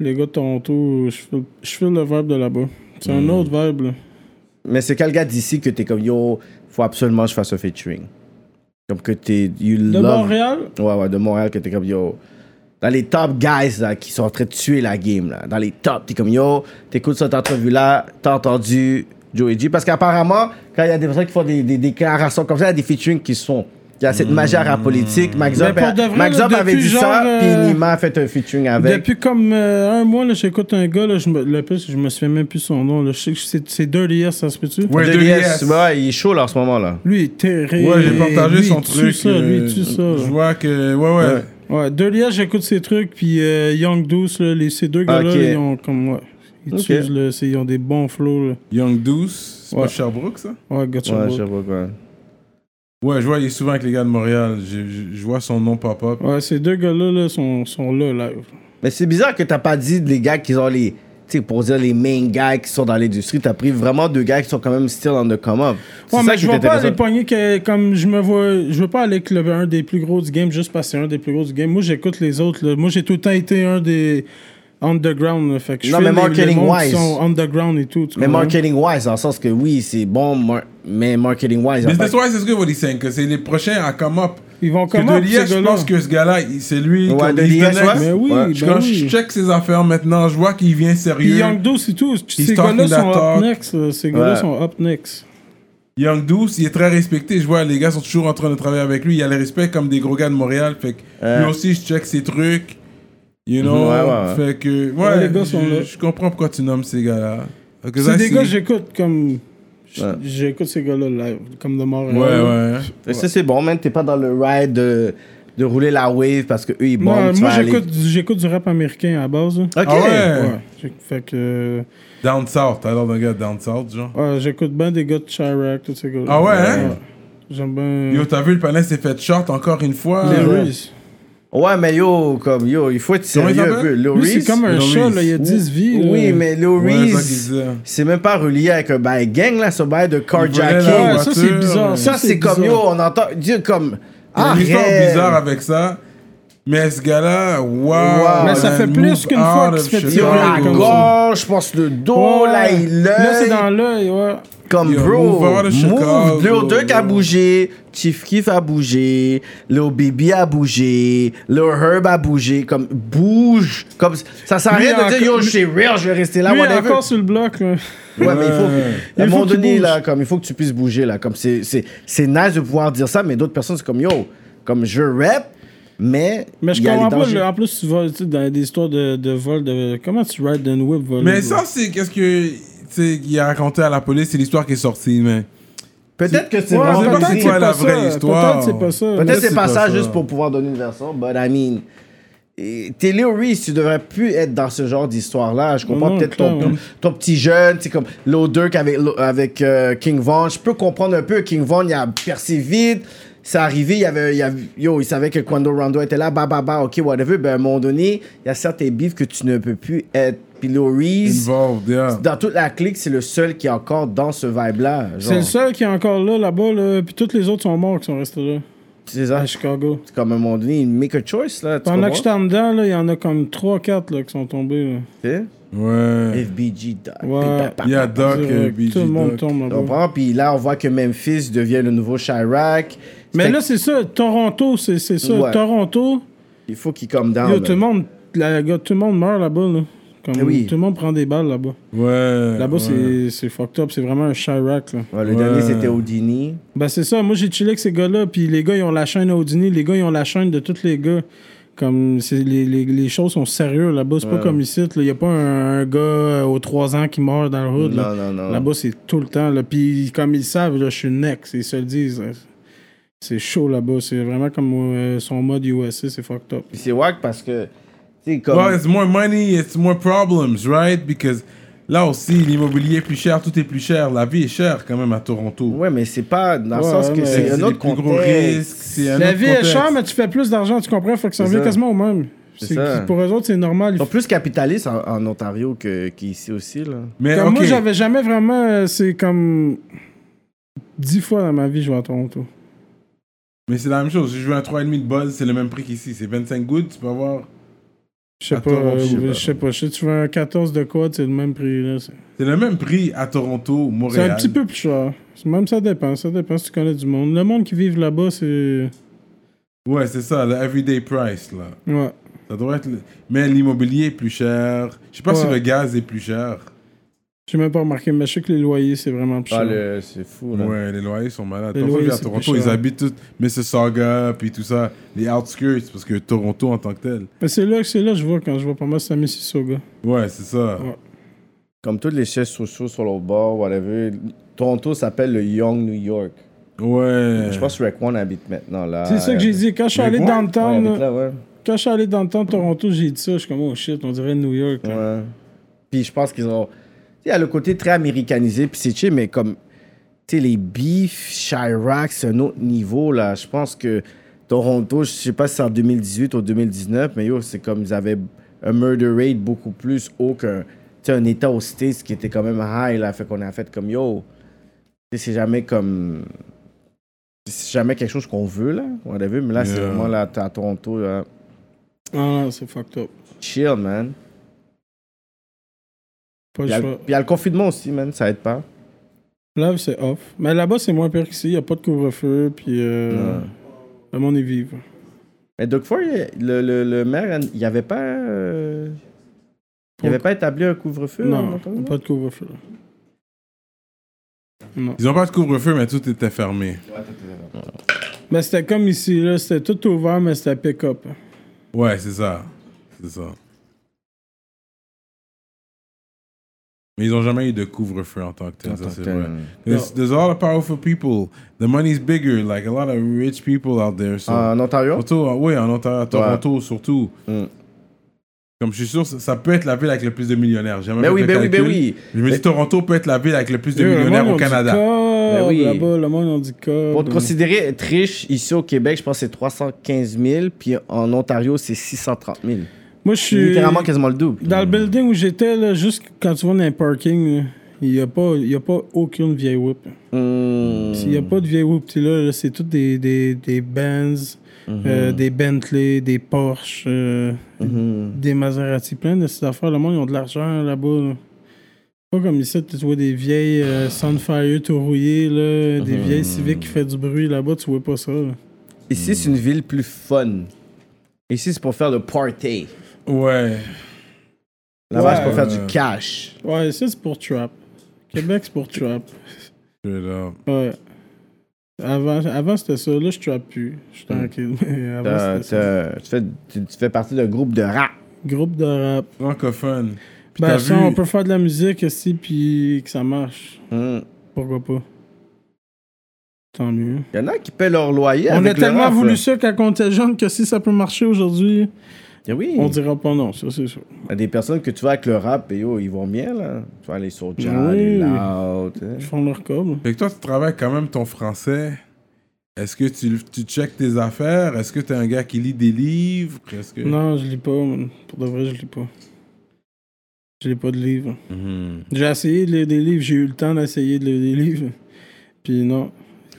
S3: Les gars de Toronto, je file- je file le vibe de là-bas. C'est
S1: Hmm.
S3: un autre vibe, là.
S2: Mais c'est quel gars d'ici que t'es comme, yo, faut absolument que je fasse un featuring. Comme que t'es. You
S3: De
S2: love.
S3: Montréal,
S2: Ouais, ouais, de Montréal, que t'es comme, yo. Dans les top guys là, qui sont en train de tuer la game, là. Dans les top, t'es comme, yo, t'écoutes cette entrevue-là, t'as entendu Joey G. Parce qu'apparemment, quand il y a des personnes qui font des, des déclarations comme ça, il y a des featuring qui sont. Il y a cette majeure à politique. Max
S3: Mm. Mais
S2: Up,
S3: pour de vrai,
S2: Max
S3: là,
S2: Up avait
S3: depuis
S2: dit
S3: genre,
S2: ça,
S3: euh,
S2: puis Nima a fait un featuring avec.
S3: depuis comme euh, un mois, là, j'écoute un gars, là, je me, le plus, je me souviens même plus son nom, là. Je sais que c'est c'est Dirty S, ça se peut-tu?
S1: Ouais,
S2: Dirty
S1: Dirty
S2: S,
S1: S.
S2: Ouais, il est chaud là en ce moment là.
S3: Lui, il est terrible.
S1: Ouais, j'ai partagé
S3: Lui,
S1: son
S3: il tue
S1: truc.
S3: ça,
S1: euh,
S3: lui, il tue ça, là.
S1: Je vois que. Ouais, ouais.
S2: Ouais.
S3: Ouais, Dirty S, j'écoute ses trucs, puis euh, Young Deuce, là, les, ces deux gars-là,
S2: Ok.
S3: ils ont comme, ouais, ils
S2: Ok.
S3: tuent, là, c'est- ils ont des bons flows, là.
S1: Young Deuce. C'est
S3: Ouais.
S1: pas Sherbrooke, ça
S3: Ouais, gotcha.
S2: Ouais,
S3: bro.
S2: je sais pas quoi.
S1: Ouais, je vois, il est souvent avec les gars de Montréal. Je, je- je vois son nom pop-up.
S3: Ouais, ces deux gars-là, là, sont, sont là, live.
S2: Mais c'est bizarre que t'as pas dit les gars qui ont les. Tu sais, pour dire les main guys qui sont dans l'industrie, t'as pris vraiment deux gars qui sont quand même still on the come-up. C'est
S3: Ouais,
S2: ça
S3: mais
S2: qui
S3: je
S2: est
S3: veux pas
S2: intéressant.
S3: aller pogner que, comme je me vois. Je veux pas aller avec le, un des plus gros du game juste parce que c'est un des plus gros du game. Moi, j'écoute les autres. là. Moi, j'ai tout le temps été un des underground. là. Fait que je
S2: Non,
S3: fais
S2: mais
S3: les- les
S2: marketing
S3: mondes qui
S2: wise.
S3: sont underground et tout. tu
S2: Mais
S3: comprends?
S2: marketing wise, dans le sens que oui, c'est bon, mar- mais marketing wise.
S1: Business wise, c'est ce que vous dites, c'est que c'est les prochains à come up.
S3: Ils vont
S1: Que
S3: come up,
S1: de
S3: ces
S1: l'IS, je
S3: gars-là.
S1: pense que ce gars-là, il- c'est lui.
S2: Ouais,
S1: comme
S2: de
S1: he's the
S2: l'IS,
S1: next.
S2: ouais.
S3: Mais oui,
S2: Ouais.
S3: ben
S1: Quand
S3: oui.
S1: je check ses affaires maintenant, je vois qu'il vient
S3: Puis
S1: sérieux.
S3: Young Dose et tout. Ces
S1: talking
S3: gars-là
S1: that
S3: sont
S1: talk.
S3: up next. là. Ces gars-là
S2: Ouais.
S3: sont up next.
S1: Young Deuce, il est très respecté. Je vois, les gars sont toujours en train de travailler avec lui. Il a le respect comme des gros gars de Montréal. Fait que
S2: Ouais.
S1: lui aussi, je check ses trucs. You know?
S2: Ouais, ouais, ouais.
S1: Fait que, ouais,
S3: Ouais, les gars sont
S1: je,
S3: là.
S1: je comprends pourquoi tu nommes ces gars-là. Parce que ça,
S3: C'est des gars que j'écoute comme. j- J'écoute ces gars-là live, comme de Montréal.
S1: Ouais, ouais.
S2: Fait que Ça, c'est bon, man. T'es pas dans le ride de, de rouler la wave parce que eux, ils
S3: Non,
S2: bombent. tu
S3: moi,
S2: vas aller-
S3: j'écoute du- j'écoute du rap américain à la base. là.
S2: Ok.
S1: Ah ouais?
S3: Ouais. J'ai- Fait que. euh,
S1: Down South. Alors, d'un gars de Down South, genre.
S3: Ouais, j'écoute bien des gars de Chirac, tous ces gars
S1: Ah ouais, hein?
S3: J'aime bien. euh,
S1: Yo, t'as vu, le panel s'est fait short encore une fois.
S3: Lil
S1: Ouais.
S3: Reese.
S2: Ouais, mais yo, comme yo, il faut être
S1: Comment il
S2: sérieux un peu.
S1: s'appelle?
S2: Lil
S3: Lui, c'est
S2: Reese-
S3: comme un
S1: Lil
S3: chat,
S1: Reese.
S3: là, il y a 10 vies. là.
S2: Oui, mais Lil
S1: Ouais, c'est ça qu'il
S2: Reese,
S1: disait.
S2: c'est même pas relié avec un bail gang, là, ce bail de
S1: volait la
S3: Ouais,
S2: carjacking.
S1: voiture.
S3: ça, c'est bizarre.
S2: Ça, c'est comme yo,
S3: bizarre.
S2: on entend. Dieu, comme.
S1: Il y a
S2: Ah,
S1: une histoire bizarre avec ça. Mais ce gars-là, waouh.
S2: Wow. Mais
S3: ça
S1: man,
S3: fait plus
S1: move
S3: qu'une fois
S1: out
S3: qu'il
S1: of
S3: se fait
S1: Chicago.
S3: tirer
S2: Yo, la
S3: comme ça.
S2: gorge, je pense le dos,
S3: Ouais.
S2: oh, là, il
S3: Là, c'est
S2: l'œil.
S3: dans l'œil, ouais.
S2: Comme
S1: Yo,
S2: bro,
S1: move out of Chicago,
S2: move, Lil Durk a
S1: bro.
S2: bougé, Chief Keef a bougé, Lil Baby a bougé, Lil Herb a bougé, comme bouge, comme ça sert à
S3: Lui,
S2: rien
S3: il
S2: de
S3: a
S2: dire yo
S3: encore-
S2: je suis rare, je vais rester là,
S3: Lui, il est
S2: whatever.
S3: encore sur le bloc, là.
S2: Ouais, mais il faut, à un
S3: Il faut
S2: moment
S3: qu'il
S2: donné
S3: bouge.
S2: là, comme il faut que tu puisses bouger là, comme c'est c'est c'est nice de pouvoir dire ça, mais d'autres personnes c'est comme yo, comme je rap, Mais,
S3: Mais je
S2: il y a les
S3: comprends pas.
S2: dangers.
S3: le- en plus, tu vas tu sais, dans des histoires de, de vol. De, comment tu ride and whip voler?
S1: Mais
S3: bro?
S1: ça, c'est qu'est-ce que tu sais, qu'il a raconté à la police, c'est l'histoire qui est sortie, mais.
S2: Peut-être que c'est
S3: Ouais,
S2: vraiment
S1: pas
S3: peut-être
S1: c'est
S3: c'est
S1: quoi
S3: pas
S1: la
S3: ça,
S1: vraie histoire.
S3: Peut-être c'est pas ça. mais-
S2: Peut-être
S1: c'est
S2: c'est pas
S1: pas
S2: ça
S1: ça.
S2: juste pour pouvoir donner une version, but I mean. et T'es Léo Reese, tu devrais plus être dans ce genre d'histoire-là. Je comprends
S3: Non,
S2: peut-être ton,
S3: clairement.
S2: ton petit jeune, c'est comme Low Dirk avec, Lo- avec euh, King Von. Je peux comprendre un peu. King Von, il a percé vite. C'est arrivé, il, y avait, il y avait- yo, il savait que Quando Rondo était là, bah, bah, bah, ok, whatever. Ben, à un moment donné, il y a certains bifs que tu ne peux plus être. Puis Léo Reese,
S1: Involved, yeah.
S2: dans toute la clique, c'est le seul qui est encore dans ce vibe-là. genre.
S3: C'est le seul qui est encore là, là-bas, là, puis tous les autres sont morts qui sont restés là,
S2: C'est ça.
S3: à Chicago.
S2: C'est comme à un moment donné, il make a choice, là.
S3: Pendant
S2: tu
S3: que
S2: comprends?
S3: j'étais en dedans, là, il y en a comme 3-4 là, qui sont tombés. Là.
S2: Tu sais?
S1: Ouais.
S2: FBG Doc.
S3: Ouais.
S2: Pip, pip, pip.
S1: Yeah, Doc,
S3: Je veux dire,
S1: euh, BG
S3: tout le monde
S1: Doc.
S3: tombe
S2: Tu
S3: là-bas.
S2: comprends? Puis là, on voit que Memphis devient le nouveau Chirac.
S3: Mais
S2: Fait
S3: là, c'est ça, Toronto, c'est c'est ça.
S2: Ouais. Ah, ben.
S3: Toronto,
S2: qu'il faut qu'il come down.
S3: yo,
S2: là.
S3: tout, le monde, la- gars, tout le monde meurt là-bas. Là. Comme,
S2: Eh Oui.
S3: Tout le monde prend des balles là-bas.
S1: Ouais.
S3: Là-bas,
S1: ouais.
S3: c'est- c'est fucked up, c'est vraiment un Chirac. Là.
S2: Ouais, le
S1: Ouais.
S2: dernier, c'était Houdini.
S3: Ben, c'est ça, moi j'ai chillé avec ces gars-là, puis les gars, ils ont la chaîne Audini, les gars, ils ont la chaîne de tous les gars. Comme c'est- les, les, les choses sont sérieuses là-bas, c'est pas comme ici, là. il n'y a pas un, un gars euh, aux 3 ans qui meurt dans le hood. là.
S2: Non, non, non.
S3: Là-bas, c'est tout le temps. Là. Puis comme ils savent, là, je suis next, ils se le disent. là. C'est chaud là-bas, c'est vraiment comme euh, son mode USA, c'est fucked up.
S2: Puis c'est wack parce que, tu sais, comme.
S1: Well, it's more money, it's more problems, right? Because là aussi, l'immobilier est plus cher, tout est plus cher. La vie est chère quand même à Toronto.
S2: ouais, mais c'est pas dans le
S3: Ouais,
S2: sens que
S3: mais
S2: c'est
S3: c'est
S2: un
S1: des
S2: autre
S1: plus gros risques,
S2: contexte.
S1: c'est un
S3: La
S1: autre
S3: vie est
S1: contexte.
S3: chère, mais tu fais plus d'argent, tu comprends? Faut que ça
S2: C'est
S3: revient
S2: ça.
S3: quasiment au même.
S2: C'est
S3: C'est-
S2: ça.
S3: Pour eux autres, c'est normal.
S2: Ils
S3: Il
S2: sont plus capitalistes en, en Ontario que- qu'ici aussi, là.
S1: Mais
S3: Comme moi,
S1: ok.
S3: j'avais jamais vraiment. euh, C'est comme. Dix fois dans ma vie, je vais à Toronto.
S1: Mais c'est la même chose. J'ai joué un 3,5 de buzz, c'est le même prix qu'ici. C'est 25 gouttes, tu peux avoir.
S3: Je sais
S1: À
S3: pas.
S1: Toronto,
S3: euh,
S1: je sais pas.
S3: Je sais pas. Je sais, tu veux un 14 de quad, c'est le même prix. là. C'est-
S1: C'est le même prix à Toronto,
S3: C'est
S1: Montréal.
S3: un petit peu plus cher. C'est- Même ça dépend. Ça dépend si tu connais du monde. Le monde qui vit là-bas, c'est.
S1: Ouais, c'est ça, le everyday price, là.
S3: Ouais.
S1: Ça doit être. le- Mais l'immobilier est plus cher. Je sais pas
S3: Ouais.
S1: si le gaz est plus cher.
S3: J'ai même pas remarqué, mais je sais que les loyers, c'est vraiment plus
S2: Ah,
S3: cher.
S2: le- c'est fou, là.
S1: Ouais, les loyers sont malades.
S3: Les
S1: Parfois,
S3: loyers,
S1: à
S3: c'est
S1: Toronto,
S3: plus
S1: ils
S3: cher.
S1: habitent tout Mississauga, puis tout ça, les outskirts, parce que Toronto en tant que tel.
S3: Mais c'est là, c'est là que je vois quand je vois pas mal ça Mississauga.
S1: Ouais, c'est ça.
S3: Ouais.
S2: Comme toutes les chaises sociaux sur le bord, whatever. Toronto s'appelle le Young New York.
S1: Ouais.
S2: Je pense que Rec One habite maintenant là.
S3: Euh, C'est ça que j'ai dit. Quand je suis
S1: Mais
S3: allé
S1: ouais,
S3: dans le
S2: Ouais,
S3: temps,
S2: il
S3: là-
S2: habite là, ouais.
S3: quand je suis allé dans le temps de Toronto, j'ai dit ça. Je suis comme, oh shit, on dirait New York. là.
S2: Ouais. Puis je pense qu'ils ont. Tu sais, il y a le côté très américanisé, puis c'est chill, mais comme. Tu sais, les beefs, Chirac, c'est un autre niveau, là. Je pense que Toronto, je sais pas si c'est en 2018 ou 2019, mais yo, c'est comme ils avaient un murder rate beaucoup plus haut qu'un. Tu sais, un État aux States qui était quand même high, là. Fait qu'on a fait comme yo. Tu sais, c'est jamais comme. C'est jamais quelque chose qu'on veut, là. On avait vu, mais là, c'est
S1: Yeah.
S2: vraiment là, t'es à Toronto, là.
S3: Ah, c'est fucked up.
S2: Chill, man.
S3: Pas
S2: Puis
S3: le
S2: il y a-
S3: choix.
S2: puis il y a le confinement aussi, man. Ça aide pas.
S3: Là, c'est off. Mais là-bas, c'est moins pire qu'ici. Il n'y a pas de couvre-feu. Puis euh,
S2: Ouais.
S3: le monde est vivre.
S2: Mais Doug Ford, le, le, le maire, il n'y avait pas. euh, il avait pas établi un couvre-feu
S3: Non,
S2: hein,
S3: pas de couvre-feu. là. Non.
S1: Ils ont pas de couvre-feu, mais tout était fermé.
S3: Mais c'était comme ici. là C'était tout ouvert, mais c'était pick-up.
S1: Ouais, c'est ça. C'est ça. Mais ils ont jamais eu de couvre-feu en tant que tel,
S2: En
S1: ça
S2: tant
S1: c'est
S2: que tel,
S1: vrai.
S2: non.
S1: There's, there's a lot of powerful people. The money's bigger, like a lot of rich people out there. So.
S3: Ah,
S2: En Ontario
S1: Surtout, euh, oui, en Ontario, à Toronto, surtout.
S2: Mm.
S1: Comme je suis sûr, ça, ça peut être la ville avec le plus de millionnaires. J'ai jamais
S2: Ben
S1: fait
S2: oui,
S1: le
S2: ben oui, ben
S1: calcul.
S2: oui.
S1: Je me dis, Toronto peut être la ville avec le plus de
S3: Yo, le
S1: millionnaires
S3: monde,
S1: au
S3: ils ont du
S1: Canada.
S3: cob,
S2: Ben oui.
S3: Là-bas, le monde, on dit cob.
S2: Pour te considérer être riche ici au Québec, je pense que c'est 315 000, puis en Ontario, c'est 630 000.
S3: Moi, je suis.
S2: Littéralement quasiment le double.
S3: Dans le building où j'étais, là, juste quand tu vas dans un parking, là, il n'y a, pas- il y a pas aucune vieille whip.
S2: Hmm.
S3: S'il n'y a pas de vieille Whoop, là, là, c'est toutes des, des, des Benz, euh, des Bentley, des Porsche, euh, des Maserati, plein de ces affaires. Le monde, ils ont de l'argent là-bas. là. Pas comme ici, tu vois des vieilles euh, Sunfire tout rouillées, là, des vieilles Civic qui fait du bruit là-bas, tu vois pas ça. là.
S2: Ici, c'est une ville plus fun. Ici, c'est pour faire le party.
S1: Ouais.
S2: Là-bas,
S3: Ouais.
S2: c'est pour faire
S1: Ouais.
S2: du cash.
S3: Ouais, ça c'est pour Trap. Québec, c'est pour Trap.
S1: Straight up.
S3: Ouais. Avant, avant c'était ça. Là, je trappe plus. Je suis tranquille. Mais avant,
S2: Hmm. T'as-
S3: c'était ça.
S2: t'as- tu, fais, tu, tu fais partie d'un groupe de rap.
S3: Groupe de rap.
S1: Francophone. Puis t'as
S3: Ben, ça,
S1: vu-
S3: on peut faire de la musique aussi, puis que ça marche.
S2: Hmm.
S3: Pourquoi pas? Tant mieux.
S2: Il y en a qui paient leur loyer.
S3: On a
S2: avec le
S3: tellement
S2: rap,
S3: voulu
S2: là.
S3: ça quand on était jeune que si ça peut marcher aujourd'hui,
S2: Eh oui.
S3: on dira pas non, ça c'est sûr.
S2: Il y a des personnes que tu vas avec le rap, et yo, ils vont bien, là. Tu vas aller sur Jazz,
S3: Oui.
S2: les Loud, hein.
S3: Ils font leur câble.
S1: Fait que toi, tu travailles quand même ton français. Est-ce que tu, tu checkes tes affaires? Est-ce que t'es un gars qui lit des livres? Est-ce que...
S3: Non, je lis pas, man. Pour de vrai, je lis pas. Je lis pas de livres.
S1: Mhm.
S3: J'ai essayé de lire des livres, j'ai eu le temps d'essayer de lire des livres. Puis non.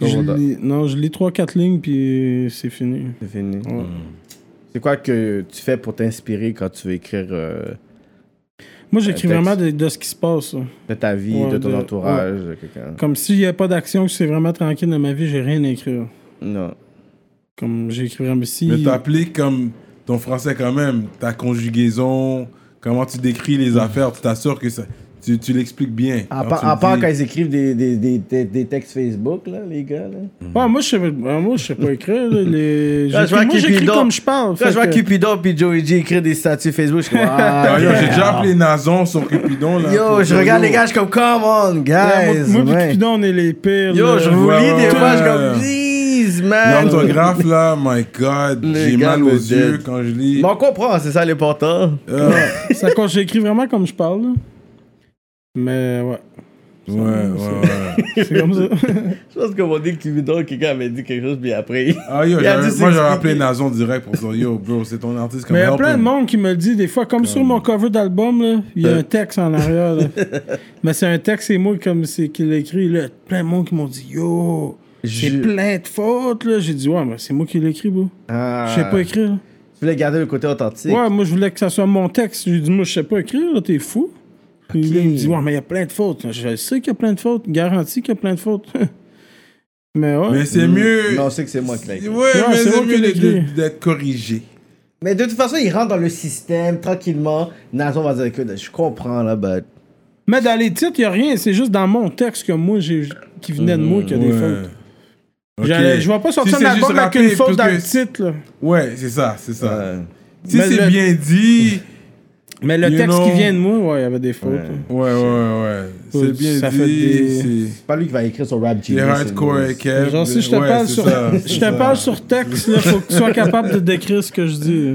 S3: Je
S2: Comment t'as-
S3: lis, non, je lis 3-4 lignes, puis c'est fini.
S2: C'est fini.
S3: Ouais.
S2: C'est quoi que tu fais pour t'inspirer quand tu veux écrire euh,
S3: Moi, j'écris
S2: Euh, texte.
S3: vraiment de, de ce qui se passe. là.
S2: de ta vie,
S3: Ouais,
S2: de ton
S3: de-
S2: entourage, de quelqu'un?
S3: Comme s'il n'y avait pas d'action, que c'est vraiment tranquille dans ma vie, j'ai rien à écrire.
S2: Non.
S3: Comme j'écris vraiment. Si...
S1: Mais t'appliques comme ton français quand même, ta conjugaison, comment tu décris les affaires, tu t'assures que ça, tu, tu l'expliques bien.
S2: À,
S1: Quand
S2: part-
S1: tu le
S2: à part
S1: dis.
S2: quand ils écrivent des, des, des, des- des textes Facebook, là, les gars, là.
S3: Ah, moi, je sais, ah, moi, je sais pas écrire. là, les...
S2: Là, je vois
S3: j'écris- moi, j'écris
S2: Cupidon.
S3: comme je parle.
S2: Là,
S3: fait
S2: je vois
S3: que-
S2: Cupidon puis Joey G écrire des statuts Facebook, je suis comme, ah,
S1: Ah, yo,
S2: ok.
S1: J'ai déjà appelé Nazon sur Cupidon. Là,
S2: Yo,
S1: pour-
S2: je regarde les gars, je suis comme, come on,
S3: Ouais,
S2: guys.
S3: moi, moi pis
S2: ouais.
S3: Cupidon, on est les pires.
S2: Yo,
S3: là.
S2: je vous
S1: Ouais,
S2: lis
S1: ouais,
S2: des fois, je suis
S1: ouais.
S2: comme, please, man.
S1: L'orthographe là, my god,
S2: Les
S1: j'ai
S2: gars
S1: mal
S2: nous
S1: aux yeux
S2: dead.
S1: quand je lis.
S2: Mais on comprend, c'est ça l'important.
S1: Euh,
S3: Ça, quand j'écris vraiment comme je parle. là. Mais ouais,
S1: ouais, ouais, ouais.
S3: c'est comme ça.
S2: Je pense qu'on m'a dit que Cupidon, quelqu'un avait dit quelque chose, puis après.
S1: Ah, yo,
S2: Il a
S1: j'aurais-
S2: dû
S1: moi j'aurais
S2: s'expliquer.
S1: appelé Nazon direct pour dire yo, bro, c'est ton artiste comme
S3: Mais il y a
S1: help
S3: plein de
S1: him.
S3: monde qui me le dit des fois, comme sur mon cover d'album, là, il y a un texte en arrière. là. Mais c'est un texte et moi comme c'est qu'il écrit. Là. Plein de monde qui m'ont dit Yo, j'ai
S2: Je-
S3: plein de fautes. là. J'ai dit Ouais, mais c'est moi qui l'écris, bro.
S2: Ah.
S3: Je sais pas écrire.
S2: Tu voulais garder le côté authentique.
S3: Ouais, moi, je voulais que ça soit mon texte. J'ai dit, moi, je sais pas écrire, là, t'es fou. Puis là, il me dit, ouais, mais il y a plein de fautes. Je sais qu'il y a plein de fautes. Garantie qu'il y a plein de fautes. mais ouais.
S1: Mais c'est
S2: Mm.
S1: mieux.
S2: Non, c'est que c'est moi qui l'ai écrit.
S1: Ouais, mais c'est
S3: c'est moi qui
S1: mieux
S3: l'ai
S1: de- de-
S3: écrit.
S1: d'être corrigé.
S2: Mais de toute façon, il rentre dans le système tranquillement. Nazon va dire que je comprends là, but.
S3: Mais dans les titres, il y a rien. C'est juste dans mon texte que moi, j'ai qui venait de moi qu'il y a des
S1: Ouais.
S3: fautes.
S1: Ok.
S3: J'allais- Je vais pas sortir
S1: Si c'est
S3: un album
S1: juste
S3: avec
S1: rappé,
S3: une faute dans
S1: parce
S3: le
S1: que-
S3: titre. là.
S1: Ouais, c'est ça, c'est ça.
S2: Ouais.
S1: Si
S3: Mais
S1: c'est
S3: le-
S1: bien dit,
S3: Mais le
S1: You
S3: texte qui
S1: know.
S3: vient de moi, ouais, il y avait des fautes.
S2: Ouais.
S3: là.
S1: ouais, ouais, ouais.
S3: Ouais,
S1: C'est bien
S3: ça
S1: dit.
S3: fait des-
S2: C'est pas lui qui va écrire son rap
S1: C'est
S2: genius.
S1: les
S2: c'est
S1: hardcore
S2: nous.
S1: et Kev.
S3: Genre, si je te
S1: ouais,
S3: parle
S1: c'est
S3: sur,
S1: ça,
S3: je
S1: c'est
S3: te
S1: ça.
S3: parle sur texte, là, faut que tu sois capable de décrire ce que je dis.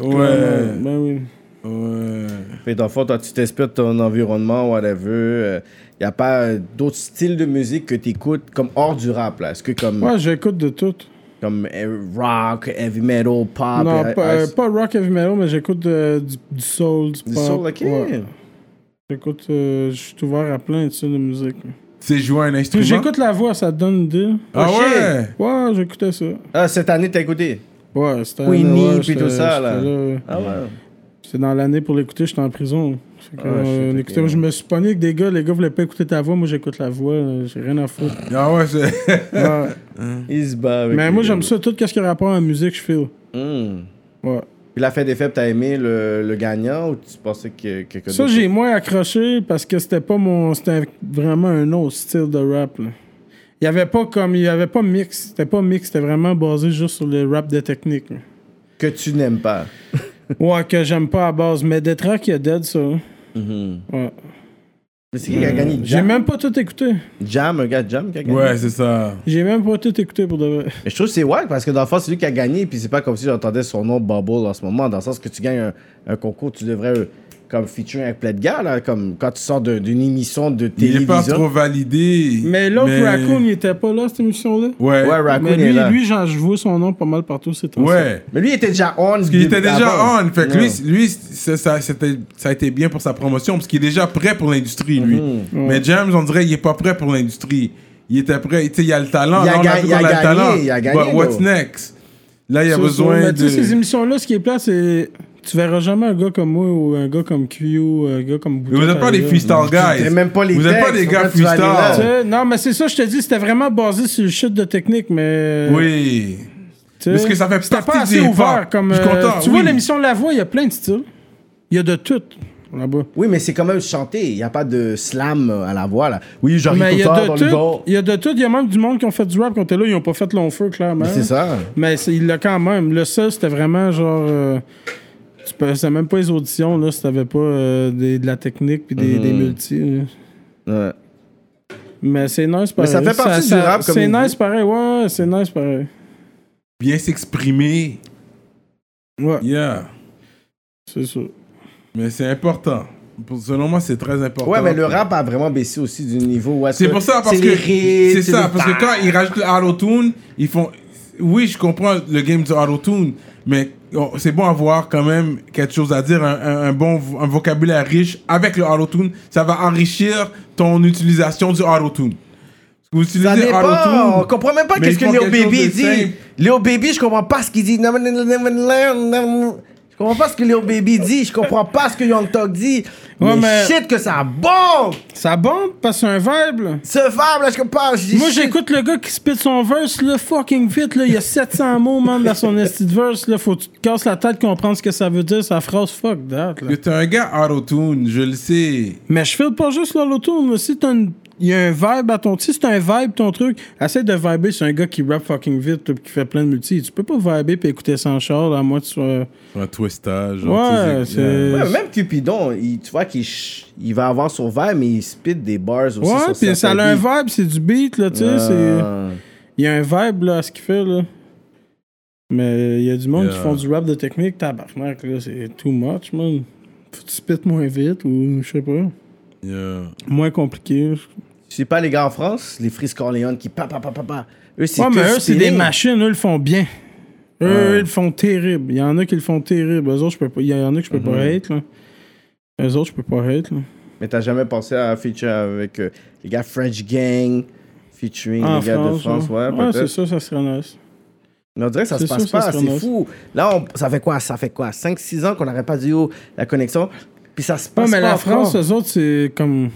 S1: Ouais.
S3: Ben oui.
S1: Ouais.
S2: Fait dans le fond, toi, tu t'inspires de ton environnement, whatever. Il y a pas euh, d'autres styles de musique que t'écoutes comme hors du rap là. Est-ce que comme
S3: Ouais, j'écoute de tout.
S2: comme euh, rock, heavy metal, pop,
S3: non,
S2: euh,
S3: pas,
S2: euh,
S3: euh, pas rock heavy metal, mais j'écoute euh, du, du soul, du,
S2: du
S3: pop.
S2: soul, ok.
S3: ouais. J'écoute, euh, je suis ouvert à plein de styles de musique.
S1: Tu sais jouer un instrument.
S3: Puis j'écoute la voix, ça te donne une idée.
S1: Ah
S2: Oh,
S1: ouais.
S3: Ouais, j'écoutais ça.
S2: Ah, cette année, t'as écouté.
S3: Ouais, c'était.
S2: Queenie,
S3: ouais,
S2: puis
S3: j'étais-
S2: tout ça, là.
S3: j'étais ouais.
S2: Ah ouais.
S3: C'est dans l'année pour l'écouter, j'étais en prison. Fait que,
S2: Ah,
S3: euh,
S2: shit,
S3: on
S2: ok.
S3: écoutait- je me suis pogné avec des gars, les gars voulaient pas écouter ta voix, moi j'écoute la voix, euh, j'ai rien à foutre.
S1: Ah ouais, c'est.
S3: Ouais.
S2: Il se bat avec
S3: Mais
S2: les
S3: moi
S2: gars.
S3: j'aime ça, tout ce qui a rapport à la musique, je feel.
S2: Hmm.
S3: Ouais.
S2: Puis la fête des faibles, t'as aimé le, le gagnant ou tu pensais que quelqu'un
S3: Ça,
S2: d'autre-
S3: j'ai moins accroché parce que c'était pas mon. C'était vraiment un autre style de rap. là. Il y avait pas comme. Il y avait pas mix. C'était pas mix. C'était vraiment basé juste sur le rap de technique. là.
S2: que tu n'aimes pas.
S3: Ouais, que j'aime pas à base. Mais des tracks, il y a dead, ça. hein. Ouais.
S2: Mais c'est qui qui a gagné
S3: Hmm. J'ai
S2: Jam?
S3: même pas tout écouté.
S2: Jam, un gars de Jam qui a gagné.
S1: ouais, c'est ça.
S3: J'ai même pas tout écouté pour de vrai.
S2: Mais je trouve que c'est wack parce que dans le fond, c'est lui qui a gagné, puis c'est pas comme si j'entendais son nom Bubble en ce moment, dans le sens que tu gagnes un, un concours, tu devrais euh, comme featuring avec plein de gars, là, comme quand tu sors de- d'une émission de
S1: Il est pas trop
S2: télévision.
S1: validé.
S3: Mais l'autre Raccoon, il était pas là, cette émission-là.
S1: Ouais.
S2: Ouais,
S1: Ouais,
S2: Raccoon
S3: Mais lui,
S2: est là.
S3: lui genre, je vois son nom pas mal partout, c'est
S2: Mais lui, il était déjà on.
S1: Parce qu'il était déjà on. Fait que lui, lui c'est- ça, c'était- ça a été bien pour sa promotion parce qu'il est déjà prêt pour l'industrie, lui.
S2: Mm-hmm.
S1: Mais James, on dirait, il est pas prêt pour l'industrie. Il était prêt. Tu sais, il y a le talent.
S2: Il a
S1: Là, on
S2: ga-
S1: vu
S2: il a
S1: qu'on
S2: gagné, il a gagné,
S1: But what's
S2: gros.
S1: next? Là, il y a
S3: Ça,
S1: besoin
S3: ça. Mais
S1: de.
S3: tu sais, ces émissions-là, ce qui est plat, c'est. Tu verras jamais un gars comme moi ou un gars comme Q ou un gars comme
S1: Mais
S3: Bouton.
S1: vous n'êtes pas des freestyle guys.
S2: Mm-hmm. même pas les
S1: Vous êtes pas
S2: textes,
S1: des
S2: en
S1: gars
S2: fait, tu vas aller là.
S3: Tu
S1: freestyle.
S3: sais, Euh, Non, mais c'est ça, je te dis, c'était vraiment basé sur le shit de technique, mais.
S1: Oui.
S3: tu sais,
S1: Parce que ça fait
S3: C'était
S1: partie
S3: pas assez
S1: du hip-hop.
S3: ouvert comme.
S1: Je suis
S3: euh,
S1: content,
S3: tu vois,
S1: oui.
S3: l'émission La Voix, il y a plein de styles. Il y a de tout. là-bas.
S2: Oui, mais c'est quand même chanté. Il n'y a pas de slam euh, à la voix, là. Oui, j'arrive
S3: Mais il
S2: tout
S3: y,
S2: tard
S3: a
S2: dans
S3: de tout,
S2: le dos.
S3: il y a de tout. Il y a même du monde qui ont fait du rap quand t'es là, ils ont pas fait long feu, clairement.
S2: C'est ça.
S3: Mais c'est- il l'a quand même. Le seul, c'était vraiment genre. euh, tu peux- c'était même pas les auditions, là, si t'avais pas euh, des- de la technique puis des,
S2: Mhm.
S3: des multis. là.
S2: Ouais.
S3: Mais c'est nice pareil.
S2: ça fait partie du rap, comme
S3: C'est
S2: il dit.
S3: nice pareil, ouais, c'est nice pareil.
S1: Bien s'exprimer.
S3: Ouais,
S1: Yeah.
S3: c'est ça.
S1: Mais c'est important. Pour- Selon moi, c'est très important.
S2: Ouais, mais le rap a vraiment baissé aussi du niveau. où est-ce
S1: C'est
S2: que
S1: pour ça, parce
S2: c'est
S1: que.
S2: les rythmes,
S1: C'est ça,
S2: le
S1: parce que quand ils rajoutent le auto-tune, ils font. Oui, je comprends le game du auto-tune, mais on- c'est bon avoir quand même quelque chose à dire, un, un- un bon vo- un vocabulaire riche avec le auto-tune. Ça va enrichir ton utilisation du auto-tune. Vous
S2: Ça
S1: utilisez
S2: dépend. On
S1: auto-tune.
S2: comprend même pas
S1: mais
S2: qu'est-ce
S1: ils
S2: que
S1: font
S2: Léo
S1: quelque chose
S2: Baby
S1: de simple.
S2: dit. Léo Baby, je comprends pas ce qu'il dit. Non, non, non, non, non, non, non. Je comprends pas ce que Léo Baby dit. Je comprends pas ce que Young Thug dit.
S3: Ouais,
S2: mais
S3: mais-
S2: shit que ça bombe!
S3: Ça bombe parce que c'est un vibe, là.
S2: Ce femme, là, je comprends. je dis
S3: Moi,
S2: shit.
S3: j'écoute le gars qui spit son verse, là, fucking vite, là. Il y a 700 mots, man, dans son esti de verse, là. Faut que tu te casses la tête comprendre ce que ça veut dire, sa phrase fuck that, là.
S1: Que T'es un gars auto-tune, je le sais.
S3: Mais je file pas juste l'auto, mais si t'as une- Il y a un vibe à ton... Si c'est un vibe, ton truc, essaie de vibrer sur un gars qui rap fucking vite là, pis qui fait plein de multi. Tu peux pas vibrer puis écouter sans char, à moins que tu sois...
S1: Un twistage.
S3: Ouais, c'est...
S2: Ouais, mais même Cupidon, il- tu vois qu'il ch- il va avoir son verre, mais il spit des bars aussi.
S3: Ouais,
S2: sur
S3: puis ça a
S2: certains
S3: un
S2: beats.
S3: vibe, c'est du beat, là, tu sais. c'est...
S2: Euh,
S3: Il y a un vibe là, à ce qu'il fait là. Mais il y a du monde qui
S1: Yeah.
S3: font du rap de technique, tabarnak, là, c'est too much, man. Faut que tu spit moins vite ou je sais pas. Moins compliqué.
S2: Tu sais pas, les gars en France, les Fris Corleone qui pa pa pa pa pa. Eux, c'est
S3: Ouais,
S2: tout
S3: mais eux, c'est des
S2: spinning.
S3: machines, eux, le font bien. Eux, ils le font terrible. Il y en a qui le font terrible. Eux autres, je peux pas. Il y en a que je peux
S2: Mhm.
S3: pas hate, là. Eux autres, je peux pas hate, là.
S2: Mais t'as jamais pensé à feature avec euh, les gars French Gang, featuring
S3: En
S2: les gars de France, ouais,
S3: ouais, c'est
S2: peut-être.
S3: ça, ça serait nice.
S2: Mais on dirait que ça se
S3: C'est
S2: passe
S3: sûr, ça
S2: pas,
S3: serait
S2: c'est
S3: nice.
S2: fou. Là, on- ça fait quoi Ça fait quoi 5-6 ans qu'on n'aurait pas dit oh, la connexion, puis ça se
S3: Ouais,
S2: passe
S3: mais
S2: pas
S3: la
S2: encore.
S3: France, eux autres, c'est comme.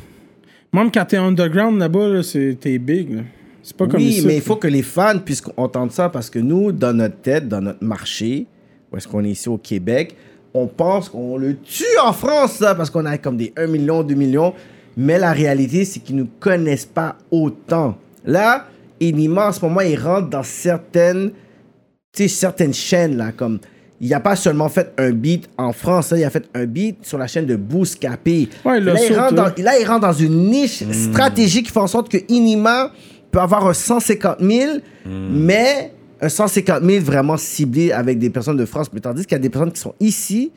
S3: Même quand t'es underground là-bas, là, c'est- t'es big, là. C'est pas comme
S2: oui,
S3: ici.
S2: mais il faut que les fans puissent entendre ça parce que nous, dans notre tête, dans notre marché, où est-ce qu'on est ici au Québec, on pense qu'on le tue en France, ça, parce qu'on a comme des 1 million, 2 millions. Mais la réalité, c'est qu'ils ne nous connaissent pas autant. Là, Enima, en ce moment, il rentre dans certaines, tu sais, certaines chaînes, là, comme... Il n'a pas seulement fait un beat en France, là, il a fait un beat sur la chaîne de Bouscapé.
S3: Ouais, il l'a hein.
S2: là, il
S3: sauté.
S2: rentre dans- là, il rentre dans une niche stratégique qui fait en sorte que Inima peut avoir un 150 000, mais un 150 000 vraiment ciblé avec des personnes de France. Mais tandis qu'il y a des personnes qui sont ici,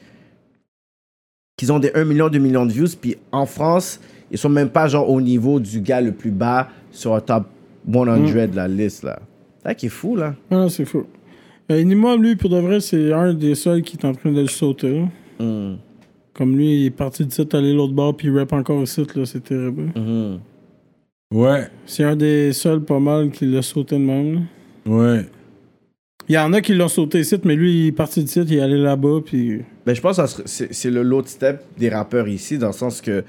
S2: qui ont des 1 million, 2 millions de views, puis en France, ils sont même pas genre au niveau du gars le plus bas sur un top
S3: Hmm.
S2: 100 de la liste, là. C'est ça qui est fou, là.
S3: Ah, non, c'est fou. Euh, Nima, lui, pour de vrai, c'est un des seuls qui est en train de le sauter. là. Comme lui, il est parti de site, allé l'autre bord, puis il rappe encore au site, là, c'est terrible.
S2: Mhm.
S1: Ouais,
S3: C'est un des seuls pas mal qui l'a sauté de même. là.
S1: ouais.
S3: Il y en a qui l'ont sauté site, mais lui, il est parti de site, il est allé là-bas, puis.
S2: Ben, je pense que ça serait- c'est c'est le l'autre step des rappeurs ici, dans le sens que tu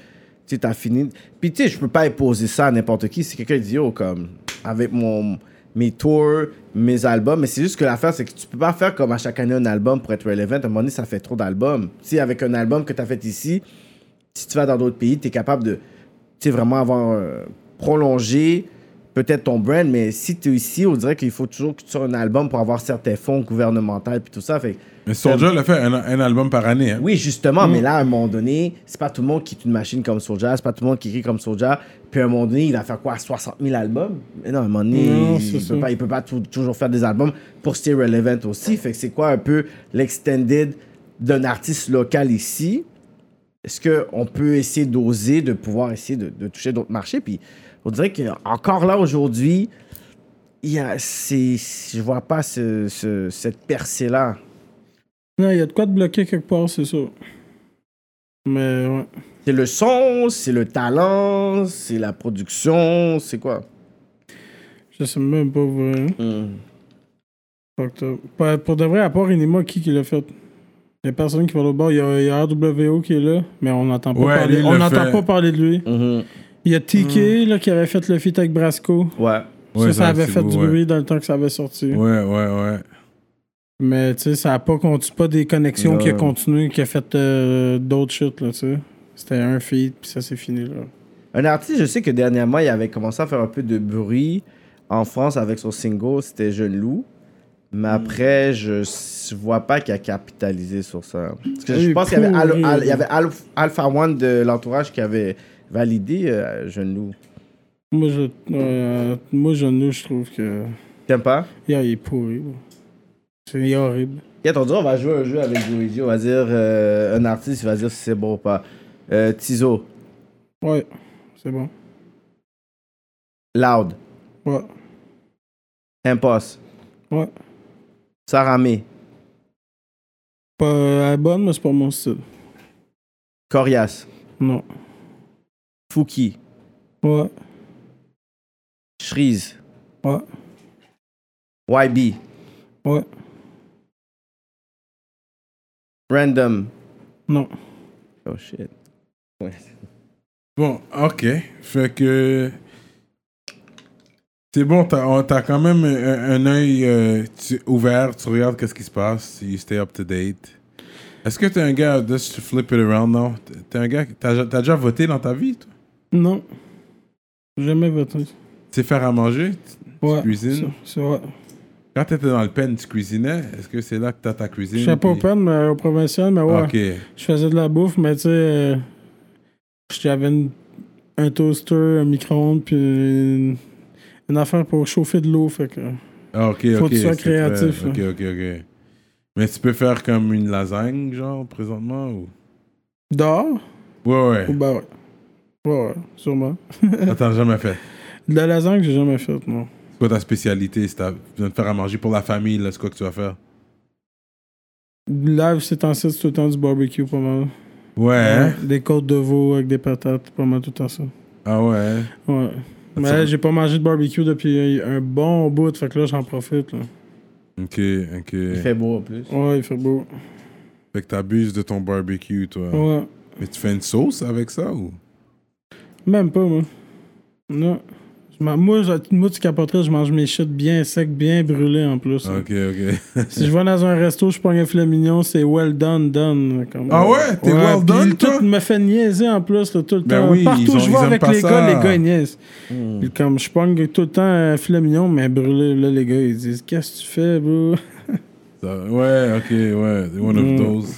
S2: sais, t'as fini. Puis tu sais, je peux pas imposer ça à n'importe qui. C'est quelqu'un dit, oh, comme, avec mon, mes tours, mes albums. Mais c'est juste que l'affaire, c'est que tu peux pas faire comme à chaque année un album pour être relevant. À un moment donné, ça fait trop d'albums. Tu sais, avec un album que t'as fait ici, si tu vas dans d'autres pays, t'es capable de, tu sais, vraiment avoir euh, prolongé peut-être ton brand. Mais si t'es ici, on dirait qu'il faut toujours que tu sors un album pour avoir certains fonds gouvernementaux et tout ça. Fait que
S1: Mais Soldier l'a fait un, un album par année. hein.
S2: Ben oui, justement,
S3: Mm.
S2: mais là, à un moment donné, c'est pas tout le monde qui est une machine comme Soulja, c'est pas tout le monde qui écrit comme Soulja. Puis à un moment donné, il va faire quoi 60 000 albums Mais non, à un moment donné,
S3: Non, c'est
S2: il,
S3: ça.
S2: peut pas, il peut pas tou- toujours faire des albums pour stay relevant aussi. Fait que c'est quoi un peu l'extended d'un artiste local ici Est-ce qu'on peut essayer d'oser, de pouvoir essayer de, de toucher d'autres marchés Puis on dirait qu'encore là aujourd'hui, il y a, c'est, je vois pas ce- ce- cette percée-là.
S3: Non, il y a de quoi de bloquer quelque part, c'est ça. Mais ouais.
S2: C'est le son, c'est le talent, c'est la production, c'est quoi
S3: Je sais même pas vrai. Fucked up. Pour, pour de vrai, à part Inima, qui, qui l'a fait Il n'y a personne qui va l'autre bord. Il y, a- il y a RWO qui est là, mais on n'entend pas,
S1: Ouais,
S3: parler-
S1: lui, il
S3: on
S1: l'a
S3: n'entend
S1: fait. Mm.
S3: pas parler de lui.
S2: Mhm.
S3: Il y a TK là, qui avait fait le feat avec Brasco.
S2: Ouais.
S1: Ouais,
S3: ça, ça avait
S1: c'est
S3: fait
S1: beau,
S3: du
S1: ouais.
S3: bruit dans le temps que ça avait sorti.
S1: Ouais, ouais, ouais.
S3: Mais tu sais, ça n'a pas, conti- pas des connexions qui a
S2: Ouais.
S3: continué, qui a fait euh, d'autres shit, là, tu sais. C'était un feat, puis ça, c'est fini, là.
S2: Un artiste, je sais que dernièrement, il avait commencé à faire un peu de bruit en France avec son single, c'était Je loue. Mais après, je s- vois pas qu'il a capitalisé sur ça. Parce que je
S3: Oui,
S2: pense qu'il y avait, Al-
S3: pourri.
S2: Al- il y avait Alf- Alpha One de l'entourage qui avait validé euh, Je loue.
S3: Moi, je, euh, moi, je, nous, je trouve que.
S2: T'aimes pas?
S3: Yeah, il est pourri, bro. C'est il est horrible.
S2: Et attendez, on va jouer un jeu avec Luigi. On va dire euh, un artiste, il va dire si c'est bon ou pas. Euh, Tizo,
S3: Ouais, c'est bon.
S2: Loud,
S3: Ouais,
S2: Impost,
S3: ouais.
S2: Saramé,
S3: Pas, elle est bonne, mais c'est pas mon style.
S2: Corias,
S3: Non.
S2: Fouki,
S3: Ouais,
S2: Shreeze,
S3: ouais,
S2: YB,
S3: ouais.
S2: Random.
S3: Non.
S2: Oh shit.
S1: Bon, ok. Fait que. C'est bon, t'as on- t'as quand même un, un œil euh, tu- ouvert, tu regardes qu'est-ce qui se passe, you stay up to date. Est-ce que t'es un gars, just to flip it around now, t'es un gars, qui- t'as t'as déjà voté dans ta vie, toi?
S3: Non. Jamais voté.
S1: Tu sais faire à manger? Tu- tu
S3: Ouais.
S1: cuisines?
S3: C'est c'est vrai.
S1: Quand t'étais dans le pen, tu cuisinais? Est-ce que c'est là que t'as ta cuisine?
S3: Je sais pas au
S1: puis-
S3: pen, mais au provincial, mais ouais.
S1: Ah, Ok.
S3: Je faisais de la bouffe, mais tu sais, euh, j'avais une- un toaster, un micro-ondes, puis une, une affaire pour chauffer de l'eau. Fait que.
S1: Ah, ok,
S3: Faut
S1: ok,
S3: que tu sois
S1: c'est très-
S3: créatif, hein. là.
S1: Ok, ok, ok. Mais tu peux faire comme une lasagne, genre, présentement? Ou...
S3: Dehors?
S1: Ouais, ouais.
S3: Ou bah ouais. Ouais, ouais, sûrement.
S1: Ah, t'en as jamais fait.
S3: De la lasagne, j'ai jamais faite, non.
S1: C'est quoi ta spécialité si t'as besoin de faire à manger pour la famille, là, c'est quoi que tu vas faire?
S3: Là, c'est en site, c'est tout le temps du barbecue, pas mal.
S1: Ouais. hein?
S3: Ouais, Des côtes de veau avec des patates, pas mal tout le temps ça.
S1: Ah ouais.
S3: Ouais. Mais là, j'ai pas mangé de barbecue depuis un bon bout, fait que là, j'en profite. là.
S1: Ok, ok.
S2: Il fait beau en plus.
S3: Ouais, il fait beau.
S1: Fait que t'abuses de ton barbecue, toi.
S3: Ouais.
S1: Mais tu fais une sauce avec ça ou?
S3: Même pas, moi. Non. Je m'en- Moi, je- moi, tu capoterais, je mange mes shit bien sec, bien brûlé en plus. hein.
S1: Ok, ok.
S3: Si je vais dans un resto, je prends un filet mignon, c'est well done, done. comme- euh,
S1: Ah ouais? T'es well
S3: puis
S1: done,
S3: tout
S1: toi?
S3: me fait niaiser en plus, là, tout le
S1: Ben
S3: temps.
S1: oui,
S3: Partout
S1: ils
S3: où
S1: ont-
S3: je
S1: ils
S3: vais
S1: aiment
S3: avec
S1: pas
S3: les
S1: ça. Hmm.
S3: gars, les gars, ils niaisent. Puis Comme je pogne tout le temps un filet mignon, mais brûlé, là, les gars, ils disent Qu'est-ce que tu fais, bro?
S1: Ça- ouais, ok, ouais. One of
S3: Mm.
S1: those.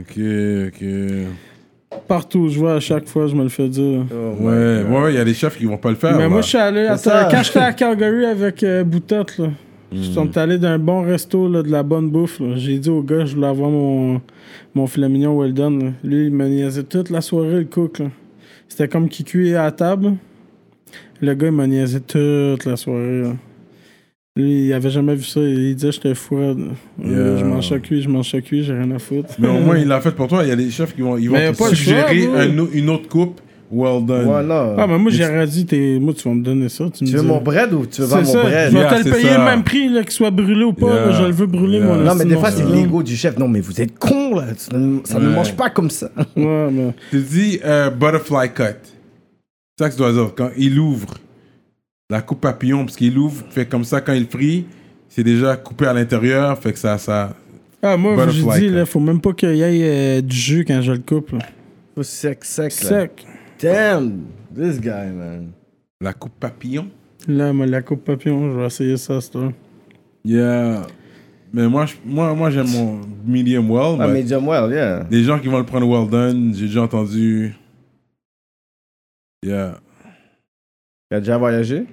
S1: Ok, ok.
S3: Partout où je vais, à chaque fois, je me le fais dire.
S1: Ouais, ouais, il y a des chefs qui vont pas le faire.
S3: Oh Mais
S1: là.
S3: moi, je suis allé.
S2: C'est
S3: attends,
S2: ça.
S3: quand j'étais à Calgary avec euh, Boutotte, là, on est allé d'un bon resto, là, de la bonne bouffe. là. J'ai dit au gars, je voulais avoir mon, mon filet mignon well done. là. Lui, il me niaisait toute la soirée, le cook. là. C'était comme qui cuit à la table. Le gars, il me niaisait toute la soirée. là. Lui, il avait jamais vu ça. Il disait, j'étais fourré.
S1: Yeah.
S3: Je mange ça cuit, je mange ça cuit, j'ai rien à foutre.
S1: Mais au moins, il l'a fait pour toi. Il y a des chefs qui vont, ils vont
S3: Mais y a
S1: te
S3: pas le choix,
S1: suggérer
S3: bro.
S1: un au- une autre coupe. Well done.
S2: Voilà.
S3: Ah, mais moi, j'aurais dit, t'es- moi, tu vas me donner ça. Tu, me
S2: Tu veux
S3: dis-
S2: mon bread ou tu veux pas
S3: C'est ça,
S2: mon bread?
S3: je vais
S1: Yeah,
S3: te
S1: c'est
S3: le payer
S1: ça.
S3: le même prix, là, qu'il soit brûlé ou pas.
S1: Yeah.
S3: là, je le veux brûler,
S1: Yeah.
S3: moi.
S2: Non, mais des fois, c'est
S3: sinon,
S2: l'ego du chef. Non, mais vous êtes con là. Ça ne, ça ne
S1: Ouais.
S2: mange pas comme ça.
S3: Ouais, mais.
S1: Tu dis euh, butterfly cut. C'est ça que tu dois dire. Quand il ouvre la coupe papillon, parce qu'il ouvre, fait comme ça quand il frit, c'est déjà coupé à l'intérieur, fait que ça. ça...
S3: Ah, moi, je
S1: Butterfly
S3: dis,
S1: cut.
S3: là, faut même pas qu'il y ait euh, du jus quand je le coupe. là.
S2: Faut sec, sec. là.
S3: Sec.
S2: Damn, this guy, man.
S1: La coupe papillon
S3: Là, mais la coupe papillon, je vais essayer ça, c'est toi.
S1: Yeah. Mais moi, je- moi, moi j'aime mon medium well.
S2: Ah,
S1: mais
S2: medium well, yeah.
S1: Des gens qui vont le prendre well done, j'ai déjà entendu. Yeah.
S2: Il a déjà voyagé?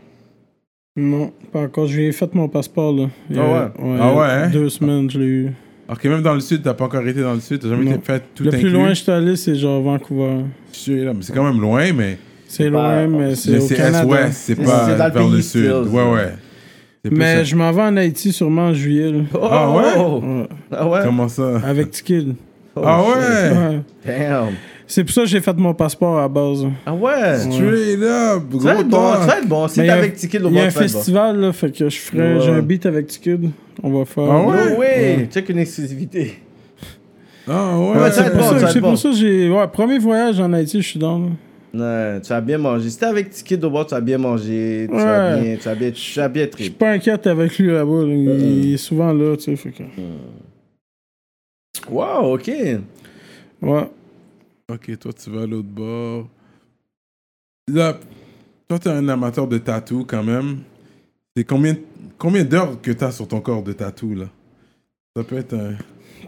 S3: Non, pas encore. J'ai fait mon passeport, là. Il y a-
S2: Ah ouais?
S1: Ah ouais, hein?
S3: Deux semaines, je l'ai eu.
S1: Ok, même dans le sud, t'as pas encore été dans le sud, t'as jamais
S3: Non.
S1: été fait tout
S3: le
S1: inclus.
S3: plus loin que je suis allé, c'est genre Vancouver.
S1: Je suis là, mais c'est quand même loin, mais,
S3: C'est
S2: pas-
S3: loin, mais c'est
S1: mais
S3: au
S1: c'est
S3: Canada.
S1: est-ouest, c'est
S2: C'est-
S1: pas
S2: c'est dans le
S1: vers le
S2: pays,
S1: sud.
S2: still,
S1: Ouais,
S2: ça.
S1: ouais. C'est plus
S3: Mais
S1: ça.
S3: je m'en vais en Haïti sûrement en juillet, là.
S1: Ah ouais?
S3: Ouais.
S2: Ah ouais?
S1: Comment ça?
S3: Avec Tikid.
S2: Oh,
S1: Ah
S2: shit.
S1: ouais?
S3: Ouais.
S2: Damn.
S3: C'est pour ça que j'ai fait mon passeport à la base.
S2: Ah ouais?
S1: Straight up, gros
S2: Tu vas être bon, tu
S1: dog.
S2: vas être bon. Si
S3: Mais il
S2: t'es
S3: y a-
S2: avec Tiki,
S3: Il
S2: le
S3: y a un
S2: monde, tu vas être bon.
S3: festival, là, fait que je ferai.
S2: Ouais.
S3: J'ai un beat avec Tikid. On va faire.
S1: Ah ouais?
S2: Oh ouais, check une exclusivité.
S1: Ah
S2: Ouais,
S1: ouais.
S2: ça va
S3: C'est
S2: être
S3: pour
S2: bon,
S3: ça-
S2: ça va être
S3: C'est
S2: bon.
S3: pour ça que j'ai. Ouais, premier voyage en Haïti, je suis dans.
S2: Ouais, tu as bien mangé. Si t'es avec Tiki au bord, tu as bien mangé. Tu as
S3: Ouais.
S2: bien, tu as bien, tu as bien
S3: Je suis
S2: trip.
S3: pas inquiète avec lui là-bas. là.
S2: Euh,
S3: Il, il est souvent là, tu sais. Fait que...
S2: Wow, ok.
S3: Ouais.
S1: Ok, toi, tu vas à l'autre bord. Là, toi, t'es un amateur de tatou quand même. C'est combien, combien d'heures que t'as sur ton corps de tatou, là Ça peut être un.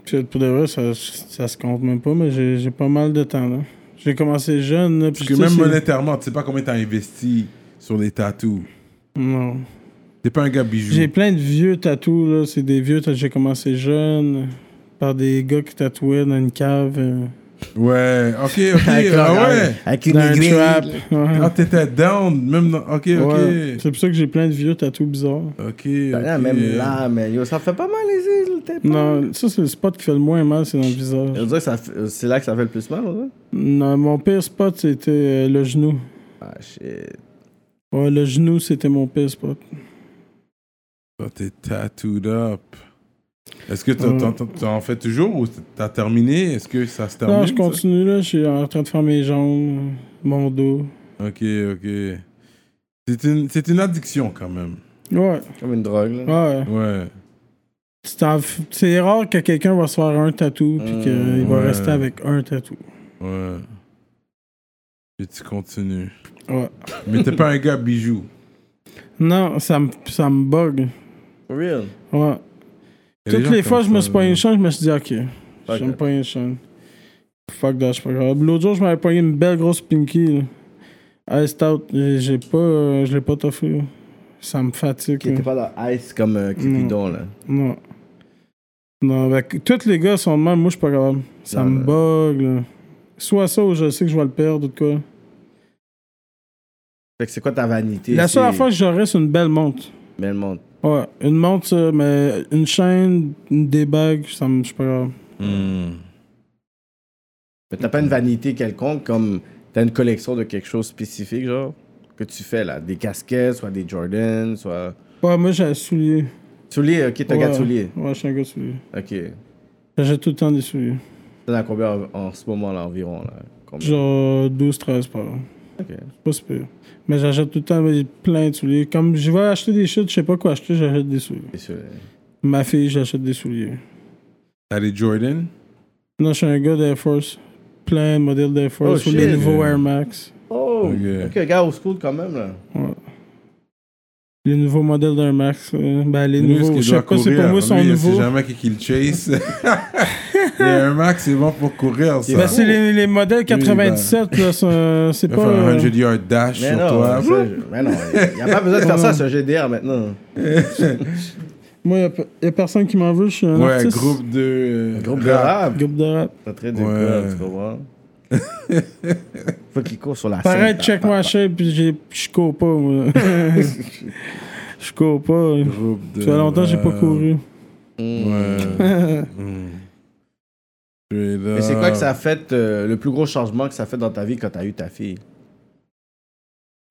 S3: Puis pour de vrai, ça, ça se compte même pas, mais j'ai j'ai pas mal de temps, là. J'ai commencé jeune, là, puis
S1: Parce que
S3: tu sais,
S1: même
S3: c'est-
S1: monétairement, tu sais pas combien t'as investi sur les tatous.
S3: Non.
S1: T'es pas un gars bijou.
S3: J'ai plein de vieux tatous, là. C'est des vieux tatous. J'ai commencé jeune par des gars qui tatouaient dans une cave, euh,
S1: Ouais, ok, ok,
S2: Avec leur-
S1: ah ouais.
S2: Avec
S3: dans
S2: une
S3: un
S2: aiguille.
S3: trap. Ouais.
S1: Ah, t'étais down, même dans... Ok,
S3: Mm. Ouais.
S1: ok.
S3: C'est pour ça que j'ai plein de vieux tatous bizarres.
S1: Ok, ok.
S2: Là, même là, mais yo, ça fait pas mal les îles, t'es pas-
S3: Non, ça, c'est le spot qui fait le moins mal, c'est dans le
S2: Je
S3: visage.
S2: veux dire, ça fait- euh, c'est là que ça fait le plus mal, là.
S3: Non, mon pire spot, c'était euh, le genou.
S2: Ah, shit.
S3: Ouais, le genou, c'était mon pire spot.
S1: Toi, Oh, t'es tattooed up. Est-ce que t'as-
S3: Ouais.
S1: t'en- t'en t'en fais toujours ou t'as terminé Est-ce que ça se termine
S3: Non, je
S1: ça?
S3: continue, là. Je suis en train de faire mes jambes, mon dos.
S1: Ok, ok. C'est une, c'est une addiction quand même.
S3: Ouais,
S2: Comme une drogue, là.
S3: ouais.
S1: Ouais.
S3: Tu t'en f- C'est rare que quelqu'un va se faire un tatou puis qu'il va
S1: Euh, ouais.
S3: rester avec un tatou.
S1: Ouais. Et tu continues.
S3: Ouais.
S1: Mais t'es pas un gars bijou.
S3: Non, ça me ça me bug.
S2: For real.
S3: Ouais.
S1: Et
S3: Toutes
S1: gens
S3: les
S1: comme
S3: fois, je me
S1: ça,
S3: suis pogné une chaîne, je me suis dit, ok,
S2: euh, Fuck
S3: je me
S2: it.
S3: pogne une chaîne. Fuck that, je suis pas grave. L'autre jour, je m'avais pogné une belle grosse pinky. Là. Iced out. J'ai j'ai pas, euh, je l'ai pas toffé. là. Ça me fatigue.
S2: Qui
S3: là.
S2: était pas dans Ice comme euh, Cupidon, là.
S3: Non. Non, ben, que- tous les gars sont de même. Moi, je suis pas capable. Ça
S2: Non,
S3: me
S2: mais-
S3: bug. là. Soit ça ou je sais que je vais le perdre ou de quoi.
S2: Fait que c'est quoi ta vanité?
S3: La seule
S2: c'est-
S3: fois que j'aurais, c'est une belle montre.
S2: Mais le monde.
S3: Ouais, une montre, ça, mais une chaîne, une- des bagues, ça me. Je suis pas grave.
S1: Hmm.
S2: Mais t'as pas une vanité quelconque, comme t'as une collection de quelque chose spécifique, genre, que tu fais, là. Des casquettes, soit des Jordans, soit.
S3: Ouais, moi, j'ai un soulier.
S2: Souliers, ok, t'es un
S3: Ouais.
S2: gars de souliers.
S3: Ouais, je suis un gars de soulier.
S2: Ok. T'en
S3: J'ai tout le temps des souliers.
S2: as combien en, en ce moment, là, environ, là? Combien?
S3: Genre 12, 13 par an.
S2: Ok.
S3: C'est pas si pire. Mais j'achète tout le temps euh, plein de souliers. Comme je vais acheter des shit, je sais pas quoi acheter, j'achète des souliers.
S2: C'est sûr.
S3: Ma fille, j'achète des souliers.
S1: T'as les Jordan
S3: Non, je suis un gars d'Air Force. Plein de modèles d'Air Force
S2: Oh,
S3: ou les
S2: shit.
S3: nouveaux Air Max.
S2: Oh!
S1: Ok.
S2: Ok, gars, au school, quand même, là.
S3: Ouais. Les nouveaux modèles d'Air Max. euh, ben, les
S1: Lui, ce
S3: nouveaux,
S1: qu'il
S3: je
S1: doit
S3: sais pas si pour
S1: courir,
S3: moi, ils sont
S1: lui,
S3: nouveaux.
S1: C'est jamais qui le chase. Et un max, c'est bon pour courir, ça.
S3: Ben, c'est les, les modèles 97, là, ça- c'est
S1: Il
S3: pas...
S1: va faire un
S3: euh,
S1: 100 yard dash
S2: Mais
S1: sur
S2: non,
S1: toi.
S2: ça, je- mais non, y a pas besoin de faire ça à ce GDR maintenant.
S3: Moi, y a, pe- y a personne qui m'en veut, je suis un
S1: Ouais,
S3: artiste.
S1: groupe de. euh,
S2: Groupe de
S1: rap.
S2: rap.
S3: Groupe de rap.
S2: T'as très du
S1: Ouais.
S2: gars, tu comprends? Faut qu'il court sur la scène.
S3: Pareil,
S2: pa-
S3: check
S2: pa-
S3: moi
S2: pa-
S3: shape, puis j'ai- je cours pas, moi. Je cours pas.
S1: Groupe de
S3: Ça fait longtemps que j'ai pas
S2: Euh.
S1: rap.
S3: couru.
S1: Ouais. Mm.
S2: Mais c'est
S1: Ah.
S2: quoi que ça a fait, euh, le plus gros changement que ça a fait dans ta vie quand t'as eu ta fille?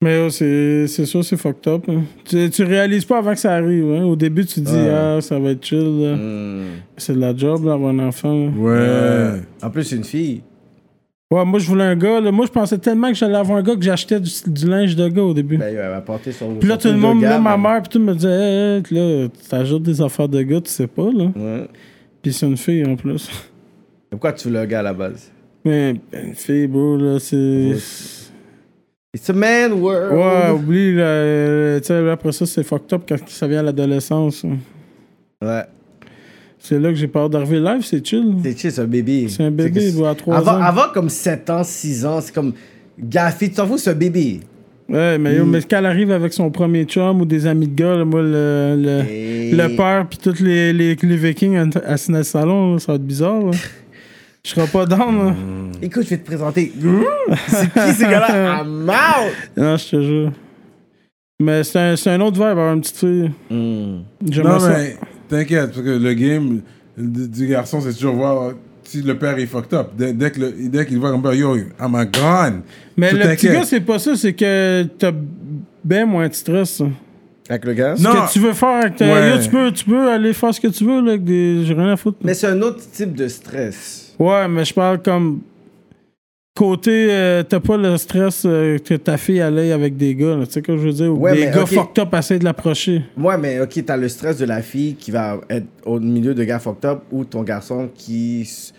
S3: Mais oh, c'est c'est sûr, c'est fucked up. hein. Tu, tu réalises pas avant que ça arrive. hein. Au début, tu te dis,
S2: Ouais.
S3: ah, ça va être chill. là.
S2: Hmm.
S3: C'est de la job, là, avoir un enfant. là.
S1: Ouais.
S2: Euh, en plus, une fille.
S3: Ouais, moi, je voulais un gars. là. Moi, je pensais tellement que j'allais avoir un gars que j'achetais du, du linge de gars au début.
S2: Ben, elle va porter son.
S3: Puis là,
S2: son
S3: tout le
S2: truc de
S3: monde, là,
S2: gamme.
S3: ma mère, puis tout me disait, hey, là, t'ajoutes des affaires de gars, tu sais pas, là.
S2: Ouais.
S3: Puis c'est une fille, en plus.
S2: Pourquoi tu veux le gars à la base?
S3: Mais ben, une fille, bro, là, c'est...
S2: It's a man world.
S3: Ouais, oublie, là, euh, tu sais, après ça, c'est fucked up quand ça vient à l'adolescence. hein.
S2: Ouais.
S3: C'est là que j'ai peur d'arriver live, c'est chill.
S2: C'est chill, c'est un bébé.
S3: C'est un bébé,
S2: que-
S3: il doit avoir trois
S2: avant,
S3: ans.
S2: Avant, comme 7 ans, 6 ans, c'est comme. Gaffé, tu t'en fous, c'est un bébé.
S3: Ouais, mais, yo, mais quand elle arrive avec son premier chum ou des amis de gars, là, moi, le, le,
S2: Et-
S3: le père puis tous les, les, les vikings à- assis dans le salon, là, ça va être bizarre. là. Je serai pas down. là.
S2: Écoute, je vais te présenter. c'est qui ces gars-là? I'm out!
S3: Non, je te jure. Mais c'est un, c'est un autre vibe, avoir une petite fille. J'aimerais
S1: Non,
S3: ça.
S1: mais t'inquiète, parce que le game du, du garçon, c'est toujours voir si le père est fucked up. Dès, dès que le- dès qu'il voit comme père, yo, I'm a grande.
S3: Mais
S1: Tu
S3: le petit
S1: t'inquiètes.
S3: gars, c'est pas ça, c'est que t'as bien moins de stress. ça.
S2: Avec le gars?
S3: Ce
S1: Non.
S3: que tu veux faire avec ta-
S1: Ouais.
S3: Yo, tu, peux, tu peux aller faire ce que tu veux, là, avec des. J'ai rien à foutre.
S2: Mais c'est un autre type de stress.
S3: Ouais, mais je parle comme. Côté, euh, t'as pas le stress euh, que ta fille allait avec des gars, là, tu sais que je veux dire, ou
S2: Ouais,
S3: des
S2: mais
S3: gars
S2: ok.
S3: fucked up essaient de l'approcher.
S2: Ouais, mais ok, t'as le stress de la fille qui va être au milieu de gars fucked up ou ton garçon qui s-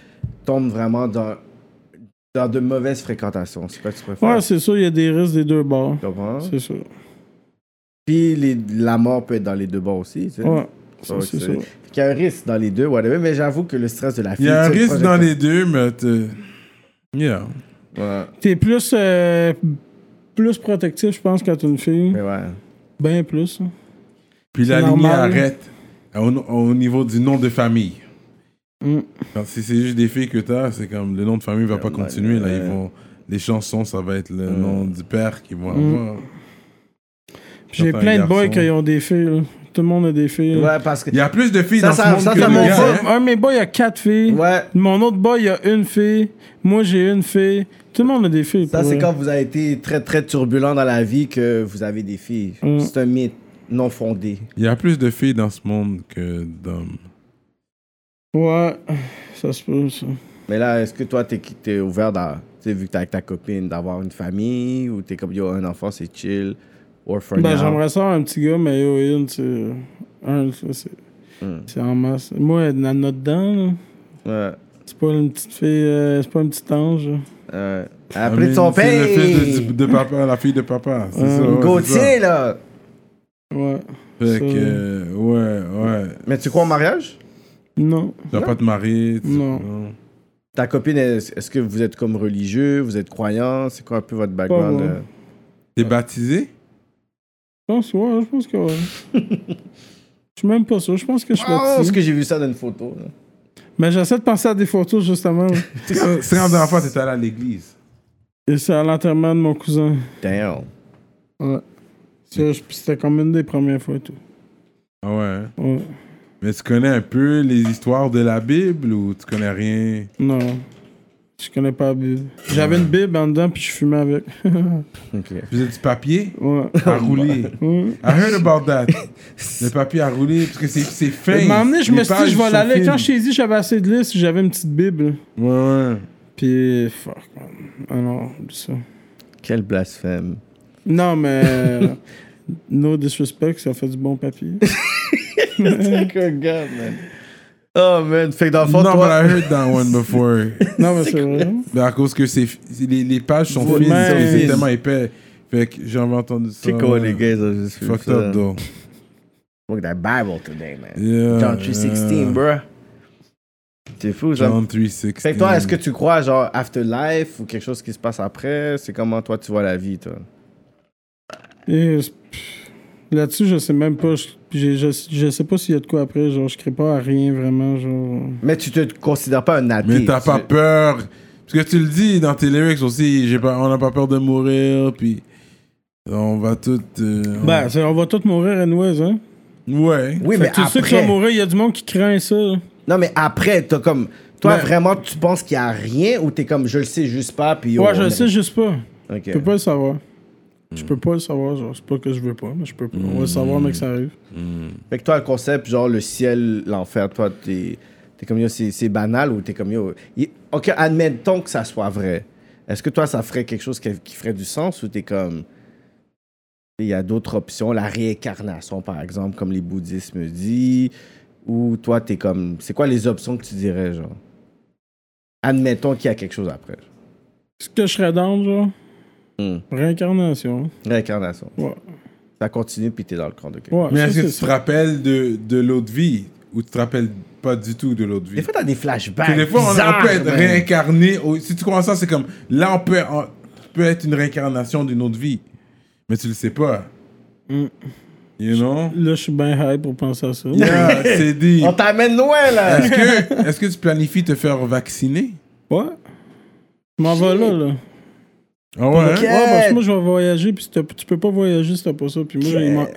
S2: tombe vraiment dans dans de mauvaises fréquentations. C'est quoi que tu préfères.
S3: Ouais, c'est sûr, il y a des risques des deux bords.
S2: Tu comprends?
S3: C'est sûr.
S2: Puis les- la mort peut être dans les deux bords aussi. Tu sais.
S3: Ouais.
S2: Ouais,
S3: Ça, c'est
S2: c'est-
S3: sûr.
S2: Fait qu'il y a un risque dans les deux, whatever, mais j'avoue que le stress de la
S1: Il
S2: fille.
S1: y a un
S2: tu sais,
S1: risque
S2: projet-
S1: dans les deux, mais. t'es- Yeah.
S2: Ouais,
S3: T'es plus, euh, plus protectif, je pense, quand t'es une fille.
S2: mais ouais.
S3: Ben plus. hein.
S1: Puis la
S3: C'est
S1: lignée
S3: normal.
S1: arrête au, au niveau du nom de famille.
S3: Mm.
S1: Quand si c'est juste des filles que t'as, c'est comme le nom de famille va pas continuer. Là, ils vont, les chansons, ça va être le nom du père qu'ils vont avoir.
S3: Puis J'ai
S1: Quand t'as un
S3: plein de boys
S1: garçon.
S3: qui ont des filles. là. Tout le monde a des filles. là.
S2: Ouais, parce que.
S1: Il y a plus de filles
S2: Ça,
S1: dans
S2: ça-
S1: ce monde
S2: ça,
S1: que
S2: ça
S1: de
S3: Mon
S2: montre
S1: gars,
S2: ça.
S1: hein.
S3: boy- un de mes boys a quatre filles.
S2: Ouais.
S3: Mon autre boy, il a une fille. Moi, j'ai une fille. Tout le monde a des filles.
S2: Ça,
S3: pour
S2: c'est
S3: vrai.
S2: quand vous avez été très, très turbulent dans la vie que vous avez des filles.
S3: Mm.
S2: C'est un mythe non fondé.
S1: Il y a plus de filles dans ce monde que d'hommes.
S3: Ouais, ça se peut, ça.
S2: Mais là, est-ce que toi, t'es, t'es ouvert, dans, tu sais, vu que t'es avec ta copine, d'avoir une famille ou t'es comme, yo, un enfant, c'est chill, or for
S3: Ben,
S2: now.
S3: j'aimerais ça un petit gars, mais yo, une, c'est. Un, ça, c'est.
S2: Mm.
S3: C'est en masse. Moi, elle en a dedans, là.
S2: Ouais,
S3: C'est pas une petite fille, euh, c'est pas un petit ange. là.
S2: ouais.
S1: I
S2: Après de
S1: mean,
S2: son
S1: Ah, C'est le fils de,
S2: père,
S1: du- de papa, la fille de papa. C'est ça, ouais,
S2: Gauthier,
S1: c'est
S2: là.
S3: Ouais.
S1: ça. Fait
S3: Ça-
S1: que, euh, ouais, ouais.
S2: Mais tu crois au mariage?
S3: Non.
S1: Tu vas pas te marier. tu-
S3: Non.
S2: Ta copine, est-ce est-ce que vous êtes comme religieux, vous êtes croyant? C'est quoi un peu votre background?
S3: moi.
S2: euh?
S1: T'es baptisé?
S3: Je pense, ouais, je pense que ouais. Je suis même pas sûr. Je pense que je suis
S2: Ah, est-ce
S3: baptisé.
S2: que j'ai vu ça dans une photo? là?
S3: Mais j'essaie de penser à des photos, justement.
S1: C'est quand enfant, t'étais allé à l'église.
S3: Et c'est à l'enterrement de mon cousin.
S2: Damn. Hmm.
S3: Ouais. Ça, je- C'était comme une des premières fois et tout.
S1: Ah ouais. hein?
S3: Ouais.
S1: Mais tu connais un peu les histoires de la Bible ou tu connais rien?
S3: Non. Je connais pas la Bible. J'avais une Bible en dedans, puis je fumais avec.
S2: Ok.
S1: Tu faisais du papier
S3: ouais.
S1: à rouler. I heard about that. Le papier à rouler, parce que c'est- c'est fin.
S3: Et m'emmener, je
S1: Les
S3: me suis
S1: pages
S3: dit, je vais
S1: sont
S3: l'aller.
S1: fines.
S3: Quand je t'ai dit, j'avais assez de listes, j'avais une petite Bible.
S1: Ouais, ouais.
S3: Puis, fuck, man. Ah non, oublie ça.
S2: Quel blasphème.
S3: Non, mais. euh, no disrespect, ça fait du bon papier.
S2: Oh, man. Fait que dans le fond,
S1: Non, but
S2: toi...
S1: I heard that one before.
S3: Non, mais c'est vrai.
S1: Mais à cause que c'est c'est- les, les pages sont
S3: Ouais,
S1: fines,
S3: mais-
S1: c'est- c'est tellement épais. Fait que j'avais entendu ça.
S2: C'est quoi, les gars, ils ont juste fait
S1: Fucked
S2: ça.
S1: up, though.
S2: Look at that Bible today, man.
S1: Yeah,
S2: John 316,
S3: Euh,
S1: yeah.
S2: bro. C'est fou, ça.
S1: John 316.
S2: Fait que toi, est-ce que tu crois, genre, afterlife ou quelque chose qui se passe après? C'est comment, toi, tu vois la vie, toi?
S3: Et, pff, Là-dessus, je sais même pas. Je, j'ai- je, je sais pas s'il y a de quoi après. Genre, je crée pas à rien vraiment. Genre.
S2: Mais tu te considères pas un athée.
S1: Mais t'as
S2: tu-
S1: pas peur. Parce que tu le dis dans tes lyrics aussi, j'ai pas, on n'a pas peur de mourir, puis on va tout. euh, on-
S3: Ben, c'est- on va tous mourir, anyways, hein.
S1: ouais.
S2: Oui,
S3: Fait
S2: mais
S3: que tu sais que tu vas
S2: après...
S3: mourir, il y a du monde qui craint ça. là.
S2: Non, mais après, t'as comme... Toi,
S3: Mais-
S2: vraiment, tu penses qu'il y a rien ou t'es comme, je le sais juste pas, puis... oh,
S3: ouais, je
S2: on-
S3: le sais juste pas.
S2: Ok.
S3: Je peux pas le savoir. Je peux pas le savoir, genre. C'est pas que je veux pas, mais je peux pas. On va le savoir, mais que ça arrive.
S2: Fait que toi, le concept, genre le ciel, l'enfer, toi, t'es es comme yo, c'est c'est banal ou t'es comme yo. y- Ok, admettons que ça soit vrai. Est-ce que toi, ça ferait quelque chose qui, qui ferait du sens ou t'es comme. Il y a d'autres options, la réincarnation, par exemple, comme les bouddhistes me disent, ou toi, t'es comme. C'est quoi les options que tu dirais, genre Admettons qu'il y a quelque chose après.
S3: Ce que je serais dans, genre.
S2: Mm.
S3: Réincarnation.
S2: Réincarnation.
S3: Ouais.
S2: Ça continue, puis t'es dans le camp de quelqu'un.
S3: ouais
S1: Mais
S3: ça,
S1: est-ce que
S3: c'est
S1: tu te
S3: ça.
S1: rappelles de, de l'autre vie ou tu te rappelles pas du tout de l'autre vie?
S2: Des fois, t'as des flashbacks.
S1: Parce que des fois, on- on,
S2: bizarres,
S1: peut être
S2: man.
S1: réincarné. au- si tu crois en ça, c'est comme là, on peut, on peut être une réincarnation d'une autre vie, mais tu le sais pas.
S3: Mm.
S1: You know?
S3: Là, je suis bien high pour penser à ça.
S1: Yeah, c'est dit.
S2: On t'amène loin, là
S1: Est-ce que, est-ce que tu planifies te faire vacciner?
S3: Ouais. Je m'en vais là, là.
S1: Ah ouais?
S2: Ok.
S1: hein?
S3: Ouais, parce que moi, je vais voyager, puis si t'as- tu peux pas voyager si t'as pas ça. Puis moi, il m'a-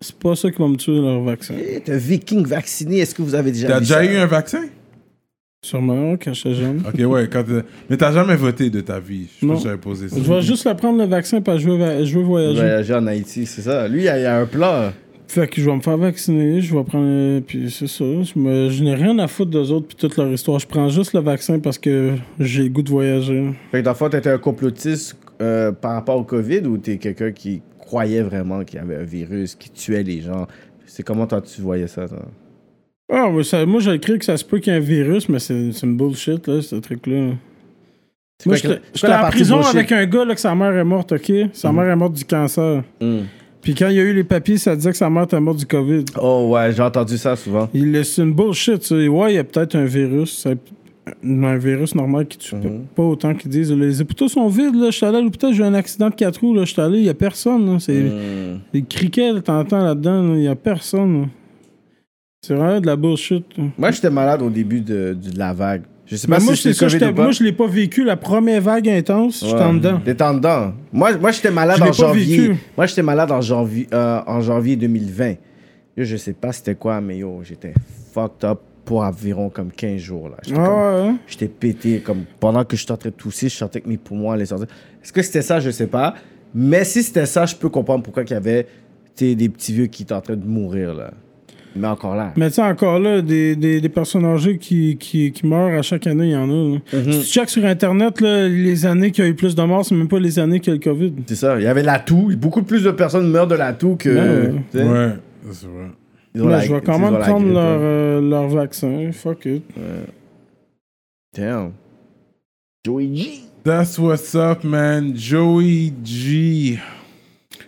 S3: c'est pas ça qui va me tuer, leur vaccin.
S2: Hey, T'es un viking vacciné, est-ce que vous avez déjà
S1: T'as
S2: vu
S1: déjà
S2: ça?
S1: eu un vaccin?
S3: Sûrement, quand j'étais jeune.
S1: Ok, ouais. Quand t'as- mais t'as jamais voté de ta vie. Je pense
S3: Non.
S1: que j'avais posé ça.
S3: Je vais juste le prendre, le vaccin, parce que je veux, va- je veux voyager.
S2: Voyager en Haïti, c'est ça. Lui, il y a, il y a un plan.
S3: Fait que je vais me faire vacciner, je vais prendre. Puis c'est ça. Je, me- je n'ai rien à foutre d'eux autres, puis toute leur histoire. Je prends juste le vaccin parce que j'ai le goût de voyager.
S2: Fait que dans le fond, t'étais un complotiste euh, par rapport au COVID ou t'es quelqu'un qui croyait vraiment qu'il y avait un virus qui tuait les gens? C'est comment toi tu voyais ça, toi?
S3: Ah, mais ça, moi, j'ai cru que ça se peut qu'il y ait un virus, mais c'est c'est une bullshit, là, ce truc-là. Moi,
S2: quoi que-
S3: j'étais
S2: c'est
S3: j'étais
S2: quoi la
S3: en
S2: partie
S3: prison
S2: bullshit? Mm.
S3: avec un gars là, que sa mère est morte, OK? Sa mère est morte du cancer. Puis quand il y a eu les papiers, ça disait que sa mère était morte du COVID.
S2: Oh ouais, j'ai entendu ça souvent.
S3: Il laisse une bullshit. ça. Ouais, il y a peut-être un virus. c'est Un virus normal qui tue
S2: Mhm.
S3: pas autant qu'ils disent. Les hôpitaux sont vides. Là. Je suis allé à l'hôpital, j'ai eu un accident de 4 roues. Là. Je suis allé, il n'y a personne. là. C'est
S2: Mhm. Hmm.
S3: des criquets, là, t'entends là-dedans. là. Il n'y a personne. là. C'est vraiment de la bullshit. là.
S2: Moi, j'étais malade au début de, de la vague. Je sais pas
S3: Mais
S2: si
S3: moi,
S2: j'étais
S3: c'est ça,
S2: COVID
S3: j'étais-
S2: ou pas.
S3: moi, je l'ai pas vécu. La première vague intense, j'étais en
S2: Ouais.
S3: dedans.
S2: T'étais en dedans. Moi, moi j'étais malade
S3: Je l'ai
S2: en
S3: pas
S2: janvier.
S3: vécu.
S2: Moi, j'étais malade en janvier, euh, en janvier 2020. Yo, je sais pas c'était quoi, mais yo, j'étais fucked up pour environ comme 15 jours. là. J'étais comme-
S3: Ah ouais, hein?
S2: J'étais pété. Comme pendant que je suis en train de tousser, je sentais que mes poumons allaient sortir. Est-ce que c'était ça Je sais pas. Mais si c'était ça, je peux comprendre pourquoi il y avait tu sais, des petits vieux qui étaient en train de mourir. là. Mais encore là.
S3: Mais tu sais, encore là, des, des, des personnes âgées qui, qui, qui meurent à chaque année, il y en a. là.
S2: Mhm.
S3: Si tu checkes sur Internet, là, les années qui ont eu plus de morts, c'est même pas les années qu'il y a le COVID.
S2: C'est ça. Il y avait la toux. Beaucoup plus de personnes meurent de la toux que.
S3: Ouais.
S2: tu sais,
S1: Ouais, c'est vrai.
S2: ils ont
S3: Là,
S2: la-
S3: je vais
S2: ils
S3: quand
S2: ont
S3: même
S2: la
S3: prendre
S2: grippe, hein.
S3: leur,
S2: là.
S3: euh, leur vaccin. Fuck it.
S2: Damn. Joey G.
S1: That's what's up, man. Joey G.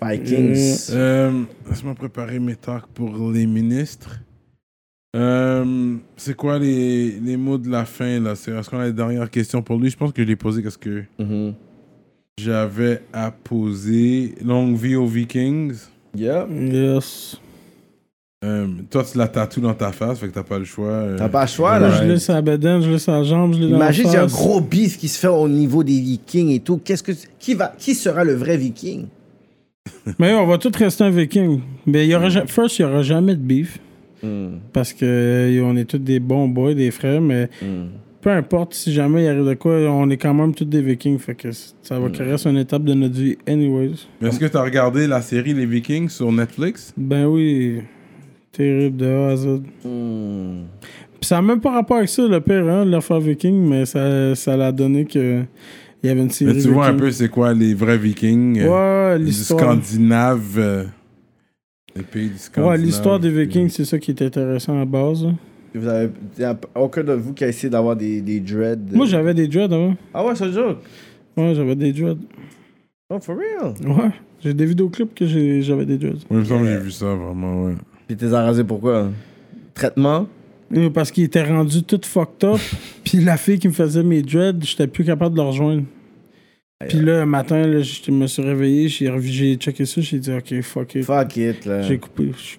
S2: Vikings.
S1: Euh, Laisse-moi préparer mes talks pour les ministres. Euh, c'est quoi les, les mots de la fin, là C'est- Est-ce qu'on a les dernières questions pour lui Je pense que je l'ai posé parce que
S3: Mm-hmm.
S2: Mhm.
S1: j'avais à poser. Longue vie aux Vikings.
S2: Yeah.
S3: Mm-hmm. Yes.
S1: Euh, toi, tu la tatoues dans ta face, fait que t'as pas le choix. euh.
S2: T'as pas le choix,
S3: Là,
S2: là.
S3: je l'ai sur la bedaine, je l'ai sur la jambe, je l'ai dans la
S2: Imagine, il y a un
S3: face.
S2: gros beef qui se fait au niveau des Vikings et tout. Qu'est-ce que qui va qui sera le vrai Viking
S3: Mais on va tous rester un viking. Mais il y aura,
S2: Hmm.
S3: ja- First, il y aura jamais de beef. Parce que euh, on est tous des bons boys, des frères, mais
S2: Hmm.
S3: peu importe si jamais il arrive de quoi, on est quand même tous des vikings. Fait que c- ça
S2: Hmm.
S3: va créer une étape de notre vie, anyways.
S1: Mais Est-ce que t'as regardé la série Les Vikings sur Netflix
S3: Ben oui, terrible de A à Z. Mm. Puis ça n'a même pas rapport avec ça, le pire, hein, l'affaire viking, mais ça, ça l'a donné que il y avait une série.
S1: Mais Tu vois un
S3: Viking.
S1: peu c'est quoi les vrais Vikings euh,
S3: Ouais,
S1: Les
S3: l'histoire.
S1: Scandinaves. euh, les pays du Scandinave.
S3: Ouais, l'histoire
S1: euh,
S3: des vikings, c'est ça qui est intéressant à base. hein. là.
S2: Vous avez y a aucun de vous qui a essayé d'avoir des, des dreads.
S3: Moi, j'avais des dreads avant.
S2: Ah ouais, c'est un joke.
S3: Ouais, j'avais des dreads.
S2: Oh, for real.
S3: Ouais, j'ai des vidéoclips que j'ai- j'avais des dreads.
S1: Ouais, il me semble que j'ai vu ça vraiment, ouais.
S2: Puis t'es arrasé pourquoi Traitement.
S3: Euh, Parce qu'il était rendu tout fucked up. puis la fille qui me faisait mes dreads, j'étais plus capable de la rejoindre. Puis là, un matin, là, je me suis réveillé, j'ai revu- j'ai checké ça, j'ai dit, OK, fuck it.
S2: Fuck euh. it, là.
S3: J'ai coupé. Je-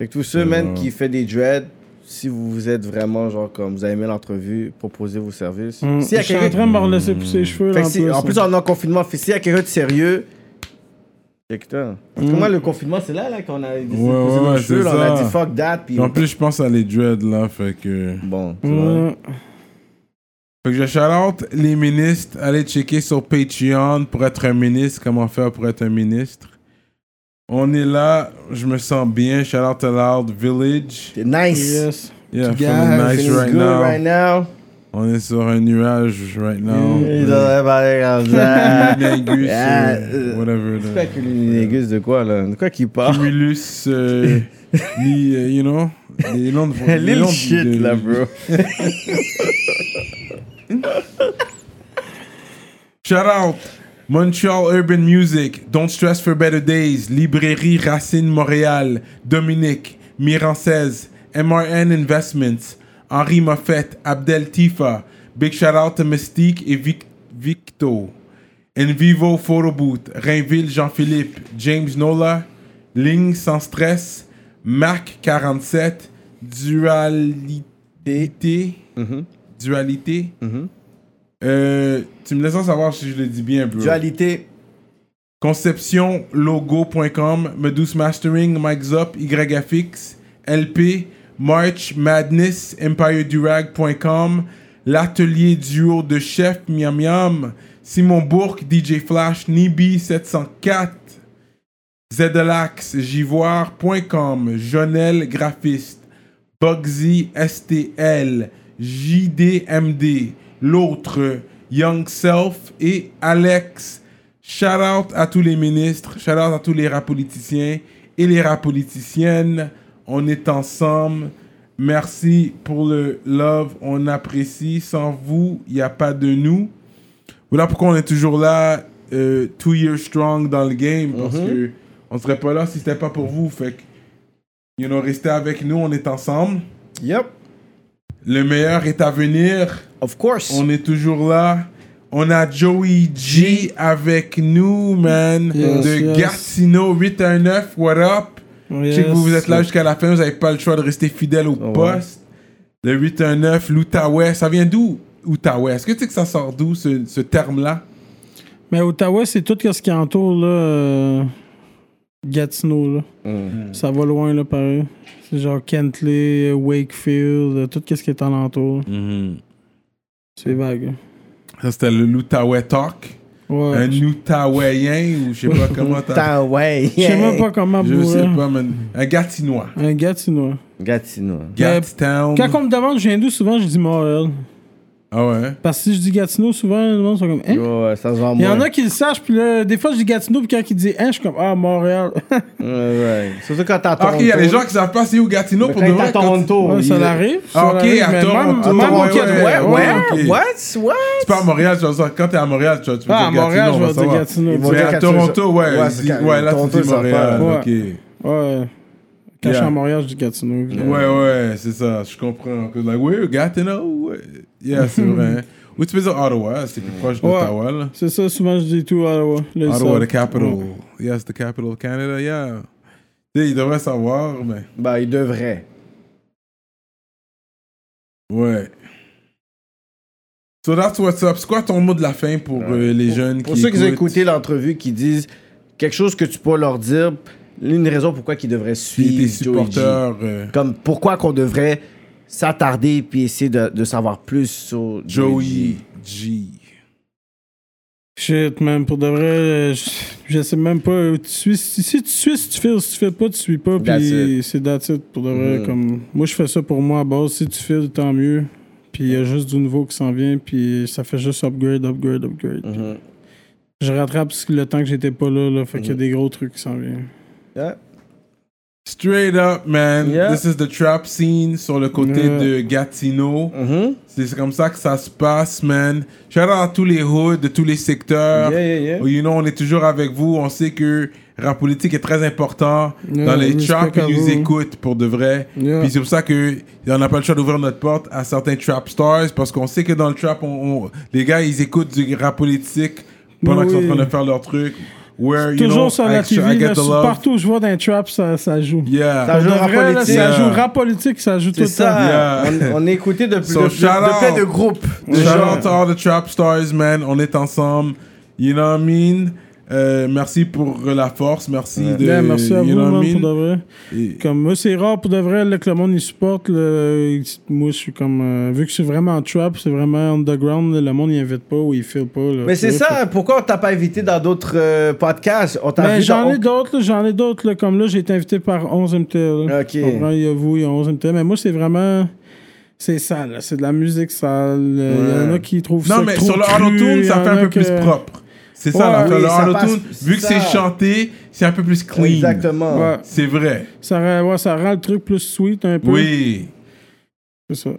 S2: Fait que tous ceux, man, qui fait des dreads, si vous vous êtes vraiment, genre, comme vous avez aimé l'entrevue, proposez vos services.
S3: Hmm.
S2: S'il y a
S3: Je suis en
S2: quelqu'un
S3: train de me relaisser pousser les cheveux.
S2: Fait
S3: là,
S2: que si- en plus,
S3: hein.
S2: on est en confinement. Fait que s'il y a quelqu'un de sérieux. Écoute-toi. Parce que
S3: Mm.
S2: moi, le confinement, c'est là, là qu'on a décidé
S1: Ouais,
S2: de poser
S1: ouais,
S2: nos
S1: ouais,
S2: cheveux,
S1: c'est
S2: là, on a
S1: ça.
S2: dit fuck that. Puis
S1: Et En plus, Mm. je pense à les dreads là, fait que.
S2: bon. tu vois.
S3: Ouais.
S1: Fait que je shout out les ministres. Allez checker sur Patreon pour être un ministre. Comment faire pour être un ministre. On est là. Je me sens bien. Shout out to Loud Village.
S2: T'es nice.
S3: Yes.
S1: Yeah,
S2: Guys,
S1: feeling nice
S2: feeling
S1: right
S2: good
S1: now.
S2: right now.
S1: On est sur un nuage right now.
S2: Il devrait parler comme ça.
S1: Cumulus,
S2: Ah,
S1: euh,
S2: euh,
S1: whatever.
S2: C'est
S1: là.
S2: quoi que les négus de quoi, là De quoi qu'il parle
S1: Cumulus, euh, ni, euh, you know, les noms de... les
S2: Lil
S1: noms de-
S2: shit,
S1: de-
S2: là, bro.
S1: Shout out Montreal Urban Music, Don't Stress for Better Days, Librairie Racine Montréal, Dominique, Miran 16, MRN Investments, Henri Moffett, Abdel Tifa, Big shout out to Mystique et Vic- Victo, Envivo Photo Booth, Rainville Jean-Philippe, James Nola, Ligne Sans Stress, Mac 47, Dualité, Dualité, euh, tu me laisses savoir si je le dis bien, bro.
S2: Dualité.
S1: Conceptionlogo.com, Medus Mastering, Mike Zop, YFX, LP, March Madness, EmpireDurag.com, L'Atelier Duo de Chef, Miam Miam, Simon Bourque, DJ Flash, Nibi704, Zedelax, Jivoire.com, Jonel Graphiste, Bugsy STL, JDMD, l'autre, Young Self et Alex. Shout out à tous les ministres, shout out à tous les rats politiciens et les rats politiciennes. On est ensemble. Merci pour le love. On apprécie. Sans vous, il n'y a pas de nous. Voilà pourquoi on est toujours là, euh, two years strong dans le game. Parce
S3: Mhm.
S1: que on serait pas là si c'était pas pour vous. Fait que, you know, restez avec nous. On est ensemble.
S2: Yep.
S1: Le meilleur est à venir.
S2: Of course.
S1: On est toujours là. On a Joey G avec nous, man.
S3: Yes,
S1: de
S3: yes.
S1: Gatineau 819. What up?
S3: Mm,
S1: Je sais que vous, vous êtes là jusqu'à la fin. Vous n'avez pas le choix de rester fidèle
S3: Oh,
S1: au poste. Le 819, l'Outaouais. Ça vient d'où, Outaouais? Est-ce que tu sais que ça sort d'où, ce, ce terme-là?
S3: Mais Ottawa, c'est tout ce qui entoure là, euh, Gatineau. Là. Ça va loin, là, pareil. C'est genre Kentley, Wakefield, euh, tout ce qui est alentour. C'est vague. hein.
S1: Ça, c'était le l'Outaouais Talk.
S3: Ouais.
S1: Un Outaouayen, ou je sais pas comment t'as...
S2: Putain, ouais.
S3: Je sais même pas comment
S1: Je sais
S3: bourrer.
S1: pas, man. Un Gatinois.
S3: Un Gatinois.
S2: Gatineau.
S1: Hein? Gatstown.
S3: Euh, Quand on me demande je viens d'où, souvent je dis Montréal.
S1: Ah ouais?
S3: Parce que si je dis Gatineau, souvent les gens sont comme Hein?
S2: Yo, ouais, ça se vend
S3: Il y en
S2: moins.
S3: a qui le sachent, puis là, des fois je dis Gatineau, puis quand ils disent Hein, je suis comme Ah, Montréal.
S2: Ouais, ouais. Surtout quand t'as
S1: Ah, Ok, il y a des gens qui savent pas c'est où Gatineau pour de
S2: Quand t'as
S1: vrai. quand tu-
S2: Toronto.
S3: Ouais,
S2: il-
S3: ça l'arrive.
S1: Ah,
S3: ça
S1: ok,
S3: l'arrive,
S1: à
S3: mais
S1: Toronto, Ah,
S3: Même, même au
S1: ouais,
S3: Québec.
S1: ouais, ouais. ok.
S2: What? What?
S1: C'est pas à Montréal, tu vas dire. Quand t'es à Montréal, tu vas tu vas
S3: Ah, à
S1: dire
S3: Montréal,
S1: Gatineau.
S3: je
S1: on
S3: vais
S1: va
S3: dire
S1: savoir.
S3: Gatineau.
S2: Ils vont
S1: Mais
S2: dire
S1: à
S2: Gatineau,
S1: Toronto, ouais.
S2: ouais,
S1: ils
S2: c'est
S1: disent-
S2: quand-
S1: Ouais, là,
S2: Toronto,
S1: tu dis
S2: ça
S1: Montréal.
S3: parle.
S1: Ok.
S3: Ouais. Quand je suis à Montréal, je dis Gatineau.
S1: Ouais, ouais, c'est ça. Je comprends. Cause like, we're Gatineau. ouais. Yeah, c'est vrai. hein. Ou tu peux dire Ottawa, c'est plus proche d'Ottawa, là.
S3: C'est ça, souvent je dis tout à Ottawa. Là, ils
S1: Ottawa,
S3: savent.
S1: the capital. Yes, the capital of Canada, yeah. Tu sais, ils devraient savoir, mais.
S2: Bah, il devrait.
S1: Ouais. So that's what's up. C'est quoi ton mot de la fin pour euh, les jeunes
S2: Pour
S1: qui
S2: ceux qui ont
S1: écoutent?
S2: écouté l'entrevue, qui disent quelque chose que tu peux leur dire, une raison pourquoi ils devraient
S1: Puis
S2: suivre
S1: tes
S2: Joey G.
S1: supporters. euh,
S2: Comme pourquoi qu'on devrait s'attarder puis essayer de, de savoir plus sur
S1: Joey
S2: G.
S1: G.
S3: Shit, man, pour de vrai, euh, je, je sais même pas. euh, Tu suis, si, si tu suis, si tu fais, si tu fais pas, tu suis pas.
S2: That's
S3: Puis c'est that's it, pour de vrai.
S1: Mm.
S3: Comme, moi, je fais ça pour moi à base. Si tu fais, tant mieux. Puis il y a juste du nouveau qui s'en vient. Puis ça fait juste upgrade, upgrade, upgrade.
S1: Mm.
S3: Puis
S2: Mhm.
S3: Je rattrape ce- le temps que j'étais pas là. là fait qu'il y
S1: Mm.
S3: a des gros trucs qui s'en viennent.
S2: Yeah.
S1: Straight up, man.
S2: Yeah.
S1: This is the trap scene sur le côté
S3: Yeah. Mm-hmm.
S1: de Gatineau. C'est comme ça que ça se passe, man. Shout out à tous les hoods, de tous les secteurs.
S2: Yeah, yeah, yeah.
S1: You know, on est toujours avec vous. On sait que rap politique est très important
S3: Yeah,
S1: dans les
S3: respect
S1: traps qui
S3: à
S1: nous
S3: vous.
S1: écoutent pour de vrai.
S3: Yeah.
S1: Puis c'est pour ça que on n'a pas le choix d'ouvrir notre porte à certains trap stars parce qu'on sait que dans le trap, on- on- les gars, ils écoutent du rap politique pendant qu'ils sont en
S3: Oui.
S1: train de faire leur truc. Where, you
S3: Toujours
S1: know,
S3: sur
S1: I-
S3: la TV,
S1: I get
S3: là,
S1: the
S3: sur-
S1: love.
S3: partout où je vois d'un trap, ça, ça joue.
S1: Yeah.
S2: Ça
S3: Pour
S2: joue
S3: de
S2: rap
S3: vrai, là,
S2: politique.
S3: ça
S1: Yeah.
S3: joue rap politique, ça joue tout
S2: C'est
S3: le temps.
S2: ça.
S1: Yeah.
S2: On, on est écouté de, plus
S1: So
S2: de, de,
S1: shout out.
S2: de plein de groupes. De
S1: Shout
S2: gens.
S1: out to all the trap stars, man. On est ensemble. You know what I mean? Euh, merci pour la force. Merci de.
S3: Ben, merci à
S1: you
S3: vous,
S1: know what
S3: man,
S1: I
S3: pour de
S1: mean?
S3: vrai.
S1: Et-
S3: Comme moi, c'est rare pour de vrai là, que le monde y supporte. là. moi, je suis comme. euh, vu que c'est vraiment trap, c'est vraiment underground, là, le monde n'y invite pas ou il file pas. là.
S2: Mais c'est
S3: Tu vois,
S2: ça, pourquoi on t'a pas invité dans d'autres euh, podcasts? On t'a
S3: Mais
S2: vu
S3: Ben, j'en
S2: dans...
S3: ai d'autres, là, j'en ai d'autres. là, Comme là, j'ai été invité par 11 MTL. là.
S2: Ok.
S3: Tu comprends, Il y a vous, il y a 11 MTL. Mais moi, c'est vraiment. C'est sale, là, c'est de la musique sale. Il y en a qui trouvent ça.
S1: Non, mais
S3: trop
S1: sur le
S3: cru,
S1: auto-tune,
S3: il y
S1: ça
S3: en
S1: fait un
S3: a
S1: peu
S3: que-
S1: plus propre. C'est
S3: Ouais,
S1: ça, là.
S2: oui,
S1: le
S2: ça
S1: auto-tune,
S2: passe-
S1: vu que
S2: ça.
S1: c'est chanté, c'est un peu plus clean.
S2: Exactement.
S3: Ouais.
S1: C'est vrai.
S3: Ça, rend- ouais, ça rend le truc plus sweet un peu.
S1: Oui.
S3: C'est ça.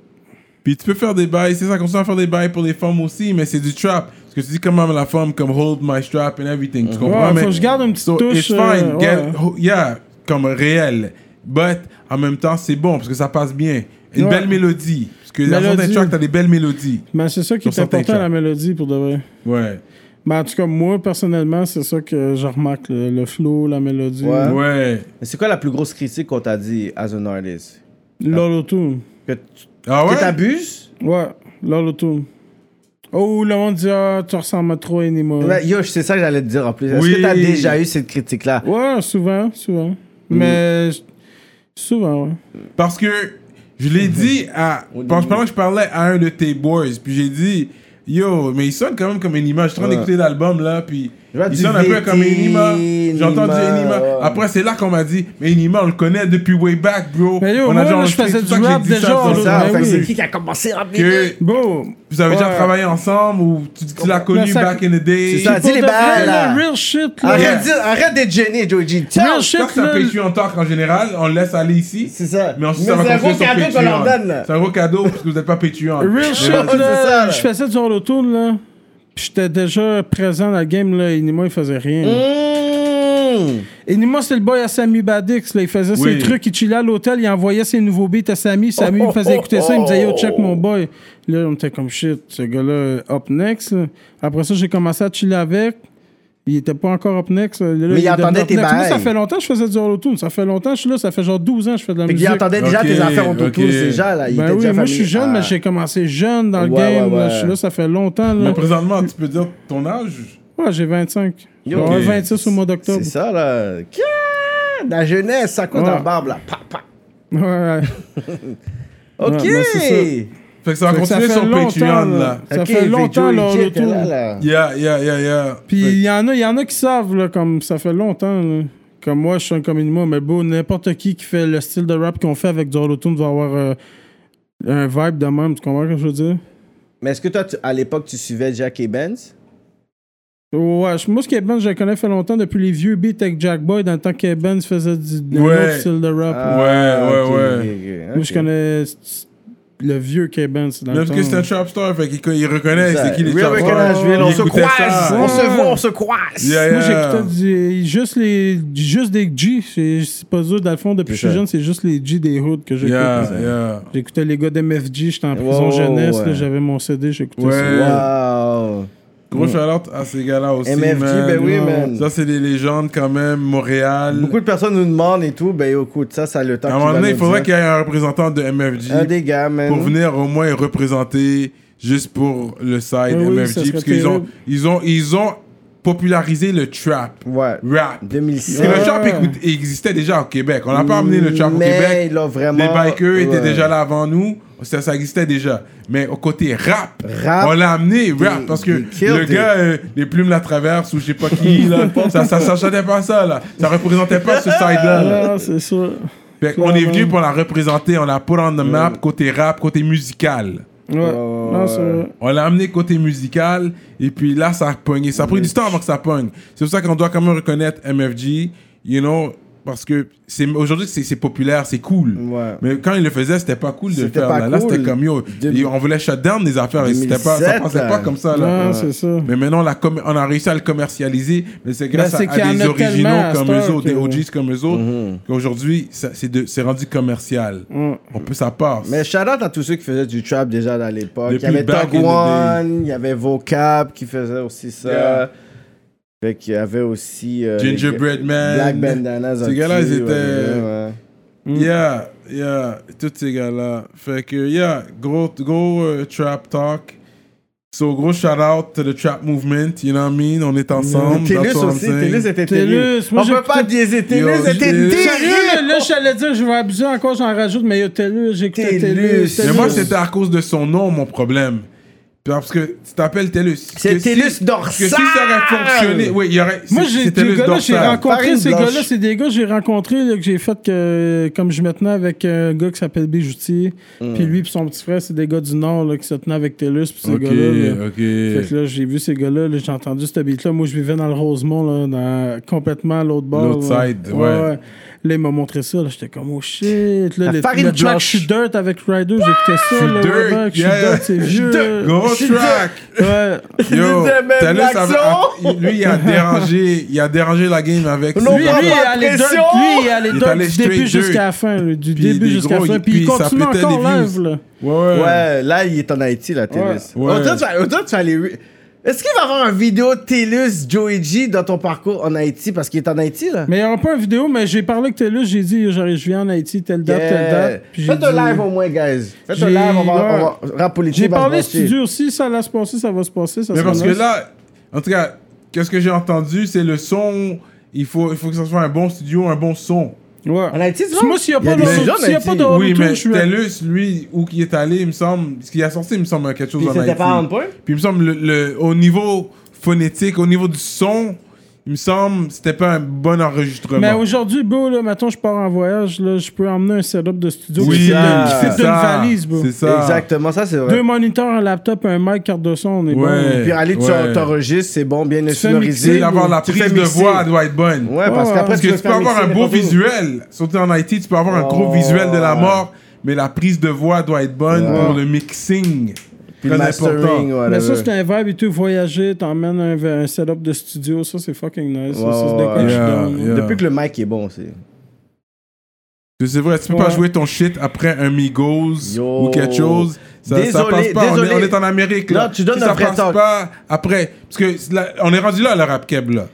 S1: Puis tu peux faire des bails, c'est ça, continue à faire des bails pour les femmes aussi, mais c'est du trap. Parce que tu dis comment la femme, comme hold my strap and everything. Tu comprends?
S3: Ouais,
S1: mais
S3: faut que je garde une petite
S1: so
S3: touche,
S1: It's fine,
S3: euh,
S1: get-
S3: ouais.
S1: ho- yeah, comme réel. But en même temps, c'est bon parce que ça passe bien. Une
S3: Ouais.
S1: belle mélodie. Parce que dans
S3: Mélodie.
S1: certains tracks, t'as des belles mélodies.
S3: Mais c'est ça qui
S1: Sur
S3: est
S1: certains
S3: important,
S1: tracks.
S3: la mélodie, pour de vrai.
S1: Ouais.
S3: Ben, en tout cas, moi, personnellement, c'est ça que je remarque. Le, le flow, la mélodie.
S2: Ouais. Hein?
S1: Ouais.
S2: Mais c'est quoi la plus grosse critique qu'on t'a dit as an artist?
S3: L'auto-tune.
S2: Que tu
S1: Ah ouais?
S2: que t'abuses?
S3: Ouais, l'auto-tune. Oh, le monde dit « Ah, tu ressembles à trop à Enima.
S2: Ouais, Yo, c'est ça que j'allais te dire en plus. Est-ce
S1: Oui.
S2: que t'as déjà eu cette critique-là?
S3: Ouais, souvent, souvent.
S2: Mm.
S3: Mais... j- Souvent, ouais.
S1: Parce que je
S3: Mhm.
S1: l'ai dit à. Pendant pendant que je parlais à un de tes boys, puis j'ai dit Yo, mais il sonne quand même comme une image. Je suis en train d'écouter l'album là, puis
S2: vois
S1: Il
S2: du
S1: sonne un peu
S2: VT,
S1: comme Enima. J'ai entendu
S2: Enima,
S1: Enima.
S2: ouais.
S1: Après, c'est là qu'on m'a dit, mais Enima, on le connaît depuis way back, bro.
S3: Mais yo,
S1: on
S3: moi,
S1: déjà
S3: je
S1: enregistré,
S3: faisais
S1: c'est
S3: du
S1: pour ça que
S3: rap
S1: j'ai dit
S3: déjà,
S1: ça,
S3: là.
S1: c'est
S2: C'est ça,
S3: Ben
S2: fait que
S3: oui.
S2: c'est qui qui a commencé à rapper?
S1: que
S3: Bon.
S1: vous avez déjà
S3: Ouais.
S1: travaillé ensemble ou tu, tu la
S3: Mais
S1: connu
S3: ça-
S1: back in the day.
S2: C'est ça. Ah, dis
S3: Pour
S2: les
S3: de
S2: balles,
S3: vrai,
S2: là.
S3: Real shit, là.
S2: Arrête de dire- arrête d'être gêné, Joji. Tiens,
S3: Real
S1: Je crois que
S3: shit,
S1: c'est un
S3: là.
S1: Patreon talk en général, on le laisse aller ici.
S2: C'est ça.
S1: Mais ensuite,
S2: Mais
S1: ça va
S2: c'est un
S1: continuer
S2: gros
S1: sur
S2: cadeau qu'on leur donne,
S1: Patreon.
S2: là.
S1: C'est un gros cadeau parce que vous n'êtes pas Patreon.
S3: Real shit,
S2: c'est ça,
S3: là.
S2: là.
S3: Je faisais du retour, là. Puis j'étais déjà présent dans le game, là. Enima, il faisait rien. là.
S2: Mmh.
S3: Enima, c'est le boy à Samy Badix, là. Il faisait
S1: Oui.
S3: ses trucs, il chillait à l'hôtel, il envoyait ses nouveaux beats à Samy. Samy il me faisait écouter ça, il me disait Yo, check mon boy. Là, on était comme shit, ce gars-là, euh, up next. là. Après ça, j'ai commencé à chiller avec. Il était pas encore up next. là, là,
S2: il
S3: est devenu
S2: entendait
S3: up
S2: tes
S3: next. Moi, ça
S2: bails.
S3: fait longtemps que je faisais du autotune. Ça fait longtemps que je suis là. Ça fait genre 12 ans que je fais de la
S2: Fait qu'il
S3: musique.
S2: entendait déjà
S1: Ok,
S2: tes affaires autour
S1: ok.
S2: tous déjà, là. Il
S3: Ben
S2: était
S3: oui,
S2: déjà
S3: moi je
S2: familier.
S3: suis jeune,
S2: Ah.
S3: mais j'ai commencé jeune dans le
S2: Ouais,
S3: game.
S2: ouais,
S3: là.
S2: ouais.
S3: Je suis là, ça fait longtemps. Là.
S1: Mais présentement, tu peux dire ton âge
S3: Ouais, j'ai 25.
S2: Yo,
S3: J'aurai
S1: ok.
S3: 26 au mois d'octobre.
S2: C'est ça, là. Kia! La jeunesse, ça coûte
S3: Ouais.
S2: en barbe, là. Pa, pa.
S3: Ouais.
S2: OK!
S3: mais c'est
S1: Fait que ça va
S3: Fait que ça
S1: continuer
S3: fait
S1: sur
S3: longtemps,
S1: Patreon, là.
S3: là. Ça
S2: OK,
S3: fait longtemps,
S2: Joey
S3: là,
S2: Jet,
S3: retour.
S2: là, là.
S1: Yeah, yeah, yeah, yeah.
S3: Puis
S1: Fait-
S3: il y, en a- il y en a qui savent, là, comme ça fait longtemps. là. Comme moi, je suis un communiment, mais beau, n'importe qui qui fait le style de rap qu'on fait avec du Holotune va avoir euh, un vibe de même. Tu comprends ce que je veux dire?
S2: Mais est-ce que toi, tu- à l'époque, tu suivais Jack et Benz?
S3: Ouais, je- moi, ce Kevin, je le connais fait longtemps depuis les vieux beats avec Jack Boy dans le temps que Ben faisait du un
S1: Ouais.
S3: autre style de rap. là.
S2: Ah,
S1: ouais,
S2: ok,
S1: ouais.
S2: ok, ok,
S3: Moi, je
S2: ok.
S3: connais le vieux K-Ben. c'est dans
S1: Là,
S3: le
S1: parce que
S3: temps.
S1: c'est un trap star, fait qu'il il reconnaît
S2: Ça,
S1: c'est qui les
S2: Real
S1: trap
S2: Recognize,
S1: stars.
S2: Real,
S1: Il
S2: on se
S1: écoutait
S2: croise!
S1: ça.
S2: On se voit, on se croise!
S1: Yeah,
S3: Moi,
S1: yeah.
S3: j'écoutais du- juste, les, juste des G. C'est c'est pas dur, dans le fond, depuis que je suis
S2: ça.
S3: jeune, c'est juste les G des hoods que j'écoute.
S1: Yeah, yeah.
S3: J'écoutais les gars d'MFG, j'étais en
S2: Ouais,
S3: prison
S2: ouais,
S3: jeunesse,
S2: ouais.
S3: là, j'avais mon CD, j'écoutais
S1: Ouais.
S3: ça.
S2: Wow!
S1: Gros shout-out à ces gars-là aussi,
S2: MFG,
S1: man.
S2: ben oui,
S1: Wow.
S2: man.
S1: Ça, c'est des légendes quand même, Montréal.
S2: Beaucoup de personnes nous demandent et tout. Ben, écoute, ça, ça a le temps
S1: À
S2: que
S1: un
S2: tu
S1: moment
S2: vas
S1: donné, il
S2: nous
S1: faudrait
S2: dire.
S1: qu'il y ait un représentant de MFG
S2: Un des gars, man.
S1: pour venir au moins représenter juste pour le side
S3: oui, ça
S1: MFG.
S3: serait
S1: Parce qu'ils ont,
S3: terrible.
S1: ils ont, ils ont popularisé le trap.
S2: Ouais.
S1: Rap.
S2: 2006.
S1: Et le trap écoute- existait déjà au Québec. On n'a pas amené le trap au
S2: Mais
S1: Québec.
S2: ils l'ont vraiment-
S1: Les bikers étaient
S2: ouais.
S1: déjà là avant nous. Ça, ça existait déjà. Mais au côté rap,
S2: Rap.
S1: on l'a amené rap. parce que
S2: des kills,
S1: le
S2: des-
S1: gars, euh, les plumes la traversent ou je sais pas qui, là, ça, ça, ça chantait pas ça. Là. Ça représentait pas ce side-là. là.
S3: Ah, c'est ça.
S1: Fait qu'on Ben, est
S3: Clairement.
S1: venu pour la représenter, on l'a put on the map côté rap, côté musical.
S3: Ouais. Non, c'est vrai.
S1: On l'a amené côté musical, et puis là, ça a pogné. Ça a pris du temps avant que ça pogne. C'est pour ça qu'on doit quand même reconnaître MFG, you know, parce que c'est, aujourd'hui, c'est, c'est populaire, c'est cool.
S2: Ouais.
S1: Mais quand il le faisait, c'était pas cool de le
S2: C'était
S1: faire.
S2: pas
S1: là. Là, c'était
S2: cool.
S1: comme yo.
S2: Deux-
S1: et On voulait shut down des affaires, et c'était pas, ça
S2: 2007,
S1: passait pas
S2: là.
S1: comme ça. Là.
S3: Non, c'est ça.
S1: Mais maintenant, on l'a comm- on a réussi à le commercialiser. Mais c'est grâce
S3: Ben, c'est
S1: à, à
S3: qu'il y en
S1: des
S3: a
S1: originaux
S3: tellement à Mm-hmm.
S1: comme
S3: cette
S1: eux
S3: heure
S1: autres, des
S3: que-
S1: OGs comme eux autres, qu'aujourd'hui, ça- c'est de- c'est rendu commercial.
S3: Mm.
S1: On peut, ça passe.
S2: Mais shout out à tous ceux qui faisaient du trap déjà à l'époque. Il
S1: Depuis
S2: y avait
S1: back in
S2: Tag
S1: the
S2: One, il y avait Vocab qui faisait aussi ça.
S1: Yeah.
S2: Fait qu'il y avait aussi. euh,
S1: Gingerbread
S2: les-
S1: Man.
S2: Black Bandanas.
S1: Ces gars-là, ils étaient- euh,
S2: ouais, ouais.
S1: Yeah, yeah, tous ces gars-là. Fait que, yeah, gros, gros euh, trap talk. So, gros shout out to the trap movement, you know what I mean? On est ensemble. that's
S2: Télus
S1: what I'm
S2: aussi,
S1: saying.
S2: Télus était
S3: Télus,
S2: Télus.
S3: moi,
S2: On peut
S3: j'écoutais-
S2: pas biaiser
S1: Yo,
S2: Télus, c'était
S1: Télus.
S3: Sérieux, là,
S2: terrible.
S3: là, j'allais dire, je vais abuser encore, j'en rajoute, mais yo, Tellus, j'écoutais
S2: Tellus.
S3: Tellus.
S1: Mais
S3: Tellus.
S1: moi, c'était à cause de son nom, mon problème. Parce que tu t'appelles Télus.
S2: C'est
S1: Que
S2: Télus
S1: si-
S2: dorsal!
S1: Que si ça aurait fonctionné, oui, il y aurait.
S3: Moi,
S1: c'est-
S3: j'ai
S1: c'est
S3: ces
S1: Télus
S3: gars-là, j'ai
S1: dorsal.
S3: rencontré
S2: Farine
S3: ces
S2: blanche.
S3: gars-là, c'est des gars que j'ai rencontrés, là, que j'ai fait que, comme je me tenais avec un gars qui s'appelle Bijoutier, puis lui puis son petit frère, c'est des gars du Nord là, qui se tenaient avec Tellus, puis ces
S1: Ok,
S3: gars-là. là. Fait
S1: ok.
S3: que là, j'ai vu ces gars-là, là, j'ai entendu cette beat-là. Moi, je vivais dans le Rosemont, là, dans- complètement à l'autre bord.
S1: L'autre
S3: là.
S1: side, ouais.
S3: Là, ils m'ont montré ça, là, j'étais comme, oh shit. Là,
S2: La
S3: le,
S2: farine
S3: le track
S2: blanche.
S3: Je suis dirt avec Ryder, j'écoutais ça. Là,
S1: Dirt,
S3: ouais, back, Je suis
S1: yeah.
S3: dirt, c'est
S1: Je
S3: vieux. là.
S1: Gros
S2: J'suis
S1: track!
S3: Ouais.
S1: Yo,
S2: disais même
S1: Tellus,
S2: l'accent.
S1: avait- lui, ah, il a dérangé, il a dérangé la game avec.
S2: Non,
S1: ses-
S3: Lui,
S2: pas
S3: lui,
S2: de
S3: il allait dirt,
S2: pression.
S3: lui, il allait
S1: Il est
S3: dirt
S1: allé
S3: du
S1: straight
S3: début
S1: dirt.
S3: jusqu'à la fin, là,
S1: Puis
S3: du début
S1: des
S3: jusqu'à
S1: gros,
S3: la fin,
S1: il-
S3: puis il
S1: puis ça
S3: continue
S1: pétait
S3: encore
S1: des
S3: live,
S1: views.
S3: là.
S1: Ouais, ouais.
S2: Ouais, là, il est en Haïti, là, Télus.
S1: Ouais.
S2: Autant tu vas- autant tu vas aller. Est-ce qu'il va y avoir une vidéo Télus, Joey G dans ton parcours en Haïti parce qu'il est en Haïti, là?
S3: Mais il n'y aura pas une vidéo, mais j'ai parlé avec Tellus, j'ai dit, j'arrive- je viens en Haïti, telle date, telle date. puis j'ai
S2: Faites un
S3: dit-
S2: live au moins, guys. Faites un
S3: J'ai-
S2: live, on va,
S3: ouais.
S2: on va rap politique.
S3: J'ai
S2: va se
S3: parlé
S2: brancher.
S3: studio, si ça va se passer, ça va se passer. Ça
S1: Mais
S3: sera
S1: parce que
S3: nice.
S1: là, en tout cas, qu'est-ce que j'ai entendu, c'est le son. Il faut, il faut que ça soit un bon studio, un bon son.
S3: Ouais.
S2: En Haïti, tu vois?
S3: Moi, s'il n'y a
S2: Il y a
S3: pas
S2: des
S3: de-
S2: gens
S3: s'il y a
S2: en
S3: pas de
S2: Haïti.
S1: oui,
S3: retour,
S1: mais
S3: je suis-
S1: Tellus, lui, où qu'il est allé, il me semble, ce qu'il a sorti, il me semble quelque chose
S2: Puis
S1: en
S2: c'était
S1: Haïti.
S2: pas on point?
S1: Puis il me semble, le, le- au niveau phonétique, au niveau du son, Il me semble c'était pas un bon enregistrement.
S3: Mais aujourd'hui, bro, là, mettons, je pars en voyage, là, je peux emmener un setup de studio
S1: Oui,
S3: qui fit dans-
S2: ça.
S3: qui fit
S1: c'est
S3: d'une
S1: ça.
S3: valise, bro.
S1: C'est ça.
S2: Exactement, ça c'est vrai.
S3: Deux moniteurs, un laptop, un mic, carte de son, on est
S1: Ouais.
S2: Puis aller, tu
S1: Ouais.
S2: t'enregistres, c'est bon, bien
S3: fais
S2: sonorisé.
S3: mixer,
S1: Et avoir la
S2: Tu fais
S1: prise de
S2: mixer.
S1: voix elle doit être bonne.
S2: Ouais, parce
S3: Ouais,
S2: qu'après,
S3: parce
S1: Parce que tu peux
S2: faire
S1: avoir un
S2: mixer
S1: beau
S2: n'importe où.
S1: visuel. Surtout en Haïti, tu peux avoir un gros
S2: Oh.
S1: visuel de la mort, mais la prise de voix doit être bonne pour le mixing.
S2: Puis le
S1: Très
S2: mastering,
S1: important.
S2: voilà.
S3: Mais ça, c'est un vibe et tout. Voyager, t'emmènes un, un setup de studio, ça, c'est fucking nice. ça,
S2: Ouais,
S3: ça, c'est
S2: ouais,
S3: de quoi
S2: ouais.
S3: je suis
S1: Yeah,
S3: down,
S1: yeah.
S2: Depuis que le mic est bon, c'est.
S1: C'est vrai, tu peux pas
S3: Ouais.
S1: jouer ton shit après un Migos
S2: Yo.
S1: ou quelque chose. Ça, ça
S2: Désolé,
S1: passe pas. On est,
S2: désolé.
S1: on est en Amérique. Là.
S2: Non, tu donnes
S1: Si
S2: un
S1: ça
S2: vrai
S1: passe
S2: talk.
S1: pas après. Parce que c'est la- on est rendu là, le rap keb, là.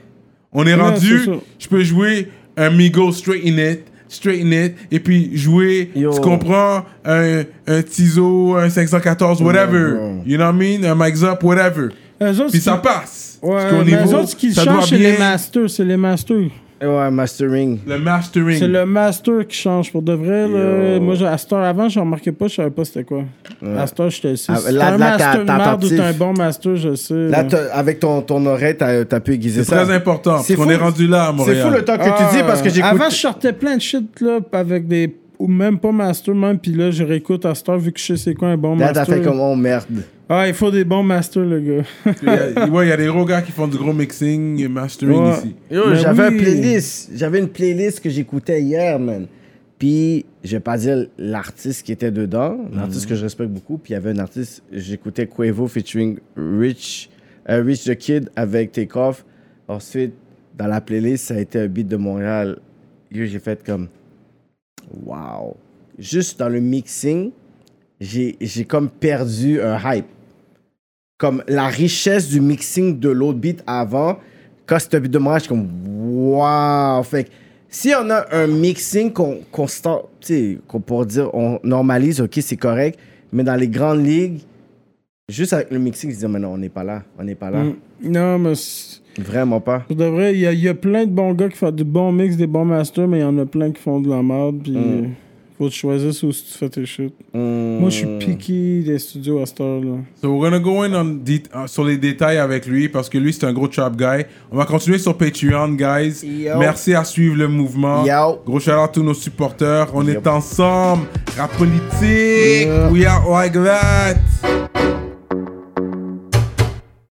S1: On est
S3: Ouais,
S1: rendu,
S3: c'est ça.
S1: je peux jouer un Migos straight in it, straight in it, et puis jouer,
S2: Yo.
S1: tu comprends, un, un Tizo, un 514, whatever.
S2: bro.
S1: You know what I mean? Un Mike's Up, whatever.
S3: Eux autres,
S1: Puis
S3: ce
S1: ça
S3: qui-
S1: passe. Parce qu'au
S3: Ouais, mais eux
S1: niveau,
S3: autres, ce qu'ils
S1: ça doit
S3: changent, c'est
S1: bien-
S3: les masters. C'est les masters.
S2: Eh Ouais, mastering.
S1: Le mastering.
S3: C'est le master qui change pour de vrai. là. Moi, j'ai- à cette heure avant, je remarquais pas, je savais pas c'était quoi. À cette heure, j'étais si.
S2: Ah,
S3: C'est
S2: là-
S3: un
S2: là, t'as-
S3: master de
S2: t'as
S3: merde ou
S2: attentif.
S3: t'as un bon master, je sais.
S2: Là,
S3: là.
S2: t'as- avec ton, ton oreille, t'as as pu aiguiser
S1: C'est
S2: ça.
S1: très important. Parce
S2: C'est
S1: qu'on
S2: fou.
S1: est rendu là à
S2: C'est
S1: Montréal.
S2: fou le temps que tu dis
S3: Ah,
S2: parce que j'écoute.
S3: Avant, je sortais plein de shit là, avec des. Ou même pas master, même. Puis là, je réécoute à cette heure, vu que je sais c'est quoi un bon
S2: Là, t'as
S3: master.
S2: fait comme, oh merde.
S3: Ah, il faut des bons masters, le gars.
S1: Il y a- ouais, il y a des gros gars qui font du gros mixing et mastering
S3: Ouais.
S1: ici.
S3: Mais
S2: J'avais
S3: oui.
S2: un playlist. J'avais une playlist que j'écoutais hier, man. Puis, je vais pas dire l'artiste qui était dedans, l'artiste que je respecte beaucoup. Puis, il y avait un artiste, j'écoutais Quavo featuring Rich, euh, Rich the Kid avec Takeoff. Ensuite, dans la playlist, ça a été un beat de Montréal. Yo, j'ai fait comme, wow. Juste dans le mixing, j'ai j'ai comme perdu un hype. Comme la richesse du mixing de l'autre beat avant, quand c'était un beat de moi, je suis comme waouh. Fait que si on a un mixing qu'on qu'on start- tu sais, qu'on pourrait dire, on normalise, ok, c'est correct, mais dans les grandes ligues, juste avec le mixing, ils se disent, mais non, on n'est pas là, on n'est pas là.
S3: Mm. Non, mais. c'est-
S2: Vraiment pas.
S3: Pour de vrai, il y, a- il y a plein de bons gars qui font du bon mix, des bons masters, mais il y en a plein qui font de la merde. Puis
S2: Hmm.
S3: euh, faut te choisir sur où tu fais tes shit. Moi, je suis picky des studios à cette heure-là.
S1: So we're gonna go in on det- euh, sur les détails avec lui parce que lui c'est un gros trap guy. On va continuer sur Patreon, guys.
S2: Yo.
S1: Merci à suivre le mouvement.
S2: Yo.
S1: Gros shout out à tous nos supporters. On
S2: Yep.
S1: est ensemble. Rap politique.
S3: Yeah.
S1: We are like that.